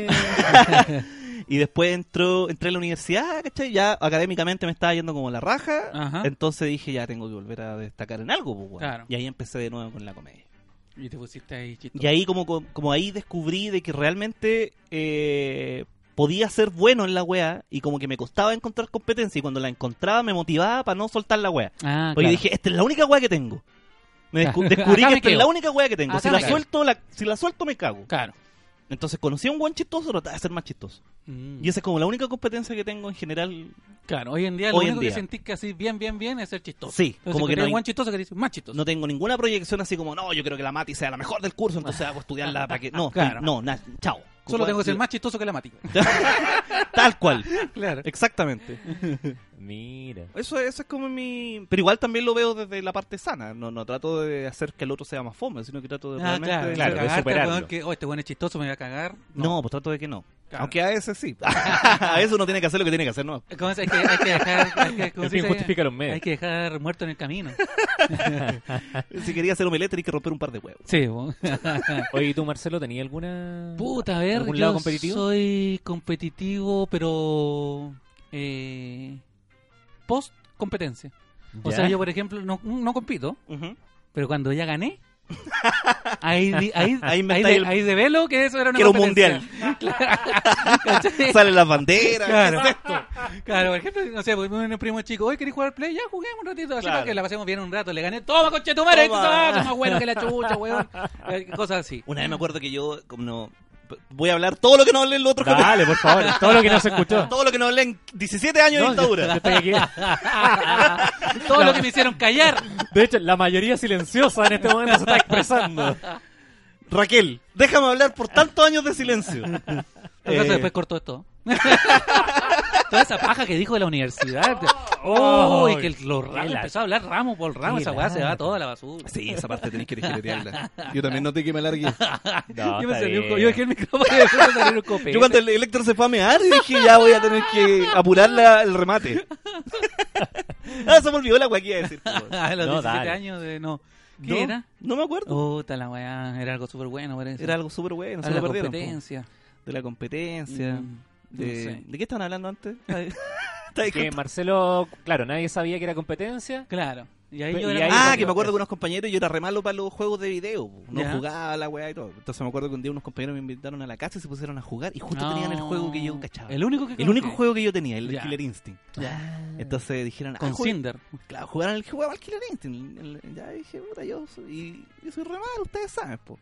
Speaker 2: personaje?
Speaker 3: Y después entró, entré a la universidad, ¿cachai? Ya académicamente me estaba yendo como la raja.
Speaker 1: Ajá.
Speaker 3: Entonces dije, ya tengo que volver a destacar en algo, pues, weón.
Speaker 1: Claro.
Speaker 3: Y ahí empecé de nuevo con la comedia.
Speaker 1: chistoso. Y te pusiste ahí chistoso.
Speaker 3: Y ahí como, como ahí descubrí de que realmente eh, podía ser bueno en la wea y como que me costaba encontrar competencia y cuando la encontraba me motivaba para no soltar la wea.
Speaker 1: Ah,
Speaker 3: Porque
Speaker 1: claro.
Speaker 3: dije, esta es la única wea que tengo. Me descu-
Speaker 1: Claro.
Speaker 3: descubrí
Speaker 1: Acá
Speaker 3: que
Speaker 1: me
Speaker 3: esta es
Speaker 1: quedo.
Speaker 3: la única wea que tengo.
Speaker 1: Acá
Speaker 3: Si la,
Speaker 1: me quedo.
Speaker 3: suelto, la, si la suelto me cago.
Speaker 1: Claro.
Speaker 3: Entonces conocí a un buen chistoso, trataba de ser más chistoso.
Speaker 1: Mm.
Speaker 3: Y esa es como la única competencia que tengo en general.
Speaker 1: Claro, hoy en día lo
Speaker 3: Hoy en
Speaker 1: único que
Speaker 3: día.
Speaker 1: sentís que así bien, bien, bien es ser chistoso.
Speaker 3: Sí,
Speaker 1: Entonces,
Speaker 3: como que
Speaker 1: encontré
Speaker 3: no
Speaker 1: un
Speaker 3: hay-
Speaker 1: buen chistoso que dice más chistoso.
Speaker 3: No tengo ninguna proyección así como, no, yo creo que la Mati sea la mejor del curso, entonces hago estudiarla para que... No,
Speaker 1: Claro.
Speaker 3: no, na- chao.
Speaker 1: Solo tengo que ser más chistoso que la Mati. Ah,
Speaker 3: Tal cual.
Speaker 1: claro.
Speaker 3: Ah, Exactamente.
Speaker 2: Mira.
Speaker 3: Eso, eso es como mi... Pero igual también lo veo desde la parte sana. No, no trato de hacer que el otro sea más fome, sino que trato de...
Speaker 1: Ah,
Speaker 3: realmente
Speaker 1: claro,
Speaker 3: de-
Speaker 2: claro, de
Speaker 1: Cagarte,
Speaker 2: superarlo.
Speaker 1: weón, que, oh, este bueno es chistoso, me voy a cagar.
Speaker 3: No, pues trato de que no.
Speaker 1: Claro.
Speaker 3: Aunque a veces sí. a veces uno tiene que hacer lo que tiene que hacer, ¿no?
Speaker 1: ¿Cómo se- hay, que, hay que dejar. Hay que, ¿cómo
Speaker 2: El
Speaker 1: se
Speaker 2: fin
Speaker 1: dice?
Speaker 2: justifica los medios.
Speaker 1: Hay que dejar muerto en el camino.
Speaker 3: Si quería hacer omelette, tenés que romper un par de huevos.
Speaker 1: Sí, weón.
Speaker 2: Oye, ¿y tú, Marcelo, tenías alguna...
Speaker 1: Puta, a ver,
Speaker 2: ¿Algún
Speaker 1: yo
Speaker 2: lado competitivo?
Speaker 1: soy competitivo, pero eh, post competencia. O
Speaker 2: Ya.
Speaker 1: sea, yo por ejemplo no, no compito,
Speaker 3: Ujú.
Speaker 1: pero cuando ya gané, ahí di- ahí
Speaker 3: Ahí
Speaker 1: ahí,
Speaker 3: me
Speaker 1: de-
Speaker 3: está el-
Speaker 1: ahí develo que eso era una
Speaker 3: Que era un
Speaker 1: competencia. ¿Cachai?
Speaker 3: Salen las banderas.
Speaker 1: Claro, claro, por ejemplo, no sé, pues, un primo chico, hoy querés jugar play, ya juguemos un ratito, así
Speaker 3: Claro.
Speaker 1: para que la pasemos bien un rato, le gané, toma conchetumare,
Speaker 3: Toma.
Speaker 1: toma, más bueno que la chucha, weón, Eh, cosas así.
Speaker 3: Una vez me acuerdo que yo, como no... Voy a hablar todo lo que no hablé en los otros capítulos.
Speaker 2: Dale, por favor. Todo lo que no se escuchó.
Speaker 3: Todo lo que no hablé en 17 años
Speaker 2: No,
Speaker 3: de
Speaker 2: yo- yo
Speaker 3: dictadura.
Speaker 2: estoy aquí.
Speaker 1: Todo lo que me hicieron callar.
Speaker 2: De hecho, la mayoría silenciosa en este momento se está expresando.
Speaker 3: Raquel, déjame hablar por tantos años de silencio.
Speaker 1: Por eso
Speaker 3: Eh,
Speaker 1: después cortó esto. Toda esa paja que dijo de la universidad. Oh, y que el- los ramos
Speaker 2: Qué
Speaker 1: empezó a hablar ramo por ramo.
Speaker 2: qué
Speaker 1: Esa weá se
Speaker 2: lata.
Speaker 1: va toda la basura.
Speaker 3: Sí, esa parte tenés que tijeretearla. Yo también noté que me alargué.
Speaker 2: No,
Speaker 1: yo me
Speaker 2: está
Speaker 1: salí un co-
Speaker 2: bien.
Speaker 1: yo dejé el micrófono y después me salió un copete.
Speaker 3: Yo cuando el Electro se fue a mear dije, ya voy a tener que apurar la- el remate. ah, se me olvidó la guaquilla decir. po, weón.
Speaker 1: A los
Speaker 2: No,
Speaker 1: 17
Speaker 2: dale.
Speaker 1: años de no. ¿Qué
Speaker 3: no,
Speaker 1: era?
Speaker 3: No me acuerdo.
Speaker 1: Puta la weá, era algo súper bueno, parece.
Speaker 3: Era algo súper bueno, se
Speaker 1: Era
Speaker 3: lo
Speaker 1: la
Speaker 3: perdieron. po.
Speaker 1: competencia.
Speaker 3: De la competencia.
Speaker 1: Mm,
Speaker 3: de...
Speaker 1: no sé.
Speaker 3: ¿de qué estaban hablando antes? Estaba
Speaker 2: Que
Speaker 3: discutiendo.
Speaker 2: Marcelo, claro, nadie sabía que era competencia.
Speaker 1: Claro. Y ahí
Speaker 2: Pe-
Speaker 1: yo
Speaker 2: y
Speaker 1: era
Speaker 2: ahí
Speaker 3: Ah,
Speaker 2: salió.
Speaker 3: que me acuerdo que unos compañeros, yo era re malo para los juegos de video, po. no
Speaker 1: Ya.
Speaker 3: jugaba la weá y todo. Entonces me acuerdo que un día unos compañeros me invitaron a la casa y se pusieron a jugar y justo
Speaker 1: No,
Speaker 3: tenían el juego que yo cachaba.
Speaker 1: El único que
Speaker 3: El único
Speaker 1: conocí.
Speaker 3: juego que yo tenía, el
Speaker 1: Ya.
Speaker 3: Killer Instinct.
Speaker 1: Ya.
Speaker 3: Entonces dijeron, ah,
Speaker 1: Con
Speaker 3: juega-
Speaker 1: Cinder.
Speaker 3: claro, jugaron el que jugaba al Killer Instinct. El- el- ya dije, puta, yo soy, yo soy re malo, ustedes saben, po.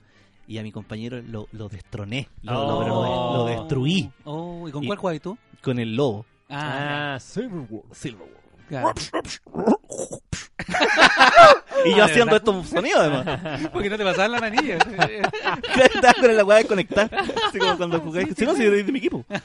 Speaker 3: Y a mi compañero lo, lo destroné, lo, lo-
Speaker 2: Oh.
Speaker 3: pero lo- lo destruí
Speaker 1: Oh, ¿y con
Speaker 3: Y-
Speaker 1: cuál juegas tú?
Speaker 3: con el lobo.
Speaker 1: Ah,
Speaker 2: Ah, Silverwood.
Speaker 3: Silverwood.
Speaker 1: claro.
Speaker 3: Y yo
Speaker 1: Ah,
Speaker 3: haciendo
Speaker 1: ¿verdad?
Speaker 3: estos sonidos, además.
Speaker 1: Porque no te pasaban la manilla.
Speaker 3: Estaba con la weá de conectar. Así como cuando jugáis. Si no, si eres de mi equipo.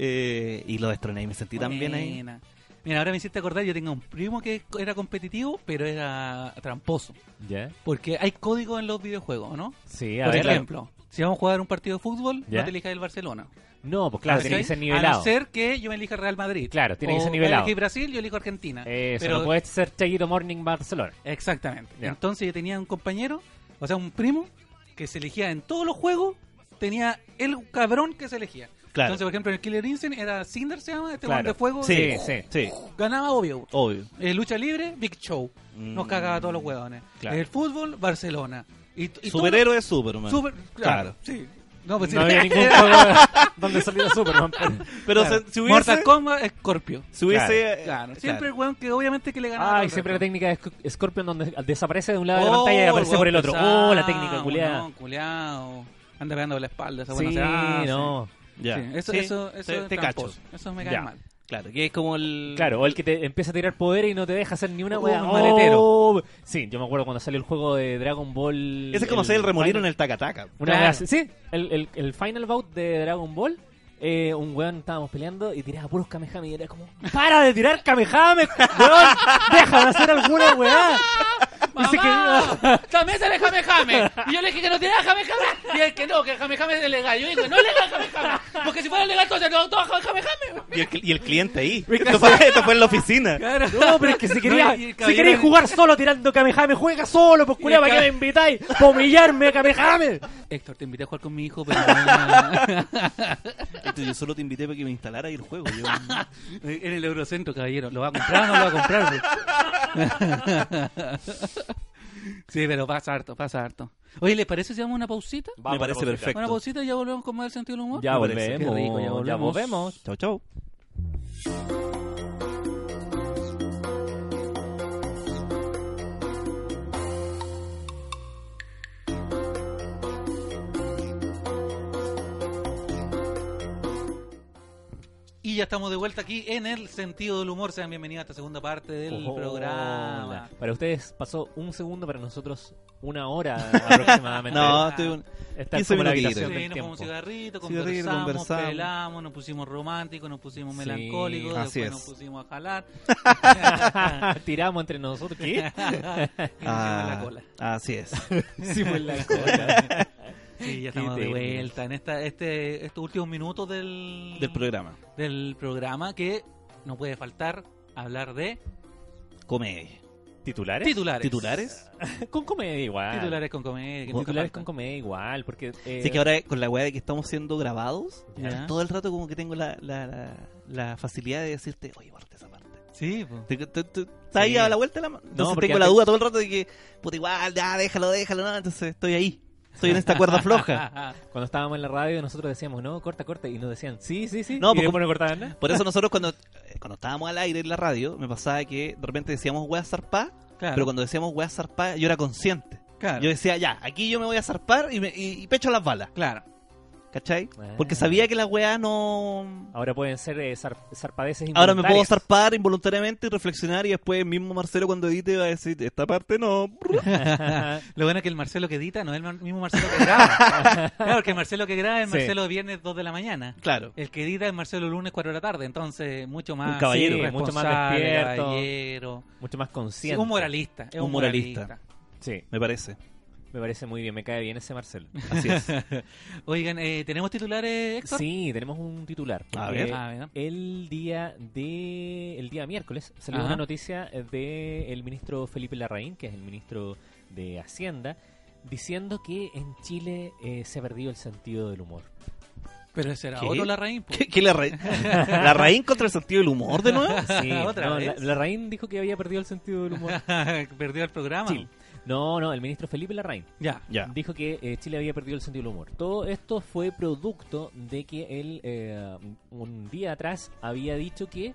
Speaker 3: Eh, y lo destroné y me sentí tan bien ahí.
Speaker 1: Buena. Mira, ahora me hiciste acordar, yo tenía un primo que era competitivo, pero era tramposo.
Speaker 2: ¿Ya?
Speaker 1: Porque hay códigos en los videojuegos, ¿no?
Speaker 2: Sí, a
Speaker 1: Por
Speaker 2: ver.
Speaker 1: ejemplo, si vamos a jugar un partido de fútbol,
Speaker 2: ¿Ya?
Speaker 1: no te elijas el Barcelona.
Speaker 2: No, pues claro,
Speaker 1: ¿Cachai?
Speaker 2: tiene que ser
Speaker 1: A
Speaker 2: nivelado.
Speaker 1: no ser que yo me elija Real Madrid.
Speaker 2: Claro, tiene que
Speaker 1: O
Speaker 2: ser nivelado.
Speaker 1: elegí Brasil, yo elijo Argentina.
Speaker 2: Eso,
Speaker 1: Pero-
Speaker 2: no puede ser Cheguito Morning Barcelona.
Speaker 1: Exactamente.
Speaker 2: Ya.
Speaker 1: Entonces yo tenía un compañero, o sea, un primo, que se elegía en todos los juegos, tenía el cabrón que se elegía.
Speaker 3: Claro.
Speaker 1: Entonces, por ejemplo, en el Killer Instinct era Cinder, se llama, este
Speaker 2: Claro.
Speaker 1: weón de fuego.
Speaker 2: Sí,
Speaker 1: y-
Speaker 2: sí.
Speaker 3: Sí,
Speaker 1: Ganaba, obvio.
Speaker 3: obvio.
Speaker 1: Eh, lucha libre, Big Show. Nos
Speaker 3: Mm.
Speaker 1: cagaba a todos los huevones.
Speaker 2: Claro.
Speaker 1: El fútbol, Barcelona. Y, y todo-
Speaker 3: Superhéroe es Superman.
Speaker 1: super- claro.
Speaker 3: Claro.
Speaker 1: Sí. No, pues sí.
Speaker 2: No había ningún juego donde saliera Superman.
Speaker 3: Pero
Speaker 1: Claro.
Speaker 3: se- si hubiese.
Speaker 1: Mortal Kombat, Scorpio.
Speaker 3: Si hubiese.
Speaker 2: Claro.
Speaker 3: eh,
Speaker 1: Claro.
Speaker 3: claro.
Speaker 1: Siempre el hueón que obviamente que le ganaba.
Speaker 2: Ah, y siempre la técnica de Sc- Scorpion donde desaparece de un lado de la
Speaker 1: Oh,
Speaker 2: pantalla y aparece
Speaker 1: hueón
Speaker 2: por el otro.
Speaker 1: pesado,
Speaker 2: Oh, la técnica, culiada.
Speaker 1: No, culiao. Anda pegando la espalda. Esa
Speaker 2: sí,
Speaker 1: buena se hace. ah,
Speaker 2: no.
Speaker 3: Ya.
Speaker 1: Sí, Eso,
Speaker 3: Sí,
Speaker 1: eso, eso
Speaker 3: te,
Speaker 1: es
Speaker 3: te cacho.
Speaker 1: tramposo. Eso me cae
Speaker 2: Ya.
Speaker 1: mal.
Speaker 3: Claro, que es como el.
Speaker 2: Claro, o el que te empieza a tirar poder y no te deja hacer ni una
Speaker 1: Uh,
Speaker 2: hueá.
Speaker 1: un
Speaker 2: Oh.
Speaker 1: maletero.
Speaker 2: Sí, yo me acuerdo cuando salió el juego de Dragon Ball.
Speaker 3: Ese es como hacer el remolino en el tacataca.
Speaker 2: Una
Speaker 1: Claro.
Speaker 2: vez, sí, el, el, el Final Bout de Dragon Ball eh, un weón estábamos peleando y tiraba puros Kamehame y era como, ¡para de tirar Kamehame, weón! ¡Deja de hacer alguna weá!
Speaker 1: ¡Mamá!
Speaker 2: Dice
Speaker 1: ¡También sale Jame Jame! Y yo le dije que no tirara Jame Jame. Y él que no, que Jame Jame es legal. Yo digo, no es legal Jame Jame. Porque si fuera legal, entonces no, todo Jame Jame.
Speaker 3: Y el, cl- y el cliente ahí. Esto fue, esto fue en la oficina.
Speaker 1: Claro.
Speaker 2: No, pero es que si quería,
Speaker 1: No, y el
Speaker 2: si
Speaker 1: caballero-
Speaker 2: queréis jugar solo tirando Kamehame, juega solo, pues culiao, ¿para qué me invitáis? ¡Para humillarme, Kamehame!
Speaker 1: Héctor, te invité a jugar con mi hijo, pero no.
Speaker 3: Entonces yo solo te invité para que me instalara ahí el juego. Yo,
Speaker 1: en el Eurocentro, caballero. ¿Lo va a comprar o no lo va a comprar? pues? sí, pero pasa harto, pasa harto. Oye, ¿les parece si damos una pausita?
Speaker 3: me parece perfecto.
Speaker 1: Una pausita y ya volvemos con más el sentido del humor.
Speaker 2: Ya
Speaker 3: Me parece.
Speaker 2: volvemos,
Speaker 1: Qué rico, ya
Speaker 2: ya
Speaker 1: volvemos.
Speaker 2: volvemos.
Speaker 3: Chao, chao.
Speaker 1: Y ya estamos de vuelta aquí en el sentido del humor. Sean bienvenidos a esta segunda parte del
Speaker 2: Ojo,
Speaker 1: programa.
Speaker 2: hola. Para ustedes pasó un segundo, para nosotros una hora aproximadamente.
Speaker 3: No, estoy un-
Speaker 2: Esta
Speaker 3: 15
Speaker 2: es como la
Speaker 3: minutitos.
Speaker 2: habitación
Speaker 1: Sí,
Speaker 2: del
Speaker 1: nos
Speaker 2: tiempo.
Speaker 1: fumamos cigarrito,
Speaker 3: Cigarrillo,
Speaker 1: conversamos,
Speaker 3: conversamos.
Speaker 1: pelamos, nos pusimos románticos, nos pusimos
Speaker 2: Sí,
Speaker 1: melancólicos,
Speaker 3: así
Speaker 1: después
Speaker 3: es.
Speaker 1: nos pusimos a jalar.
Speaker 2: Tiramos entre nosotros. ¿Qué?
Speaker 1: y nos hicimos la cola.
Speaker 3: ah, así es.
Speaker 2: Hicimos la cola.
Speaker 1: Sí, ya estamos de
Speaker 2: terrible.
Speaker 1: vuelta en esta, este, estos últimos minutos del,
Speaker 3: Del programa.
Speaker 1: del programa que no puede faltar hablar de
Speaker 3: Comedia.
Speaker 2: ¿Titulares?
Speaker 1: titulares.
Speaker 3: ¿Titulares?
Speaker 2: Con comedia igual.
Speaker 1: Titulares con comedia. que nunca
Speaker 2: Titulares
Speaker 1: faltan.
Speaker 2: con comedia igual, porque... eh,
Speaker 3: Así que ahora con la weá de que estamos siendo grabados,
Speaker 1: Ya.
Speaker 3: todo el rato como que tengo la, la, la, la facilidad de decirte, oye, parte esa parte.
Speaker 1: Sí, po.
Speaker 3: Te- te- te- Está ahí
Speaker 2: Sí.
Speaker 3: a la vuelta de la mano. Entonces
Speaker 2: porque
Speaker 3: tengo la
Speaker 2: antes-
Speaker 3: duda todo el rato de que, puta, igual, ya, déjalo, déjalo, no. Entonces estoy ahí. Estoy en esta cuerda floja.
Speaker 2: Cuando estábamos en la radio nosotros decíamos, no, corta, corta, y nos decían, sí, sí, sí,
Speaker 3: No,
Speaker 2: y
Speaker 3: porque-
Speaker 2: después no cortaban nada.
Speaker 3: Por eso nosotros cuando, eh, cuando estábamos al aire en la radio, me pasaba que de repente decíamos weá zarpá,
Speaker 1: Claro.
Speaker 3: pero cuando decíamos weá zarpá, yo era consciente.
Speaker 1: Claro.
Speaker 3: Yo decía, ya, aquí yo me voy a zarpar y, me- y- y pecho las balas.
Speaker 1: Claro.
Speaker 3: ¿Cachai?
Speaker 2: Ah.
Speaker 3: Porque sabía que la weá no...
Speaker 2: Ahora pueden ser eh, zar- zarpadeces
Speaker 3: Ahora me puedo
Speaker 2: involuntarias.
Speaker 3: zarpar involuntariamente y reflexionar y después mismo Marcelo cuando edite va a decir, esta parte no.
Speaker 1: Lo bueno es que el Marcelo que edita no es el mar- mismo Marcelo que graba. claro, que el Marcelo que graba es
Speaker 2: Sí.
Speaker 1: Marcelo viernes 2 de la mañana.
Speaker 3: Claro.
Speaker 1: El que edita es Marcelo lunes 4 de la tarde. Entonces, mucho más.
Speaker 3: Un caballero,
Speaker 1: sí,
Speaker 2: mucho más
Speaker 1: responsable,
Speaker 2: despierto.
Speaker 1: caballero.
Speaker 2: Mucho más
Speaker 1: Sí,
Speaker 2: consciente.
Speaker 1: un moralista. Es un,
Speaker 3: Un moralista.
Speaker 1: moralista.
Speaker 2: Sí,
Speaker 3: Me parece.
Speaker 2: me parece muy bien, me cae bien ese Marcelo.
Speaker 3: Así es.
Speaker 1: Oigan, eh, ¿tenemos titulares, Héctor?
Speaker 2: Sí, tenemos un titular.
Speaker 3: A
Speaker 2: porque
Speaker 3: ver.
Speaker 1: Ah, ¿verdad?
Speaker 2: El día de el día miércoles salió
Speaker 1: Ajá.
Speaker 2: una noticia eh, de el ministro Felipe Larraín, que es el ministro de Hacienda, diciendo que en Chile eh, se ha perdido el sentido del humor.
Speaker 1: Pero ese era
Speaker 3: ¿Qué?
Speaker 1: otro Larraín. po.
Speaker 3: ¿Qué, qué la, raíz? la raíz contra el sentido del humor de nuevo?
Speaker 2: Sí,
Speaker 1: ¿Otra
Speaker 2: no,
Speaker 1: vez?
Speaker 2: La- Larraín dijo que había perdido el sentido del humor.
Speaker 1: Perdió el programa.
Speaker 2: Chile. No, no, el ministro Felipe Larraín.
Speaker 1: Ya.
Speaker 3: Ya.
Speaker 2: Dijo que eh, Chile había perdido el sentido del humor. Todo esto fue producto de que él eh, un día atrás había dicho que,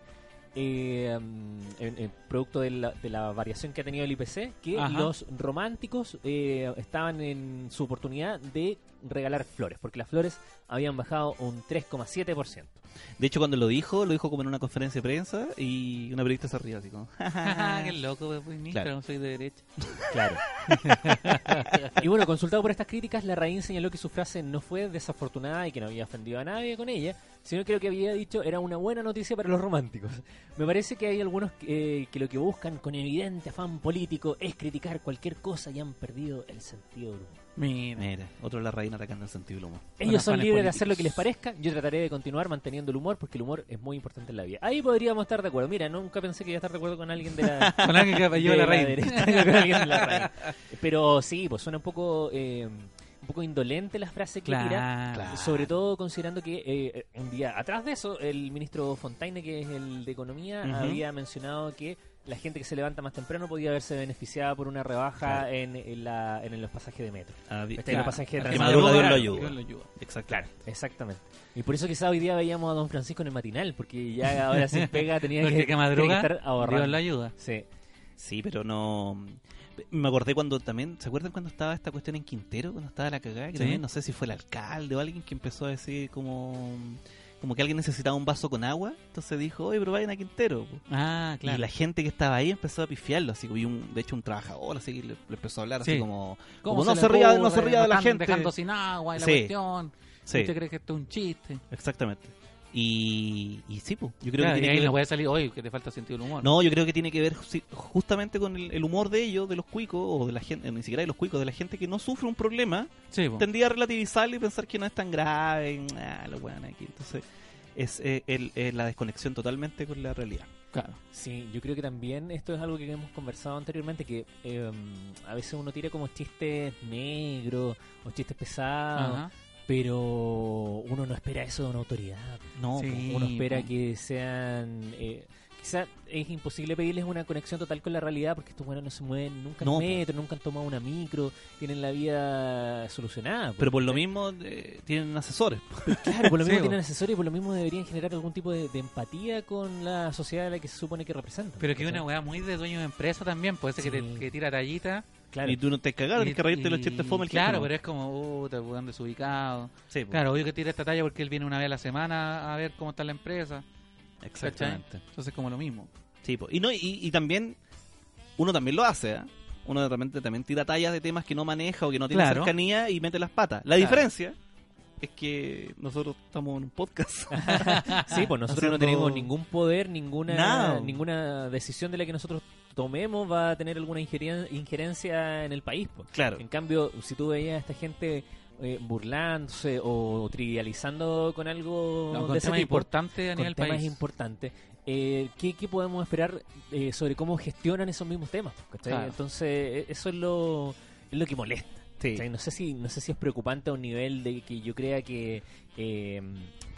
Speaker 2: eh, mm, en- en producto de la, de la variación que ha tenido el IPC, que
Speaker 1: Ajá.
Speaker 2: los románticos eh, estaban en su oportunidad de regalar flores, porque las flores habían bajado un 3,7%.
Speaker 3: De hecho, cuando lo dijo, lo dijo como en una conferencia de prensa y una periodista se rió así como...
Speaker 1: Qué loco, pues, ministro.
Speaker 3: Claro.
Speaker 1: Soy de derecha.
Speaker 2: Claro. y bueno, consultado por estas críticas, Larraín señaló que su frase no fue desafortunada y que no había ofendido a nadie con ella, sino que lo que había dicho era una buena noticia para los románticos. Me parece que hay algunos eh, que lo que buscan con evidente afán político es criticar cualquier cosa y han perdido el sentido del humor.
Speaker 1: Mira.
Speaker 3: Mira, otro la raíz atacando el sentido del humor.
Speaker 1: Con
Speaker 2: Ellos son
Speaker 1: afanes
Speaker 2: libres de
Speaker 1: políticos.
Speaker 2: hacer lo que les parezca, yo trataré de continuar manteniendo el humor porque el humor es muy importante en la vida. Ahí podríamos estar de acuerdo. Mira, nunca pensé que iba a estar de acuerdo con alguien de la,
Speaker 1: Con alguien que apellidó
Speaker 2: de la
Speaker 1: Larraín.
Speaker 2: derecha, con alguien de la raíz. Pero sí, pues suena un poco eh, un poco indolente la frase que tira.
Speaker 1: Claro.
Speaker 2: Sobre todo considerando que eh, un día atrás de eso, el ministro Fontaine, que es el de Economía,
Speaker 3: Ujú.
Speaker 2: había mencionado que la gente que se levanta más temprano podía verse beneficiada por una rebaja
Speaker 3: Claro.
Speaker 2: en, en la- en los pasajes de metro.
Speaker 3: Ah, vi-
Speaker 2: Está en los pasajes de
Speaker 3: Al que
Speaker 2: transporte.
Speaker 3: madruga Dios lo
Speaker 1: Claro,
Speaker 3: ayuda.
Speaker 1: Dios lo ayuda.
Speaker 3: Exacto.
Speaker 2: Exactamente. Y por eso quizá hoy día veíamos a don Francisco en el matinal, porque ya ahora sin pega tenía que,
Speaker 1: Porque que
Speaker 2: tenía que
Speaker 1: madruga,
Speaker 2: estar
Speaker 1: Dios lo
Speaker 2: ahorrando.
Speaker 1: ayuda.
Speaker 2: Sí.
Speaker 3: Sí, pero no... Me acordé cuando también... ¿Se acuerdan cuando estaba esta cuestión en Quintero? Cuando estaba la cagada. Que
Speaker 1: Sí.
Speaker 3: también, no sé si fue el alcalde o alguien que empezó a decir como... Como que alguien necesitaba un vaso con agua. Entonces dijo, oye, pero vayan a Quintero. po".
Speaker 1: Ah, claro.
Speaker 3: Y la gente que estaba ahí empezó a pifiarlo. Así, como- y un, de hecho, un trabajador así que le, le empezó a hablar
Speaker 1: Sí.
Speaker 3: así como...
Speaker 1: ¿Cómo
Speaker 3: como no
Speaker 1: le
Speaker 3: se ría- no
Speaker 1: ocurre?
Speaker 3: se ría de la
Speaker 1: Nos están
Speaker 3: gente.
Speaker 1: dejando sin agua y la
Speaker 3: Sí.
Speaker 1: cuestión.
Speaker 3: Sí.
Speaker 1: Usted cree que esto es un chiste.
Speaker 3: Exactamente. Y, y sí, pues, yo creo
Speaker 1: Claro,
Speaker 3: que
Speaker 1: y de
Speaker 3: tiene
Speaker 1: ahí
Speaker 3: que
Speaker 1: no
Speaker 3: ver,
Speaker 1: puede salir, oye, que te falta sentido del humor.
Speaker 3: No, yo creo que tiene que ver ju- justamente con el, el humor de ellos, de los cuicos, o de la gente, ni siquiera de los cuicos, de la gente que no sufre un problema,
Speaker 1: Sí, po.
Speaker 3: tendía a relativizarlo y pensar que no es tan grave, y, ah, lo bueno aquí. Entonces, es eh, el- eh, la desconexión totalmente con la realidad.
Speaker 1: claro.
Speaker 2: Sí, yo creo que también esto es algo que hemos conversado anteriormente, que eh, a veces uno tira como chistes negros o chistes
Speaker 3: Ah.
Speaker 2: pesados,
Speaker 1: Ajá.
Speaker 2: pero uno no espera eso de una autoridad.
Speaker 3: No,
Speaker 1: Sí.
Speaker 3: po.
Speaker 2: Uno espera
Speaker 1: po.
Speaker 2: que sean... Eh, Quizá es imposible pedirles una conexión total con la realidad porque estos buenos no se mueven nunca
Speaker 3: No, po.
Speaker 2: en metro, nunca han tomado una micro, tienen la vida solucionada. po.
Speaker 3: pero por lo mismo eh, tienen asesores.
Speaker 2: Claro, por lo
Speaker 1: Sí,
Speaker 2: mismo
Speaker 1: po.
Speaker 2: tienen asesores y por lo mismo deberían generar algún tipo de, de empatía con la sociedad a la que se supone que representan.
Speaker 1: Pero que es
Speaker 2: ¿cachai?
Speaker 1: una weá muy de dueño de empresa también, puede ser que,
Speaker 2: Sí.
Speaker 1: te, que tira tallita.
Speaker 2: Claro.
Speaker 3: Y tú no te cagaron,
Speaker 1: y-
Speaker 3: tienes que reírte de los
Speaker 1: y-
Speaker 3: chistes fome. el que
Speaker 1: Claro,
Speaker 3: no.
Speaker 1: pero es como, puta, weón desubicado.
Speaker 3: Sí, pues. po.
Speaker 1: Claro, obvio que tira esta talla porque él viene una vez a la semana a ver cómo está la empresa.
Speaker 3: Exactamente.
Speaker 1: Entonces, como lo mismo.
Speaker 3: Sí, po. y, no, y, y también, uno también lo hace, ¿ah? Uno también, también tira tallas de temas que no maneja o que no tiene
Speaker 1: Claro.
Speaker 3: cercanía y mete las patas. La
Speaker 1: Claro.
Speaker 3: diferencia es que nosotros estamos en un podcast.
Speaker 1: Ah,
Speaker 2: Sí, pues nosotros
Speaker 3: Haciendo-
Speaker 2: no tenemos ningún poder, ninguna
Speaker 3: Nada.
Speaker 2: ninguna decisión de la que nosotros tomemos va a tener alguna ingerien- injerencia en el país. po.
Speaker 3: claro.
Speaker 2: En cambio, si tú veías a esta gente eh, burlándose o trivializando con algo
Speaker 1: No,
Speaker 2: de
Speaker 1: con
Speaker 2: ese
Speaker 1: temas
Speaker 2: tipo,
Speaker 1: importantes a
Speaker 2: con
Speaker 1: nivel
Speaker 2: temas
Speaker 1: país.
Speaker 2: importantes, eh, ¿qué, qué podemos esperar eh, sobre cómo gestionan esos mismos temas? po, ¿cachai?
Speaker 1: Claro.
Speaker 2: Entonces, eh, eso es lo, es lo que molesta.
Speaker 3: Sí.
Speaker 2: ¿cachai? No sé si no sé si es preocupante a un nivel de que yo crea que... eh,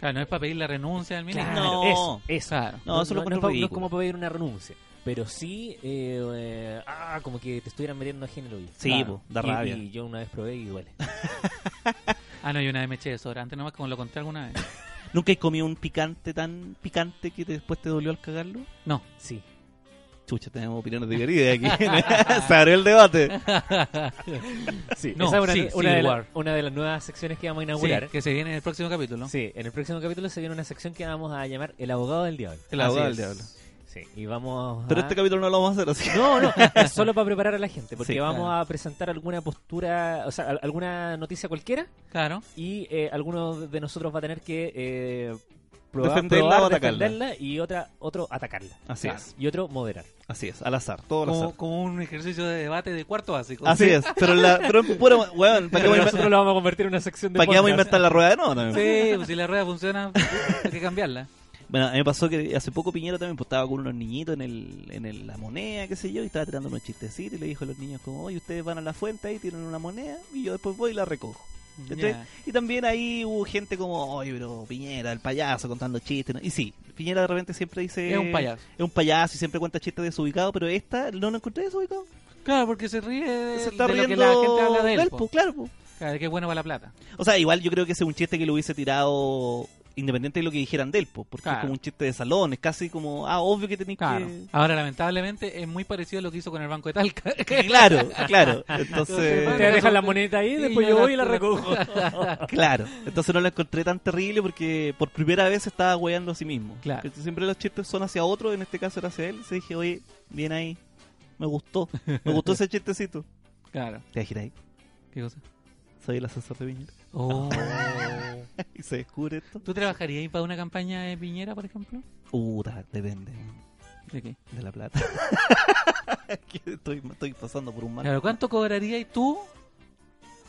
Speaker 1: Claro, no es para pedir la renuncia del ministro.
Speaker 2: Claro,
Speaker 3: No.
Speaker 2: eso, eso.
Speaker 1: Claro.
Speaker 3: No, eso lo
Speaker 2: es,
Speaker 3: encuentro
Speaker 2: pa- no es
Speaker 3: ridículo.
Speaker 2: como para pedir una renuncia, pero sí, eh, eh, ah, como que te estuvieran metiendo a género. vivo.
Speaker 3: Sí, po, da
Speaker 2: Y-
Speaker 3: rabia.
Speaker 2: Y yo una vez probé y duele.
Speaker 1: Ah, no, yo una vez me eché desodorante nomás, como lo conté alguna vez.
Speaker 3: ¿Nunca he comido un picante tan picante que te- después te dolió al cagarlo?
Speaker 1: No.
Speaker 2: Sí.
Speaker 3: Chucha, tenemos opiniones divididas aquí. Se abrió el debate.
Speaker 2: sí.
Speaker 1: No,
Speaker 2: Esa es una,
Speaker 1: sí,
Speaker 2: una de
Speaker 1: Civil
Speaker 2: la-
Speaker 1: War.
Speaker 2: una de las nuevas secciones que vamos a
Speaker 1: Sí,
Speaker 2: inaugurar.
Speaker 1: que se viene en el próximo capítulo.
Speaker 2: Sí, en el próximo capítulo se viene una sección que vamos a llamar El abogado del diablo.
Speaker 3: El abogado
Speaker 1: Así
Speaker 3: del
Speaker 1: es.
Speaker 3: diablo.
Speaker 2: Sí, y vamos a...
Speaker 3: Pero este capítulo no lo vamos a hacer así.
Speaker 2: No, no, es solo para preparar a la gente, porque
Speaker 3: Sí,
Speaker 2: vamos
Speaker 1: claro.
Speaker 2: a presentar alguna postura, o sea, al- alguna noticia cualquiera
Speaker 1: Claro.
Speaker 2: y eh, alguno de nosotros va a tener que eh,
Speaker 3: Defenderla o atacarla.
Speaker 2: defenderla y otra, otro atacarla.
Speaker 3: Así
Speaker 1: Claro.
Speaker 3: es,
Speaker 2: Y otro moderar.
Speaker 3: así es, al azar, todo al
Speaker 1: Como,
Speaker 3: azar.
Speaker 1: como un ejercicio de debate de cuarto básico.
Speaker 3: Así es, pero la, pero en pura, weón, ¿para qué vamos a inventar-
Speaker 2: nosotros lo vamos a convertir en una sección de
Speaker 3: para qué vamos a
Speaker 2: podcast.
Speaker 3: inventar la rueda de nuevo también?
Speaker 1: Sí, pues si la rueda funciona, hay que cambiarla.
Speaker 3: Bueno, a mí me pasó que hace poco Piñera también pues, estaba con unos niñitos en, el, en el- la moneda, qué sé yo, y estaba tirando unos chistecitos y le dijo a los niños como, oye, ustedes van a la fuente ahí, tiran una moneda y yo después voy y la recojo. ¿Cachai?
Speaker 1: Ya.
Speaker 3: Y también ahí hubo gente como, oye, bro, Piñera, el payaso contando chistes. ¿no? Y sí, Piñera de repente siempre dice...
Speaker 1: Es un payaso.
Speaker 3: Es un payaso y siempre cuenta chistes desubicados, pero esta no lo encontré desubicado.
Speaker 1: Claro, porque se ríe de,
Speaker 3: Se está
Speaker 1: Eh, de lo
Speaker 3: riendo
Speaker 1: que la gente habla de él.
Speaker 3: del,
Speaker 1: po.
Speaker 3: po, claro. po.
Speaker 1: Claro, que bueno para la plata.
Speaker 3: O sea, igual yo creo que ese es un chiste que lo hubiese tirado independiente de lo que dijeran del, po, porque
Speaker 1: Claro.
Speaker 3: es como un chiste de salón, es casi como, ah, obvio que tenéis
Speaker 1: Claro.
Speaker 3: que...
Speaker 1: Ahora, lamentablemente, es muy parecido a lo que hizo con el Banco de Talca.
Speaker 3: Claro, claro. Entonces,
Speaker 2: Ustedes dejan la moneda ahí,
Speaker 1: Y
Speaker 2: después
Speaker 1: yo
Speaker 2: yo
Speaker 1: la-
Speaker 2: voy y la recojo.
Speaker 3: claro. Entonces no lo encontré tan terrible porque por primera vez estaba weando a sí mismo.
Speaker 1: Claro.
Speaker 3: Que Siempre los chistes son hacia otro, en este caso era hacia él. Se dije, oye, bien ahí. Me gustó. Me gustó ese chistecito.
Speaker 1: Claro.
Speaker 3: Te imaginas ahí.
Speaker 1: ¿Qué cosa?
Speaker 3: Soy el asesor de Piñera.
Speaker 1: Oh.
Speaker 3: Y se descubre esto.
Speaker 1: ¿Tú trabajarías ahí para una campaña de Piñera, por ejemplo?
Speaker 3: Uh, ta- depende man,
Speaker 1: ¿De qué?
Speaker 3: de la plata. Que estoy, estoy pasando por un mal.
Speaker 1: Claro, ¿cuánto cobrarías tú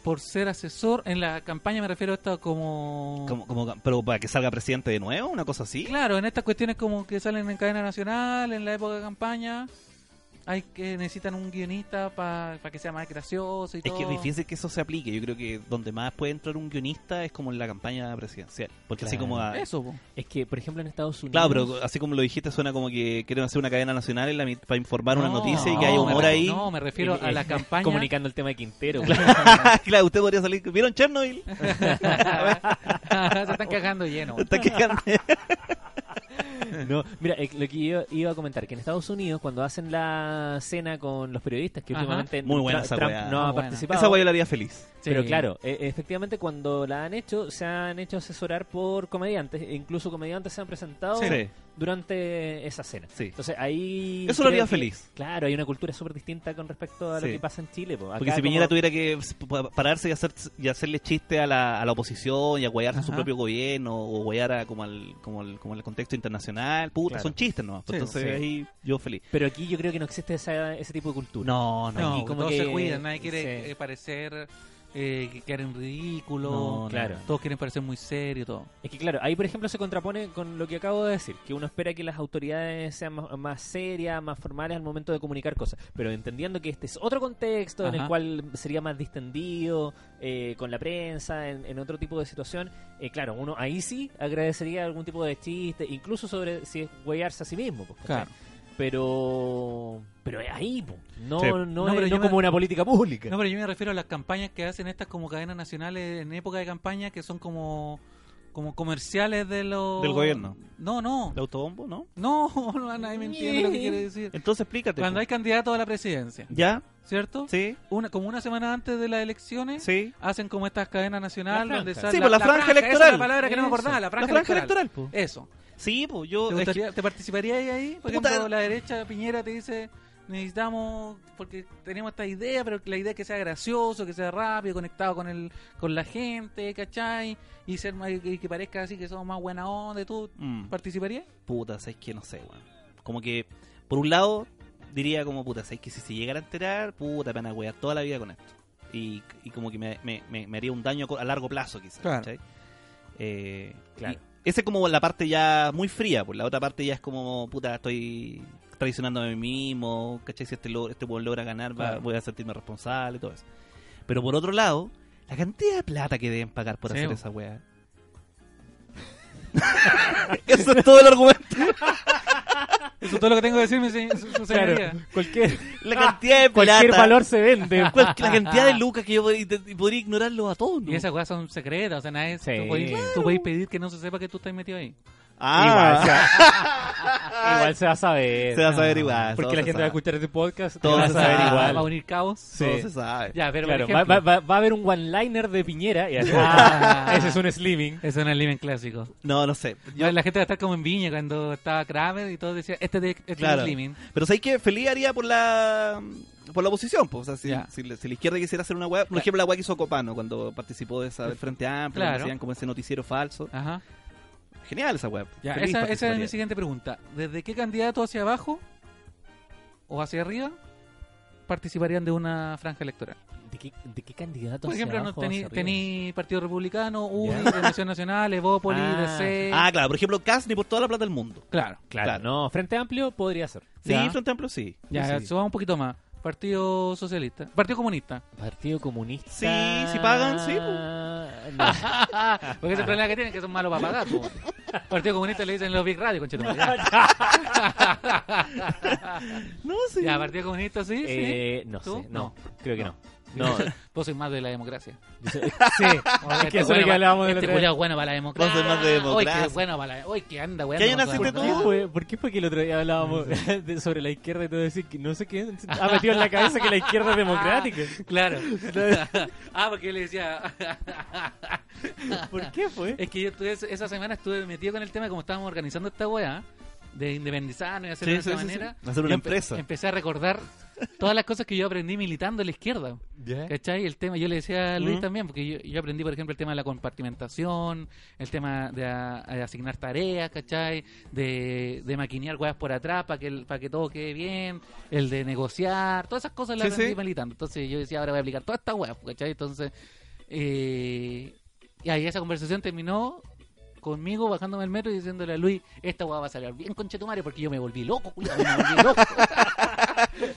Speaker 1: por ser asesor en la campaña? Me refiero a esto como...
Speaker 3: Como- como- pero para que salga presidente de nuevo, una cosa así.
Speaker 1: Claro, en estas cuestiones como que salen en cadena nacional, en la época de campaña, hay que necesitan un guionista para que sea más gracioso y
Speaker 3: Es
Speaker 1: todo.
Speaker 3: que es difícil que eso se aplique. Yo creo que donde más puede entrar un guionista es como en la campaña presidencial. Porque así
Speaker 2: Claro.
Speaker 3: como... a-
Speaker 1: Eso, po.
Speaker 2: Es que, por ejemplo, en Estados Unidos...
Speaker 3: Claro, pero así como lo dijiste, suena como que quieren hacer una cadena nacional en la mi- para informar una
Speaker 1: No,
Speaker 3: noticia y que
Speaker 1: no,
Speaker 3: hay
Speaker 1: me
Speaker 3: humor
Speaker 1: re-
Speaker 3: ahí.
Speaker 1: No, me refiero
Speaker 2: eh,
Speaker 1: a la campaña.
Speaker 2: Comunicando el tema de Quintero.
Speaker 3: Ah, claro, usted podría salir... ¿Vieron Chernobyl?
Speaker 1: Se están cagando lleno.
Speaker 3: Está quejando.
Speaker 2: No, mira, eh, lo que yo iba a comentar, que en Estados Unidos, cuando hacen la cena con los periodistas, que
Speaker 1: Ajá.
Speaker 2: últimamente
Speaker 3: Muy buena
Speaker 2: Tra-
Speaker 3: esa
Speaker 2: Trump
Speaker 3: weá.
Speaker 1: Muy
Speaker 2: no ha
Speaker 1: buena.
Speaker 2: participado.
Speaker 3: Esa weá yo la haría feliz.
Speaker 1: Sí.
Speaker 2: Pero claro, e- efectivamente cuando la han hecho, se han hecho asesorar por comediantes, e incluso comediantes se han presentado
Speaker 3: Sí.
Speaker 2: durante esa cena.
Speaker 3: Sí.
Speaker 2: Entonces ahí...
Speaker 3: Eso lo
Speaker 2: creo
Speaker 3: haría
Speaker 2: que-
Speaker 3: feliz.
Speaker 2: Claro, hay una cultura súper distinta con respecto a lo
Speaker 3: Sí.
Speaker 2: que pasa en Chile. po.
Speaker 3: Porque
Speaker 2: Acá
Speaker 3: si Piñera
Speaker 2: como-
Speaker 3: tuviera que s- pa- pararse y, hacer, y hacerle chiste a la, a la oposición y a guayarse a su
Speaker 1: Ajá.
Speaker 3: propio gobierno o guayar a como al como al- como al contexto internacional, puta,
Speaker 2: Claro.
Speaker 3: son chistes nomás.
Speaker 1: Sí,
Speaker 3: Entonces
Speaker 2: sí.
Speaker 3: ahí yo feliz.
Speaker 2: Pero aquí yo creo que no existe esa- ese tipo de cultura.
Speaker 3: No, no.
Speaker 1: No,
Speaker 2: Y como
Speaker 1: todos
Speaker 2: que-
Speaker 1: se cuidan, nadie quiere
Speaker 2: sí.
Speaker 1: eh, parecer eh, que quedar en ridículo.
Speaker 3: No,
Speaker 2: claro.
Speaker 1: Todos quieren parecer muy serio y todo.
Speaker 2: Es que claro, ahí por ejemplo se contrapone con lo que acabo de decir, que uno espera que las autoridades sean más, más serias, más formales al momento de comunicar cosas, pero entendiendo que este es otro contexto en el
Speaker 1: Ajá.
Speaker 2: cual sería más distendido eh, con la prensa, en, en otro tipo de situación, eh, claro, uno ahí sí agradecería algún tipo de chiste, incluso sobre si es huearse a sí mismo. pues, ¿cachai?
Speaker 1: Claro.
Speaker 2: Pero pero ahí, po. no,
Speaker 3: Sí.
Speaker 2: no,
Speaker 1: No,
Speaker 2: es-
Speaker 1: pero
Speaker 2: no
Speaker 1: yo me-
Speaker 2: como una política pública.
Speaker 1: No, pero yo me refiero a las campañas que hacen estas como cadenas nacionales en época de campaña que son como como comerciales de los
Speaker 3: Del gobierno.
Speaker 1: No, no.
Speaker 3: ¿El autobombo, no?
Speaker 1: No, no, nadie me entiende lo que quiere decir.
Speaker 3: Entonces explícate.
Speaker 1: Cuando
Speaker 3: po.
Speaker 1: hay candidato a la presidencia,
Speaker 3: ¿Ya?
Speaker 1: ¿cierto?
Speaker 3: ¿Sí?
Speaker 1: Una como una semana antes de las elecciones
Speaker 3: ¿Sí?
Speaker 1: hacen como estas cadenas nacionales
Speaker 2: La
Speaker 1: donde
Speaker 2: franja.
Speaker 1: sale
Speaker 3: Sí, pues, la franja
Speaker 1: Esa es
Speaker 3: electoral.
Speaker 1: la palabra que no me
Speaker 2: Eso.
Speaker 1: acordaba, la franja,
Speaker 3: la franja
Speaker 1: electoral.
Speaker 3: electoral, po.
Speaker 1: Eso.
Speaker 3: Sí, pues yo...
Speaker 1: ¿Te,
Speaker 3: es que-
Speaker 1: gustaría- te participarías ahí? Por
Speaker 3: Puta.
Speaker 1: ejemplo, la derecha Piñera te dice, necesitamos, porque tenemos esta idea, pero la idea es que sea gracioso, que sea rápido, conectado con el con la gente, ¿cachai? Y ser más- y que parezca así que somos más buena onda, y ¿tú
Speaker 3: Mm.
Speaker 1: participarías?
Speaker 3: puta, sabes que no sé, weón. Como que, por un lado, diría como, puta, sabes que si se llegara a enterar, puta, me van a wear toda la vida con esto. Y, y como que me, me- me- me haría un daño a co- a largo plazo, quizás.
Speaker 1: Claro.
Speaker 3: ¿cachai? Eh,
Speaker 2: Claro.
Speaker 3: y Esa es como la parte ya muy fría, pues la otra parte ya es como, puta, estoy traicionándome a mí mismo, ¿cachai? Si este, log- este weón logra ganar, va-
Speaker 2: Claro.
Speaker 3: voy a sentirme responsable, todo eso. Pero por otro lado, la cantidad de plata que deben pagar por
Speaker 1: Sí,
Speaker 3: hacer
Speaker 1: bo.
Speaker 3: esa weá. eso es todo el argumento.
Speaker 1: Eso es todo lo que tengo que decir, mi se- su- su señoría.
Speaker 2: cualquier,
Speaker 3: La cantidad de
Speaker 2: cualquier
Speaker 3: plata.
Speaker 2: valor se vende.
Speaker 3: cual- la cantidad de lucas que yo pod- y te- y podría ignorarlo a todos. ¿no?
Speaker 1: Y esas cosas son secretas, o sea, nadie,
Speaker 2: Sí.
Speaker 1: tú, podés, tú podés pedir que no se sepa que tú estás metido ahí.
Speaker 2: Igual, se
Speaker 3: Ah,
Speaker 2: va- igual se va a saber.
Speaker 3: se va a saber igual. todo
Speaker 2: Porque la
Speaker 3: se
Speaker 2: gente va a
Speaker 3: sabe.
Speaker 2: escuchar este podcast.
Speaker 3: Todo
Speaker 2: y va a
Speaker 3: se
Speaker 2: saber
Speaker 3: sabe.
Speaker 2: igual.
Speaker 1: Va a unir cabos.
Speaker 2: Sí.
Speaker 3: Todo se sabe.
Speaker 1: Ya, pero
Speaker 2: Claro,
Speaker 1: por
Speaker 2: va,
Speaker 1: ejemplo,
Speaker 2: va- va- va a haber un one-liner de Piñera. Y así,
Speaker 1: Ah.
Speaker 2: ese es un slimming.
Speaker 1: eso no es el living clásico.
Speaker 3: No, no sé.
Speaker 1: No, la gente va a estar como en Viña cuando estaba Kramer y todo decía, este, de, este
Speaker 3: Claro.
Speaker 1: es Living.
Speaker 3: Pero sabéis que feliz haría por la por la oposición, pues, o sea, si,
Speaker 1: Ya.
Speaker 3: si la- si la izquierda quisiera hacer una weá, por
Speaker 1: Claro.
Speaker 3: ejemplo la weá que hizo Copano cuando participó de esa del Frente Amplio,
Speaker 1: Claro.
Speaker 3: que hacían como ese noticiero falso.
Speaker 1: Ajá.
Speaker 3: Genial esa weá.
Speaker 1: Ya,
Speaker 3: Feliz
Speaker 1: esa, esa es
Speaker 3: participaría.
Speaker 1: mi siguiente pregunta. ¿Desde qué candidato hacia abajo o hacia arriba participarían de una franja electoral?
Speaker 2: ¿De qué, de qué candidato
Speaker 1: Por
Speaker 2: hacia
Speaker 1: ejemplo, no
Speaker 2: abajo,
Speaker 1: tení,
Speaker 2: hacia arriba?
Speaker 1: tení Partido Republicano, UDI,
Speaker 2: Ya.
Speaker 1: Renovación Nacional, Evópoli,
Speaker 2: Ah.
Speaker 1: DC.
Speaker 3: Ah, claro, por ejemplo, Cast ni por toda la plata del mundo.
Speaker 1: claro.
Speaker 2: Claro,
Speaker 3: Claro.
Speaker 2: no. Frente Amplio podría ser.
Speaker 3: Sí,
Speaker 1: Ya.
Speaker 3: Frente Amplio sí.
Speaker 1: Ya,
Speaker 3: sí.
Speaker 1: subamos un poquito más. Partido Socialista. Partido Comunista.
Speaker 2: Partido Comunista.
Speaker 3: Sí, si pagan, sí,
Speaker 1: pues.
Speaker 2: No.
Speaker 3: Ah.
Speaker 1: Porque ese problema que tienen que son malos para pagar. po. Partido Comunista le dicen los Big Radio, conchetumare, ya.
Speaker 3: No, sí.
Speaker 1: Ya, Partido Comunista, sí, sí.
Speaker 2: Eh, no
Speaker 1: ¿Tú?
Speaker 2: sé, no.
Speaker 1: No.
Speaker 2: Creo que no. No,
Speaker 1: Vos sois más de la democracia.
Speaker 2: yo sé- sí. Es que eso es lo que hablábamos de la
Speaker 1: Este
Speaker 2: otra vez.
Speaker 1: culiao es bueno para la democracia.
Speaker 3: Vos sos más de democracia.
Speaker 1: Hoy que bueno para la... Hoy que anda, weón.
Speaker 3: ¿Qué año naciste
Speaker 2: ¿Por qué,
Speaker 3: tú?
Speaker 2: fue, por qué fue que el otro día hablábamos de- sobre la izquierda y todo decir que no sé qué ha metido en la cabeza que la izquierda es democrática?
Speaker 1: Claro. ah, porque yo le decía...
Speaker 2: ¿Por qué fue?
Speaker 1: es que yo estuve, esa semana estuve metido con el tema de cómo estábamos organizando esta weá. De independizarnos y hacerlo
Speaker 3: Sí,
Speaker 1: de
Speaker 3: sí,
Speaker 1: esa
Speaker 3: sí, sí.
Speaker 1: manera.
Speaker 3: Hacer una
Speaker 1: Yo empe-
Speaker 3: empresa.
Speaker 1: Empecé a recordar todas las cosas que yo aprendí militando en la izquierda. ¿Cachai? El tema, yo le decía a Luis
Speaker 3: Ujú.
Speaker 1: también, porque yo, yo aprendí, por ejemplo, el tema de la compartimentación, el tema de, a- de asignar tareas, ¿cachai? De, de maquinear huevas por atrás para que, el- para que todo quede bien, el de negociar, todas esas cosas las
Speaker 3: Sí, sí.
Speaker 1: aprendí militando. Entonces yo decía, ahora voy a aplicar todas estas huevas, ¿cachai? Entonces, eh, y ahí esa conversación terminó conmigo bajándome al metro y diciéndole a Luis, esta hueá va a salir bien conchetumare porque yo me volví loco, culiao, me volví loco.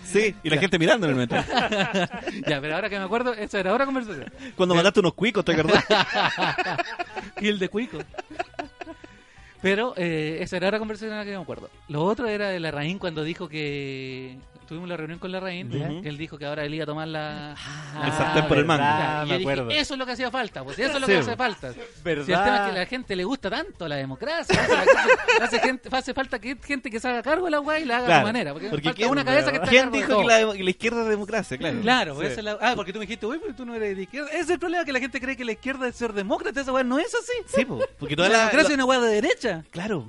Speaker 3: Sí, y la gente mirando en el momento.
Speaker 1: ya, pero ahora que me acuerdo, esa era otra conversación.
Speaker 3: Cuando mandaste unos cuicos, ¿te acordás?
Speaker 1: y el de Cuico. Pero eh, esa era la conversación en la que me acuerdo. Lo otro era de Larraín cuando dijo que tuvimos la reunión con Larraín,
Speaker 3: Ya.
Speaker 1: él dijo que ahora él iba a tomar la... Ah,
Speaker 3: El sartén por Ah, el mango.
Speaker 2: verdad,
Speaker 1: Y
Speaker 2: me
Speaker 1: yo dije,
Speaker 2: acuerdo.
Speaker 1: eso es lo que hacía falta, pues eso es lo
Speaker 2: Sí,
Speaker 1: que
Speaker 2: pues.
Speaker 1: hace falta.
Speaker 2: ¿Verdad?
Speaker 1: Si el tema es que la gente le gusta tanto la democracia, hace, la gente- hace gente- hace falta que gente que se haga cargo de la weá y la haga a
Speaker 3: Claro,
Speaker 1: su manera. Porque,
Speaker 3: porque
Speaker 1: falta
Speaker 3: ¿quién-
Speaker 1: una cabeza que está a
Speaker 3: ¿Quién
Speaker 1: cargo de
Speaker 3: dijo que
Speaker 1: todo.
Speaker 3: la, demo- que la izquierda es democracia? Claro.
Speaker 1: Claro,
Speaker 3: Sí.
Speaker 1: pues, esa es la- Ah, porque tú me dijiste, uy, pero tú no eres de izquierda. Ese es el problema, que la gente cree que la izquierda es ser demócrata. Esa weá no es así.
Speaker 3: Sí, po, porque
Speaker 1: La
Speaker 3: toda la,
Speaker 1: democracia es una weá de derecha.
Speaker 3: Claro.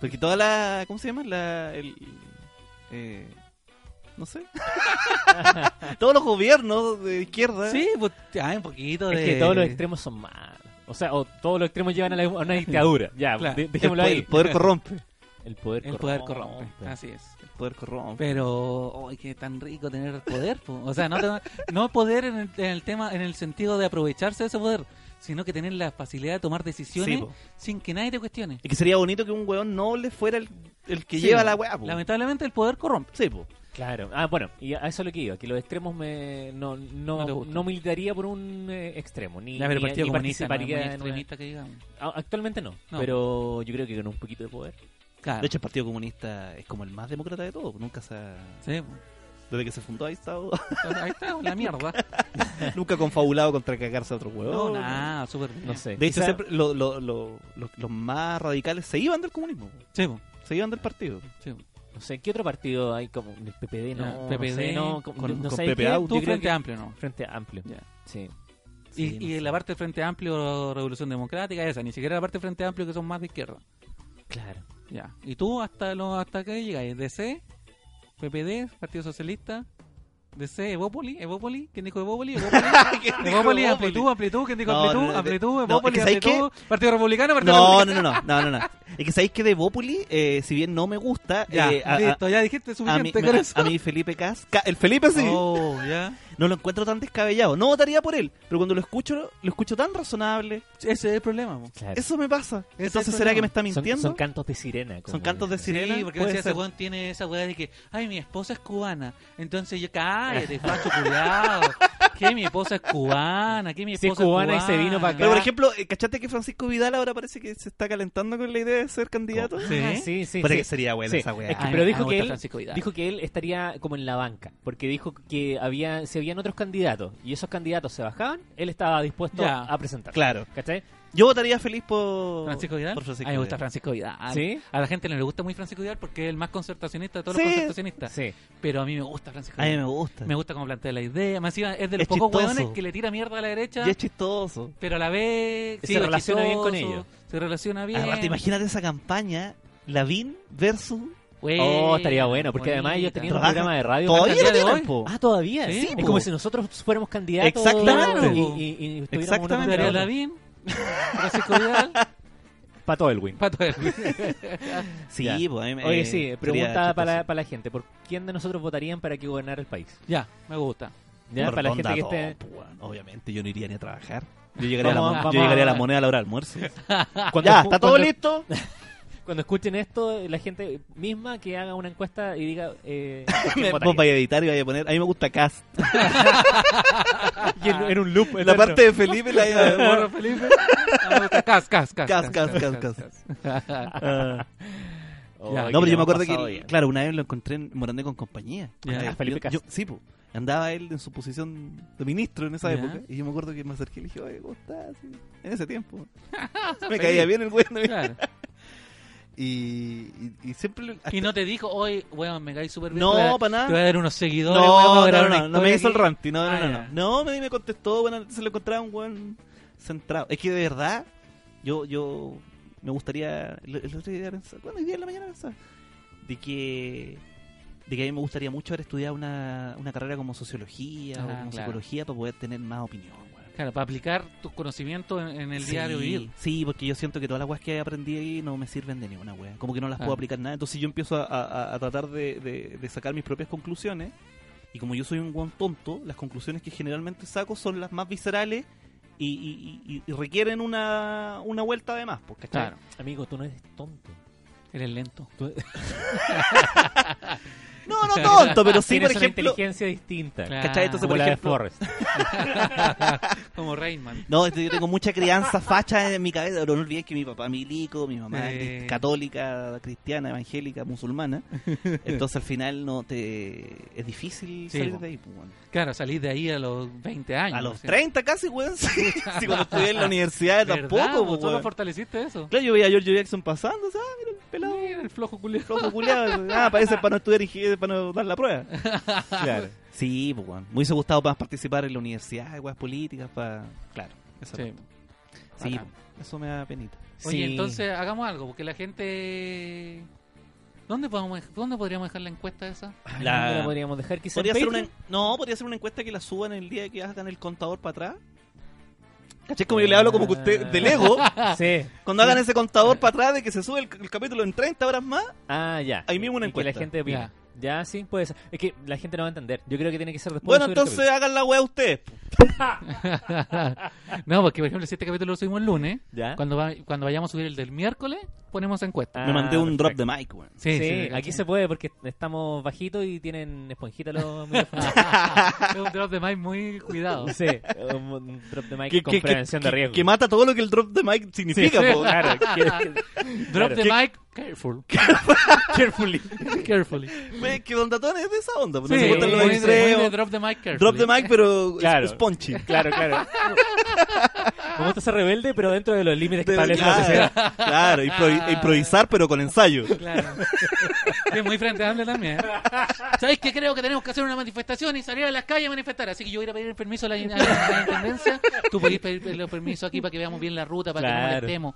Speaker 3: Porque toda la. ¿Cómo se llama? La. El, eh, no sé. Todos los gobiernos de izquierda.
Speaker 1: Sí, pues, ah, un poquito de...
Speaker 2: Es que todos los extremos son malos. O sea, o todos los extremos llevan a, la- a una dictadura. Ya,
Speaker 1: Claro.
Speaker 2: de-
Speaker 3: El,
Speaker 2: dejémoslo
Speaker 3: poder-
Speaker 2: ahí.
Speaker 3: el poder corrompe.
Speaker 2: El poder,
Speaker 1: El poder corrompe.
Speaker 2: pues.
Speaker 1: pues. Así es.
Speaker 3: El poder corrompe.
Speaker 1: Pero, ay, qué tan rico tener poder. po. O sea, no, te- no poder en el, en el tema, en el sentido de aprovecharse de ese poder, sino que tener la facilidad de tomar decisiones
Speaker 3: Sí, po.
Speaker 1: sin que nadie te cuestione.
Speaker 3: Y que sería bonito que un weón noble fuera el, el que
Speaker 1: Sí,
Speaker 3: lleva
Speaker 1: po.
Speaker 3: la weá. po.
Speaker 1: Lamentablemente el poder corrompe.
Speaker 3: Sí, po.
Speaker 2: Claro. Ah, bueno, y a eso es lo que iba, que los extremos me, no, no,
Speaker 1: No te
Speaker 2: no,
Speaker 1: gustan.
Speaker 2: militaría por un eh, extremo, ni,
Speaker 1: Ya, pero el
Speaker 2: ni-
Speaker 1: Partido
Speaker 2: ni
Speaker 1: Comunista no es muy
Speaker 2: participaría en una-
Speaker 1: extremista que digamos.
Speaker 2: Ah, Actualmente no,
Speaker 1: No.
Speaker 2: pero yo creo que con un poquito de poder.
Speaker 1: Claro.
Speaker 3: De hecho, el Partido Comunista es como el más demócrata de todos. Nunca se ha-
Speaker 1: Sí, po.
Speaker 3: Desde que se fundó ahí estado.
Speaker 1: Entonces, ahí está, la mierda.
Speaker 3: nunca confabulado contra cagarse a otro
Speaker 1: No,
Speaker 3: weón.
Speaker 1: nada, súper bien.
Speaker 2: No sé.
Speaker 3: De hecho,
Speaker 2: quizá-
Speaker 3: siempre lo- lo- lo- lo- los más radicales se iban del comunismo. po.
Speaker 1: Sí, po,
Speaker 3: Se iban del partido.
Speaker 1: sí, po.
Speaker 2: No sé, ¿qué otro partido hay como el
Speaker 1: Ya,
Speaker 2: PPD? No,
Speaker 1: PPD,
Speaker 2: no sé, no, con,
Speaker 3: con-
Speaker 2: no
Speaker 3: con
Speaker 2: sé,
Speaker 3: PPA,
Speaker 2: ¿qué? Yo
Speaker 3: tú
Speaker 1: Tú
Speaker 2: creo
Speaker 1: frente
Speaker 2: que-
Speaker 1: amplio, ¿no?
Speaker 2: Frente amplio.
Speaker 1: Ya.
Speaker 2: Sí.
Speaker 1: Y,
Speaker 3: Sí,
Speaker 1: y
Speaker 3: no sé.
Speaker 1: la parte Frente Amplio, Revolución Democrática, esa, ni siquiera la parte Frente Amplio que son más de izquierda.
Speaker 2: Claro.
Speaker 1: Ya. ¿Y tú hasta lo, hasta qué llegáis? DC, PPD, Partido Socialista, DC, Evópoli, Evópoli, ¿quién dijo Evópoli? Evópoli, Evópoli, Amplitud, Amplitud, ¿quién dijo
Speaker 3: No,
Speaker 1: Amplitud?
Speaker 3: no, no,
Speaker 1: Amplitud,
Speaker 3: no,
Speaker 1: Evópoli,
Speaker 3: es que ¿sabes qué?
Speaker 1: Amplitud, Partido Republicano, Partido
Speaker 3: No,
Speaker 1: Republicano.
Speaker 3: no, no, no, no, no, no. Es que sabéis que de Bópoli, eh, si bien no me gusta,
Speaker 1: Ya,
Speaker 3: eh, a, a-
Speaker 1: listo, ya dijiste
Speaker 3: a mí,
Speaker 1: suficiente
Speaker 3: me-
Speaker 1: con eso.
Speaker 3: a mí Felipe Cas, Ca- el Felipe sí,
Speaker 1: Oh, ya.
Speaker 3: no lo encuentro tan descabellado. No votaría por él, pero cuando lo escucho, lo escucho tan razonable.
Speaker 1: Ese es el problema, po.
Speaker 2: claro.
Speaker 3: Eso me pasa.
Speaker 1: Ese
Speaker 3: Entonces,
Speaker 1: es el
Speaker 3: ¿será
Speaker 1: problema.
Speaker 3: que me está
Speaker 2: Son-
Speaker 3: mintiendo?
Speaker 2: Son, cantos de sirena. como
Speaker 3: Son cantos de
Speaker 2: dicen.
Speaker 3: sirena.
Speaker 1: Sí, porque
Speaker 3: puede
Speaker 1: decía, ese
Speaker 3: ser.
Speaker 1: weón tiene esa weá de que, ay, mi esposa es cubana. Entonces yo, cállate, facho, cuidado. Que mi esposa es cubana, que mi
Speaker 2: Si
Speaker 1: esposa
Speaker 2: es cubana y se vino pa' acá.
Speaker 3: Pero por ejemplo, eh, ¿cachate que Francisco Vidal ahora parece que se está calentando con la idea de ser candidato?
Speaker 2: Ah,
Speaker 1: Sí.
Speaker 2: sí, sí, sí.
Speaker 3: Parece que sería buena
Speaker 2: Sí.
Speaker 3: esa weá.
Speaker 2: Es que-
Speaker 1: Ay,
Speaker 2: pero
Speaker 1: me
Speaker 2: dijo que,
Speaker 1: gusta
Speaker 2: él,
Speaker 1: Francisco Vidal.
Speaker 2: dijo que él estaría como en la banca, porque dijo que había, si habían otros candidatos y esos candidatos se bajaban, él estaba dispuesto
Speaker 1: Ya.
Speaker 2: a presentar.
Speaker 3: Claro.
Speaker 2: ¿Cachai?
Speaker 3: Yo votaría feliz por
Speaker 1: Francisco Vidal.
Speaker 3: por Francisco
Speaker 1: a mí me gusta
Speaker 3: Vidal.
Speaker 1: Francisco
Speaker 3: Ah,
Speaker 1: Vidal.
Speaker 2: ¿Sí?
Speaker 1: A la gente no le gusta muy Francisco Vidal porque es el más concertacionista de todos
Speaker 3: Sí.
Speaker 1: los concertacionistas.
Speaker 2: Sí.
Speaker 1: Pero a mí me gusta Francisco
Speaker 3: A mí
Speaker 1: Vidal.
Speaker 3: me gusta.
Speaker 1: Me gusta cómo plantea la idea. Más encima es de los
Speaker 3: Es
Speaker 1: pocos
Speaker 3: chistoso.
Speaker 1: hueones que le tira mierda a la derecha,
Speaker 3: Y es chistoso.
Speaker 1: pero a la vez
Speaker 2: Se
Speaker 1: sí, es
Speaker 2: relaciona bien con ellos.
Speaker 1: Se relaciona bien.
Speaker 3: Aparte, imagínate esa campaña, Lavín versus...
Speaker 1: Güey,
Speaker 2: Oh, estaría bueno, porque
Speaker 1: bonita.
Speaker 2: además yo tenía un
Speaker 3: Trabaja.
Speaker 2: programa de radio.
Speaker 3: Eh, Todavía
Speaker 1: hasta el
Speaker 3: lo
Speaker 1: día de
Speaker 3: tienen,
Speaker 1: hoy.
Speaker 3: po.
Speaker 2: Ah, todavía.
Speaker 1: Sí,
Speaker 2: es
Speaker 3: po.
Speaker 2: como si nosotros fuéramos candidatos.
Speaker 3: Exactamente.
Speaker 2: Y, y- y estuviéramos
Speaker 3: Exactamente.
Speaker 1: Darío
Speaker 2: uno contra otro.
Speaker 1: Lavín, Francisco Vidal,
Speaker 2: Pato Elwin.
Speaker 1: Pato Elwin.
Speaker 3: Sí,
Speaker 2: Ya.
Speaker 3: pues, a mí me-
Speaker 2: Oye,
Speaker 3: eh,
Speaker 2: sí,
Speaker 3: sería
Speaker 2: pregunta
Speaker 3: chistoso.
Speaker 2: para, la- para la gente: ¿por quién de nosotros votarían para que gobernara el país?
Speaker 1: ya, me gusta.
Speaker 2: Ya,
Speaker 3: Por
Speaker 2: para la
Speaker 3: Don
Speaker 2: gente que
Speaker 3: Dato,
Speaker 2: esté.
Speaker 3: pues, bueno, Obviamente, yo no iría ni a trabajar. Yo llegaría,
Speaker 2: Vamos,
Speaker 3: a, la, mon-
Speaker 2: vamos
Speaker 3: yo llegaría a la
Speaker 2: a-
Speaker 3: moneda a la hora del almuerzo.
Speaker 2: Cuando
Speaker 3: ya,
Speaker 2: escu-
Speaker 3: está todo
Speaker 2: cuando-
Speaker 3: listo.
Speaker 2: Cuando escuchen esto, la gente misma que haga una encuesta y diga. Eh,
Speaker 3: Me- Vos vais a editar y vais a poner. A mí me gusta Cast.
Speaker 2: en, un loop.
Speaker 3: La parte de Felipe la
Speaker 1: Bueno, Felipe. Ah, me gusta. Cas, cas, cas.
Speaker 3: Cas, cas, cas, Ah. No, pero yo me acuerdo que, claro, una vez lo encontré en Morandé con compañía.
Speaker 1: Ya.
Speaker 3: Andaba-
Speaker 2: Ah, Felipe
Speaker 3: yo-
Speaker 2: Cast.
Speaker 3: yo- sí, po. Andaba él en su posición de ministro en esa
Speaker 1: Ya.
Speaker 3: época. Y yo me acuerdo que me acerqué y le dije, oye, ¿cómo estás? Y- En ese tiempo. me caía bien el güey. ¿no?
Speaker 1: Claro.
Speaker 3: Y, y, y siempre. lo-
Speaker 1: Y no te dijo, hoy, weón, me caí súper bien.
Speaker 3: No,
Speaker 1: te voy a-
Speaker 3: pa' nada.
Speaker 1: Te voy a dar unos seguidores, weón, vamos a
Speaker 3: No, no,
Speaker 1: grabar
Speaker 3: no,
Speaker 1: una
Speaker 3: no, no me
Speaker 1: historia
Speaker 3: hizo el
Speaker 1: aquí.
Speaker 3: ranty. No, no,
Speaker 1: Ah,
Speaker 3: no,
Speaker 1: ya.
Speaker 3: no. No, me, me contestó. Bueno, se lo encontraba un buen centrado. Es que de verdad, yo, yo me gustaría. El, el otro día pensaba- bueno, hoy día en la mañana pensaba. De que. De que a mí me gustaría mucho haber estudiado una, una carrera como sociología o
Speaker 1: Ah, claro.
Speaker 3: como psicología para poder tener más opinión, weón.
Speaker 1: Claro, para aplicar tus conocimientos en, en el diario
Speaker 3: Sí,
Speaker 1: vivir.
Speaker 3: Sí, porque yo siento que todas las weas que aprendí ahí no me sirven de ninguna wea. Como que no las
Speaker 1: Ah.
Speaker 3: puedo aplicar nada. Entonces yo empiezo a, a- a tratar de, de- de sacar mis propias conclusiones. Y como yo soy un guan tonto, las conclusiones que generalmente saco son las más viscerales y, y- y- y requieren una, una vuelta de más. Porque
Speaker 1: Claro,
Speaker 2: Amigo, tú no eres tonto.
Speaker 1: eres lento.
Speaker 2: Tú-
Speaker 3: No, no tonto, pero sí,
Speaker 2: Tienes
Speaker 3: por
Speaker 2: una
Speaker 3: ejemplo.
Speaker 2: inteligencia distinta.
Speaker 1: Claro.
Speaker 3: ¿Cachai? Entonces,
Speaker 2: Como
Speaker 3: por
Speaker 2: la de
Speaker 3: ejemplo.
Speaker 2: Forrest.
Speaker 1: Como Rayman.
Speaker 3: No, este, yo tengo mucha crianza facha en mi cabeza. No olvides que mi papá es milico, mi mamá
Speaker 1: Eh.
Speaker 3: es católica, cristiana, evangélica, musulmana. Entonces al final no te es difícil
Speaker 1: Sí,
Speaker 3: salir
Speaker 1: po.
Speaker 3: de ahí. pues, weón.
Speaker 1: Claro, salís de ahí a los 20 años.
Speaker 3: A los
Speaker 1: ¿sí?
Speaker 3: 30 casi, weón. Sí, sí, cuando estudié en la universidad
Speaker 1: ¿Verdad?
Speaker 3: tampoco.
Speaker 1: Vos
Speaker 3: po,
Speaker 1: solo
Speaker 3: weón.
Speaker 1: fortaleciste eso.
Speaker 3: Claro, yo veía a George Jackson pasando, ¿sabes? Mira el pelado.
Speaker 1: Mira, el flojo culiao.
Speaker 3: flojo culiado. Ah, parece para no estudiar ingeniería, para no dar la prueba.
Speaker 2: Claro.
Speaker 3: Sí, pues, weón. Me hubiese gustado más participar en la universidad, en weas políticas, para. Claro, eso,
Speaker 1: Sí.
Speaker 3: sí,
Speaker 1: Bacán.
Speaker 3: eso me da penita.
Speaker 1: Oye,
Speaker 2: Sí.
Speaker 1: entonces hagamos algo, porque la gente... ¿Dónde, podemos, ¿Dónde podríamos dejar la encuesta esa?
Speaker 3: La-
Speaker 2: ¿Dónde Ah, la podríamos dejar? Quizá
Speaker 3: ah, Podría
Speaker 2: en
Speaker 3: ser una,
Speaker 2: Patreon.
Speaker 3: no, podría ser una encuesta que la suban el día que hagan el contador para atrás. ¿Caché? Como yo le hablo como que usted, del ego.
Speaker 2: Sí.
Speaker 3: Cuando hagan ese contador para atrás de que se sube el, el capítulo en 30 horas más.
Speaker 2: Ah, ya.
Speaker 3: Ahí mismo una
Speaker 2: Y que
Speaker 3: encuesta.
Speaker 2: la gente opina. Ya, sí, puede ser. Es que la gente no va a entender. Yo creo que tiene que ser después
Speaker 3: Bueno,
Speaker 2: de subir el
Speaker 3: entonces hagan la wea ustedes. po.
Speaker 1: no, porque por ejemplo, si este capítulo lo subimos el lunes,
Speaker 2: capítulo. ¿Ya?
Speaker 1: cuando, va- cuando vayamos a subir el del miércoles, ponemos encuesta.
Speaker 2: Ah,
Speaker 3: Me mandé un drop
Speaker 2: perfecto.
Speaker 3: de mic, weón.
Speaker 1: Sí,
Speaker 2: Sí,
Speaker 1: sí,
Speaker 2: aquí se puede porque estamos bajitos y tienen esponjita los micrófonos.
Speaker 1: es un drop de mic muy cuidado.
Speaker 3: Ah,
Speaker 2: Sí, un, un drop de mic con prevención de
Speaker 3: que-
Speaker 2: riesgo.
Speaker 3: que mata todo lo que el drop de mic
Speaker 2: Sí,
Speaker 3: significa, po.
Speaker 2: claro. que- que-
Speaker 1: Drop
Speaker 2: Claro.
Speaker 1: the
Speaker 3: ¿Qué-
Speaker 1: mic, careful,
Speaker 2: Carefully.
Speaker 1: carefully.
Speaker 3: Me- Que Don Datón es de esa onda. po. No
Speaker 1: Sí,
Speaker 3: se
Speaker 1: muy
Speaker 3: gustan los
Speaker 1: de- muy
Speaker 3: extremos.
Speaker 1: de drop the mic, carefully.
Speaker 3: Drop the mic, pero
Speaker 2: Claro.
Speaker 3: es punchy.
Speaker 2: Claro, claro. Me gusta ser rebelde, pero dentro de los límites que Ah. establece la sociedad.
Speaker 3: claro, claro, impro- e improvisar, pero con ensayo.
Speaker 1: Claro. Es muy frente amplio también. ¿eh? ¿Sabéis que creo que tenemos que hacer una manifestación y salir a las calles a manifestar? Así que yo voy a ir a pedir el permiso a la, a la- a la intendencia. Tú podés pedir el permiso aquí para que veamos bien la ruta, para que no
Speaker 2: Claro.
Speaker 1: molestemos.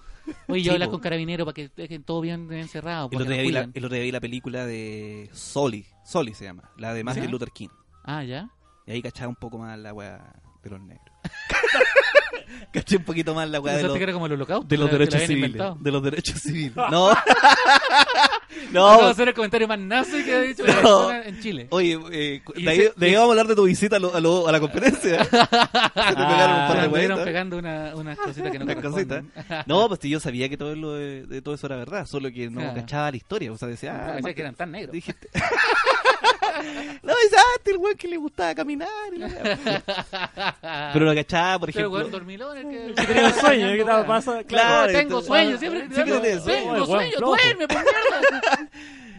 Speaker 1: Oye,
Speaker 3: Sí,
Speaker 1: yo hablas
Speaker 3: po.
Speaker 1: con carabinero para que dejen todo bien encerrado.
Speaker 3: El
Speaker 1: para
Speaker 3: otro,
Speaker 1: que
Speaker 3: día
Speaker 1: nos
Speaker 3: vi la,
Speaker 1: cuiden.
Speaker 3: el otro día vi la película de Soli. Soli se llama. La de Martin
Speaker 1: ¿Sí?
Speaker 3: Luther King.
Speaker 1: Ah, ya.
Speaker 3: Y ahí cachaba un poco más la weá de los negros. Caché un poquito más la weá de
Speaker 1: Pensaste
Speaker 3: los,
Speaker 1: que era como el holocausto.
Speaker 3: de los
Speaker 1: que lo
Speaker 3: derechos
Speaker 1: habían
Speaker 3: civiles.
Speaker 1: inventado.
Speaker 3: De los derechos civiles. No.
Speaker 1: Acabo de
Speaker 3: no.
Speaker 1: hacer el comentario más nazi que ha dicho
Speaker 3: No.
Speaker 1: una persona en Chile.
Speaker 3: Oye, eh, cu-
Speaker 1: Y
Speaker 3: de ahí,
Speaker 1: dice-
Speaker 3: de ahí vamos a hablar de tu visita a, lo- a lo- a la conferencia. Se te pegaron un
Speaker 1: Se
Speaker 3: par de
Speaker 1: anduvieron
Speaker 3: huevitas.
Speaker 1: Ah, pegando una- unas cositas que no
Speaker 3: Ah, Una cosita.
Speaker 1: corresponden.
Speaker 3: No, pues sí, yo sabía que todo, lo de, de todo eso era verdad, solo que no
Speaker 1: Claro.
Speaker 3: cachaba la historia. O sea, decía,
Speaker 1: No,
Speaker 3: ah,
Speaker 1: pensé
Speaker 3: Martin-
Speaker 1: que eran tan negros.
Speaker 3: Dije, no, es antes el weón que le gustaba caminar. y la weá. Pero lo cachaba, por
Speaker 1: Pero,
Speaker 3: ejemplo.
Speaker 1: weón, dormilón, el que...
Speaker 2: Tenía un sueño, ¿qué tal pasa?
Speaker 3: Claro,
Speaker 1: No, tengo
Speaker 3: entonces-
Speaker 1: sueños, siempre
Speaker 3: Siempre
Speaker 1: tengo
Speaker 3: tenés
Speaker 1: sueños,
Speaker 2: sueños,
Speaker 1: los
Speaker 2: weón,
Speaker 1: sueños,
Speaker 2: flojo.
Speaker 1: duerme, por mierda.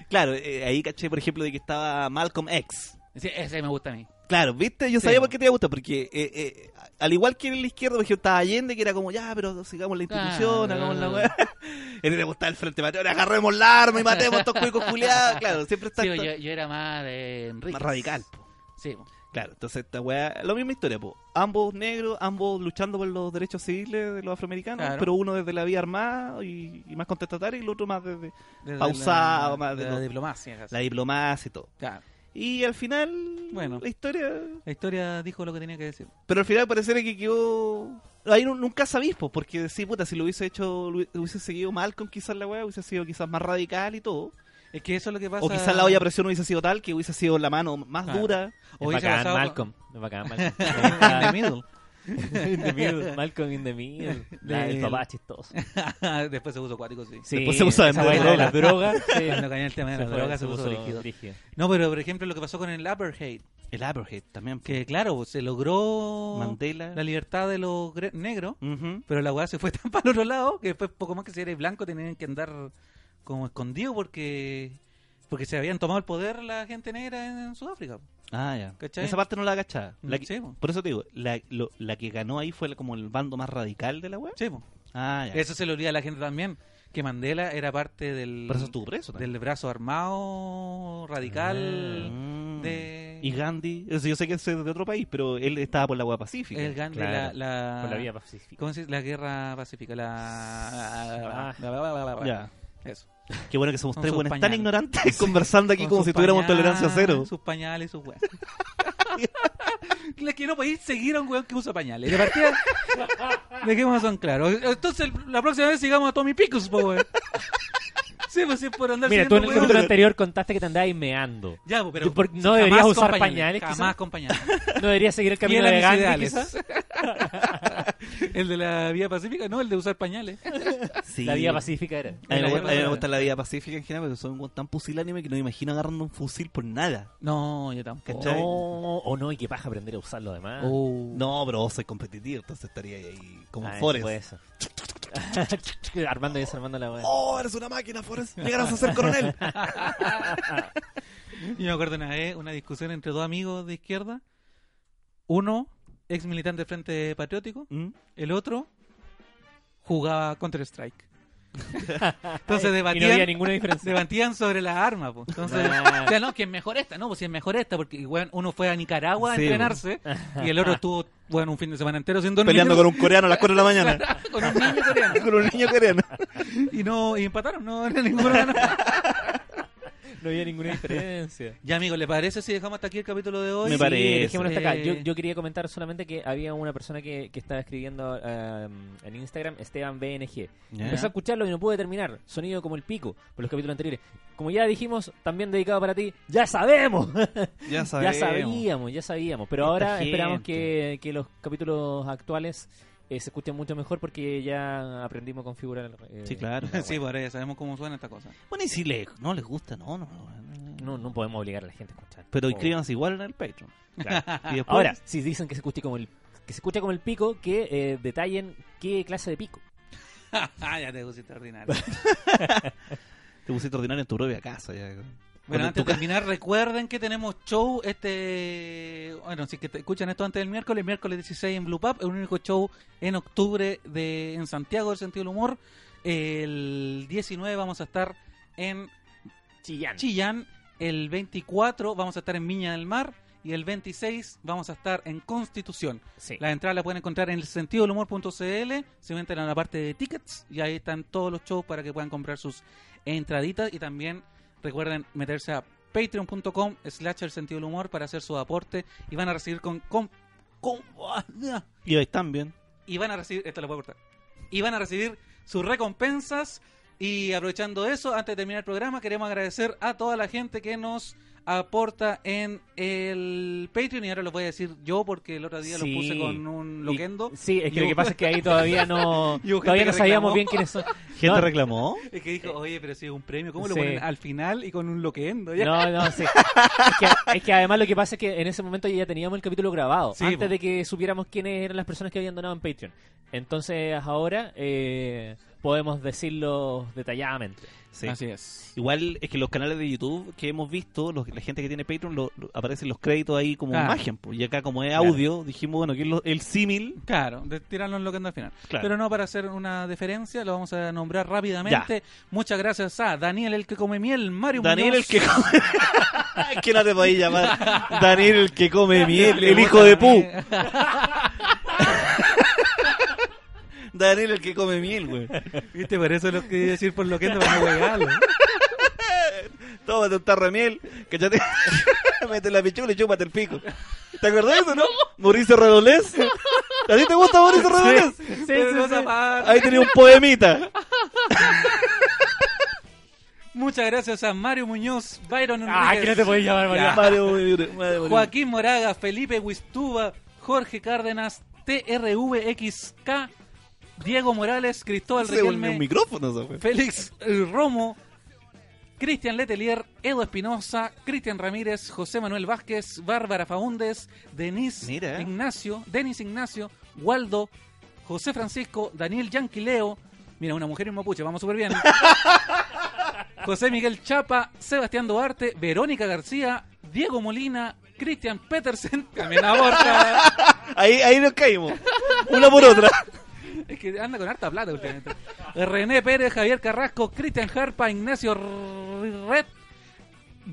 Speaker 3: Claro, eh, ahí caché, por ejemplo, de que estaba Malcolm X.
Speaker 1: Sí, ese me gusta a mí.
Speaker 3: Claro, ¿viste? Yo
Speaker 1: Sí.
Speaker 3: sabía por qué te iba a gustar, porque eh, eh, al igual que en la izquierda, por ejemplo, estaba Allende, que era como, ya, pero sigamos la institución,
Speaker 1: Claro.
Speaker 3: hagamos la weá. Él le gustaba el Frente Patriota, agarremos la arma y matemos a estos cuicos culiados. Claro, siempre está
Speaker 1: Sí,
Speaker 3: esta-
Speaker 1: yo, yo era más de Enrique.
Speaker 3: más radical. po.
Speaker 1: Sí, po.
Speaker 3: Claro, entonces esta weá, la misma historia, po. ambos negros, ambos luchando por los derechos civiles de los afroamericanos,
Speaker 1: Claro.
Speaker 3: pero uno desde la vía armada y, y más contestataria y el otro más desde
Speaker 1: Desde
Speaker 3: Pausado,
Speaker 1: la-
Speaker 3: más de
Speaker 1: de
Speaker 3: lo-
Speaker 1: la diplomacia. casi.
Speaker 3: la diplomacia y todo.
Speaker 1: Claro.
Speaker 3: Y al final,
Speaker 1: Bueno.
Speaker 3: la historia...
Speaker 1: La historia dijo lo que tenía que decir.
Speaker 3: Pero al final pareciera que quedó... Ahí nu- nunca sabís, po, porque decís, puta, si lo hubiese hecho, lo hubiese seguido Malcolm quizás la weá, hubiese sido quizás más radical y todo.
Speaker 1: Es que eso es lo que pasa.
Speaker 3: O quizás la olla a presión hubiese sido tal que hubiese sido la mano más
Speaker 1: Claro.
Speaker 3: dura.
Speaker 2: Es
Speaker 1: Hoy se
Speaker 2: bacán,
Speaker 1: basaba-
Speaker 2: Malcolm. Es bacán, Malcolm.
Speaker 1: In the middle.
Speaker 2: in the middle. Malcolm in the middle. La, el
Speaker 1: Del-
Speaker 2: papá chistoso.
Speaker 1: Ah, Después se puso acuático, sí.
Speaker 2: Sí,
Speaker 3: Después se puso de
Speaker 2: esa
Speaker 3: moda
Speaker 2: weá
Speaker 3: la
Speaker 2: de las drogas. sí.
Speaker 1: Cuando cayó el tema de
Speaker 2: Se
Speaker 1: la
Speaker 2: fue-
Speaker 1: droga se puso rígido.
Speaker 2: rígido.
Speaker 1: No, pero por ejemplo lo que pasó con el apartheid,
Speaker 3: El Aberhead también. po.
Speaker 1: que claro, se logró
Speaker 3: Mandela.
Speaker 1: la libertad de los gre- negros,
Speaker 3: Ujú.
Speaker 1: Pero la weá se fue tan para el otro lado que después, poco más que si eres blanco, tenían que andar como escondido porque porque se habían tomado el poder la gente negra en, en Sudáfrica.
Speaker 3: Ah, ya.
Speaker 1: ¿Cachai? Mm,
Speaker 3: Esa parte no la cachaba. La que-
Speaker 1: Sí, po.
Speaker 3: por eso te digo, la, lo- la que ganó ahí fue la- como el bando más radical de la web.
Speaker 1: Sí, po.
Speaker 3: Ah, ya.
Speaker 1: Eso se le olvida a la gente también, que Mandela era parte del,
Speaker 3: por eso estuvo preso también.
Speaker 1: del brazo armado radical
Speaker 3: Mm.
Speaker 1: de...
Speaker 3: Y Gandhi, o sea, yo sé que es de otro país, pero él estaba por la web pacífica.
Speaker 1: el Gandhi, la,
Speaker 2: Claro.
Speaker 1: la-
Speaker 2: Por la vía pacífica.
Speaker 1: ¿Cómo se dice? La guerra pacífica, la...
Speaker 2: Ah.
Speaker 1: la- la- la- la- la-
Speaker 3: Ya.
Speaker 1: Eso.
Speaker 3: Qué bueno que somos
Speaker 1: Con
Speaker 3: tres
Speaker 1: sus
Speaker 3: buenas tan
Speaker 1: pañales.
Speaker 3: ignorantes conversando aquí como si tuviéramos tolerancia cero.
Speaker 1: Sus pañales, sus weas. La que no podéis seguir a un weón que usa pañales. De partida, dejemos son claros. Entonces, la próxima vez sigamos a Tommy Picus, po, weón. Sí, pues sí, es por andar
Speaker 2: Mira, tú en
Speaker 1: siguiendo
Speaker 2: el
Speaker 1: hueones.
Speaker 2: capítulo anterior contaste que te andabas meando.
Speaker 1: Ya, pues, pero.
Speaker 2: Yo por- no
Speaker 1: jamás
Speaker 2: deberías
Speaker 1: con
Speaker 2: usar pañales,
Speaker 1: Jamás
Speaker 2: quizás.
Speaker 1: con pañales.
Speaker 2: No deberías seguir el camino
Speaker 1: Fiel a
Speaker 2: de
Speaker 1: mis
Speaker 2: Gandhi,
Speaker 1: ideales.
Speaker 2: quizás.
Speaker 1: El de la vía pacífica, no, el de usar pañales.
Speaker 3: Sí.
Speaker 2: La vía pacífica era.
Speaker 3: A mí, me
Speaker 1: La vía
Speaker 3: gusta, a mí me
Speaker 1: pacífica.
Speaker 3: gusta la vida pacífica en general, pero soy un weón tan pusilánime que no me imagino agarrando un fusil por nada.
Speaker 1: No, yo tampoco.
Speaker 3: ¿Cachai?
Speaker 2: No, o Oh, no, y que paja aprender a usarlo además.
Speaker 1: Oh.
Speaker 3: No, pero vos soy competitivo, entonces estaría ahí como
Speaker 2: Ah,
Speaker 3: Forrest.
Speaker 1: pues.
Speaker 2: puede ser. Armando y desarmando la weá.
Speaker 3: ¡Oh, eres una máquina, Forrest! ¡Llegarás a ser coronel!
Speaker 1: Yo me acuerdo una vez, una discusión entre dos amigos de izquierda. Uno, ex militante del Frente Patriótico.
Speaker 3: ¿Mm?
Speaker 1: El otro, jugaba Counter-Strike. Entonces
Speaker 2: Y no había
Speaker 1: debatían,
Speaker 2: ninguna diferencia.
Speaker 1: debatían sobre las armas. po. Entonces,
Speaker 2: Ah.
Speaker 1: o sea, no, que es mejor esta, no, pues si es mejor esta, porque weón, uno fue a Nicaragua a
Speaker 3: Sí,
Speaker 1: entrenarse y el otro estuvo bueno, un fin de semana entero sin dormir.
Speaker 3: Peleando con un coreano a las 4 de la mañana.
Speaker 1: con un niño coreano.
Speaker 3: con un niño coreano.
Speaker 1: Y no, y empataron, no, no ninguno ganó.
Speaker 2: No había ninguna diferencia.
Speaker 1: Ya, amigos, ¿le parece si dejamos hasta aquí el capítulo de hoy?
Speaker 3: Me
Speaker 2: Sí,
Speaker 3: parece.
Speaker 2: dejémoslo hasta acá.
Speaker 1: Eh,
Speaker 2: Yo, yo quería comentar solamente que había una persona que, que estaba escribiendo eh, en Instagram, Esteban BNG.
Speaker 3: Ya.
Speaker 2: Empecé a escucharlo y no pude terminar. Sonido como el pico por los capítulos anteriores. Como ya dijimos, también dedicado para ti. ¡Ya sabemos!
Speaker 3: Ya
Speaker 2: ya
Speaker 3: sabemos.
Speaker 2: sabíamos, ya sabíamos. Pero
Speaker 3: Esta
Speaker 2: ahora
Speaker 3: gente.
Speaker 2: esperamos que, que los capítulos actuales eh, se escuchen mucho mejor porque ya aprendimos a configurar. eh,
Speaker 3: Sí, claro.
Speaker 1: Sí, por ahí sabemos cómo suena esta cosa.
Speaker 3: Bueno, y si le, no les gusta, no, no. no.
Speaker 2: No, no podemos obligar a la gente a escuchar.
Speaker 3: Pero
Speaker 2: Oh,
Speaker 3: inscríbanse igual en el Patreon.
Speaker 2: claro.
Speaker 3: Y después,
Speaker 2: Ahora, si dicen que se escuche como el que se escucha como el pico, que eh, detallen qué clase de pico.
Speaker 1: ah, ya te pusiste ordinario.
Speaker 3: te pusiste ordinario en tu propia casa. Ya. Con
Speaker 1: Bueno,
Speaker 3: tu
Speaker 1: antes de terminar, recuerden que tenemos show este... Bueno, si que te escuchan esto antes del miércoles, miércoles 16 en Blue Pub, el único show en octubre de en Santiago del Sentido del Humor. El 19 vamos a estar en
Speaker 2: Chillán.
Speaker 1: Chillán, el 24 vamos a estar en Miña del Mar y el 26 vamos a estar en Constitución.
Speaker 2: Sí.
Speaker 1: Las entradas las pueden encontrar en el sentido del humor.cl, se meten a la parte de tickets y ahí están todos los shows para que puedan comprar sus entraditas y también recuerden meterse a patreon.com slash el sentido del humor para hacer su aporte y van a recibir con, con- con-
Speaker 3: Y hoy también.
Speaker 1: y van a recibir, esto lo puedo cortar, y van a recibir sus recompensas y aprovechando eso, antes de terminar el programa, queremos agradecer a toda la gente que nos aporta en el Patreon y ahora lo voy a decir yo porque el otro día
Speaker 2: Sí.
Speaker 1: lo puse con un loquendo.
Speaker 2: Y- sí, es que
Speaker 1: Y
Speaker 2: lo que
Speaker 1: hubo-
Speaker 2: pasa es que ahí todavía no,
Speaker 1: Y hubo gente
Speaker 2: todavía
Speaker 1: que
Speaker 2: no
Speaker 1: reclamó.
Speaker 2: sabíamos bien quiénes son.
Speaker 3: ¿Gente
Speaker 2: No.
Speaker 3: reclamó?
Speaker 1: Es que dijo, oye, pero si es un premio, ¿cómo lo
Speaker 2: Sí.
Speaker 1: ponen al final y con un loquendo? Ya?
Speaker 2: No, no, sí. Es que, es que además lo que pasa es que en ese momento ya teníamos el capítulo grabado,
Speaker 1: Sí,
Speaker 2: antes
Speaker 1: po.
Speaker 2: de que supiéramos quiénes eran las personas que habían donado en Patreon. Entonces ahora eh, podemos decirlo detalladamente.
Speaker 3: Sí.
Speaker 1: Así es.
Speaker 3: Igual es que los canales de YouTube que hemos visto, los- la gente que tiene Patreon, lo- lo- aparecen los créditos ahí como
Speaker 1: Claro.
Speaker 3: imagen. pues, Y acá como es
Speaker 2: Claro.
Speaker 3: audio, dijimos, bueno, que es lo- el símil.
Speaker 1: Claro, de tirarlo en loquendo al final.
Speaker 3: Claro.
Speaker 1: Pero no para hacer una deferencia, lo vamos a nombrar rápidamente. Muchas gracias a Daniel el que come miel, Mario
Speaker 3: Daniel el
Speaker 1: Muñoz.
Speaker 3: que come... que no te podéis llamar Daniel el que come miel,
Speaker 1: Le
Speaker 3: el hijo
Speaker 1: bota
Speaker 3: de Pu.
Speaker 1: también.
Speaker 3: Daniel el que come miel, güey.
Speaker 1: Viste, por eso lo quería decir por loquendo, para no huevearlo.
Speaker 3: Tómate un tarro de miel, cachate. Mete la pichula y chúpate el pico. ¿Te acordás de eso, no? Mauricio Redolés. ¿A ti te gusta Mauricio Redolés?
Speaker 2: Sí,
Speaker 1: Pero
Speaker 2: sí,
Speaker 1: no
Speaker 2: sí.
Speaker 1: se apaga.
Speaker 3: Ahí tenía un poemita.
Speaker 1: Muchas gracias a Mario Muñoz, Byron
Speaker 2: Ah,
Speaker 1: Enríquez,
Speaker 2: que no te podéis llamar, María.
Speaker 1: Ya.
Speaker 3: Mario, Mario, Mario.
Speaker 1: Joaquín Moraga, Felipe Huistuba, Jorge Cárdenas, TRVXK, Diego Morales, Cristóbal
Speaker 3: Se volvió un
Speaker 1: Riquelme,
Speaker 3: micrófono, eso, güey.
Speaker 1: Félix eh, Romo, Cristian Letelier, Edo Espinosa, Cristian Ramírez, José Manuel Vázquez, Bárbara Faúndez, Denis
Speaker 3: Mira.
Speaker 1: Ignacio, Denis Ignacio, Waldo, José Francisco, Daniel Yanquileo, mira, una mujer y un mapuche, vamos súper bien. José Miguel Chapa, Sebastián Duarte, Verónica García, Diego Molina, Cristian Petersen, también aborta.
Speaker 3: Ahí, ahí nos caímos. Una por otra.
Speaker 1: Es que anda con harta plata últimamente. René Pérez, Javier Carrasco, Cristian Jarpa, Ignacio R- Red,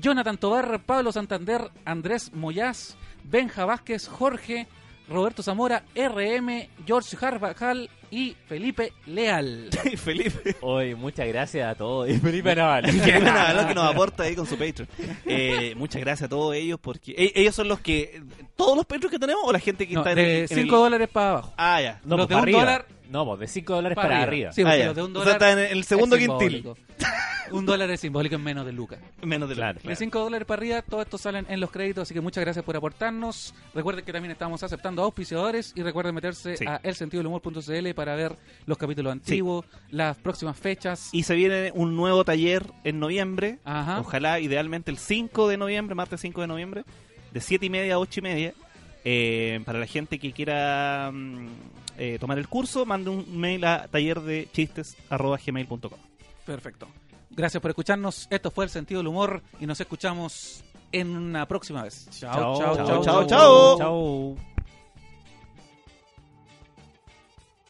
Speaker 1: Jonathan Tobar, Pablo Santander, Andrés Moyaz, Benja Vázquez, Jorge, Roberto Zamora, RM, George Harbajal y Felipe Leal.
Speaker 3: Y Felipe.
Speaker 2: Hoy, muchas gracias a todos. Y Felipe pues, Naval.
Speaker 3: Felipe Navalón que nos aporta ahí con su Patreon. Eh, muchas gracias a todos ellos porque e- ellos son los que todos los Patreons que tenemos o la gente que
Speaker 1: No,
Speaker 3: está en,
Speaker 1: de
Speaker 3: el- en
Speaker 1: 5
Speaker 3: el-
Speaker 1: dólares para abajo.
Speaker 3: Ah, ya.
Speaker 2: No,
Speaker 1: Los
Speaker 2: pues,
Speaker 1: de
Speaker 2: para
Speaker 1: un
Speaker 2: arriba.
Speaker 1: dólar-
Speaker 2: No, pues de 5 dólares
Speaker 1: Para
Speaker 2: para,
Speaker 1: arriba.
Speaker 2: arriba.
Speaker 1: Sí, porque
Speaker 3: Ah, ya.
Speaker 1: los de un
Speaker 3: O sea,
Speaker 1: dólar
Speaker 3: está en el segundo
Speaker 1: es
Speaker 3: quintil.
Speaker 1: simbólico. un dólar es simbólico en menos de lucas.
Speaker 3: Menos de
Speaker 2: Claro.
Speaker 3: claro.
Speaker 1: De 5 dólares para arriba, todo esto salen en los créditos, así que muchas gracias por aportarnos. Recuerden que también estamos aceptando auspiciadores y recuerden meterse
Speaker 3: Sí.
Speaker 1: a elsentidodelhumor.cl para ver los capítulos antiguos, las próximas fechas.
Speaker 3: Y se viene un nuevo taller en noviembre.
Speaker 1: Ajá.
Speaker 3: Ojalá, idealmente el 5 de noviembre, martes 5 de noviembre, de 7 y media a 8 y media. Eh, para la gente que quiera mm, eh, tomar el curso, mande un mail a tallerdechistes.gmail.com.
Speaker 1: Perfecto. Gracias por escucharnos. Esto fue El Sentido del Humor y nos escuchamos en una próxima vez. Chao, chao, chao,
Speaker 3: chao, chao.
Speaker 2: chao.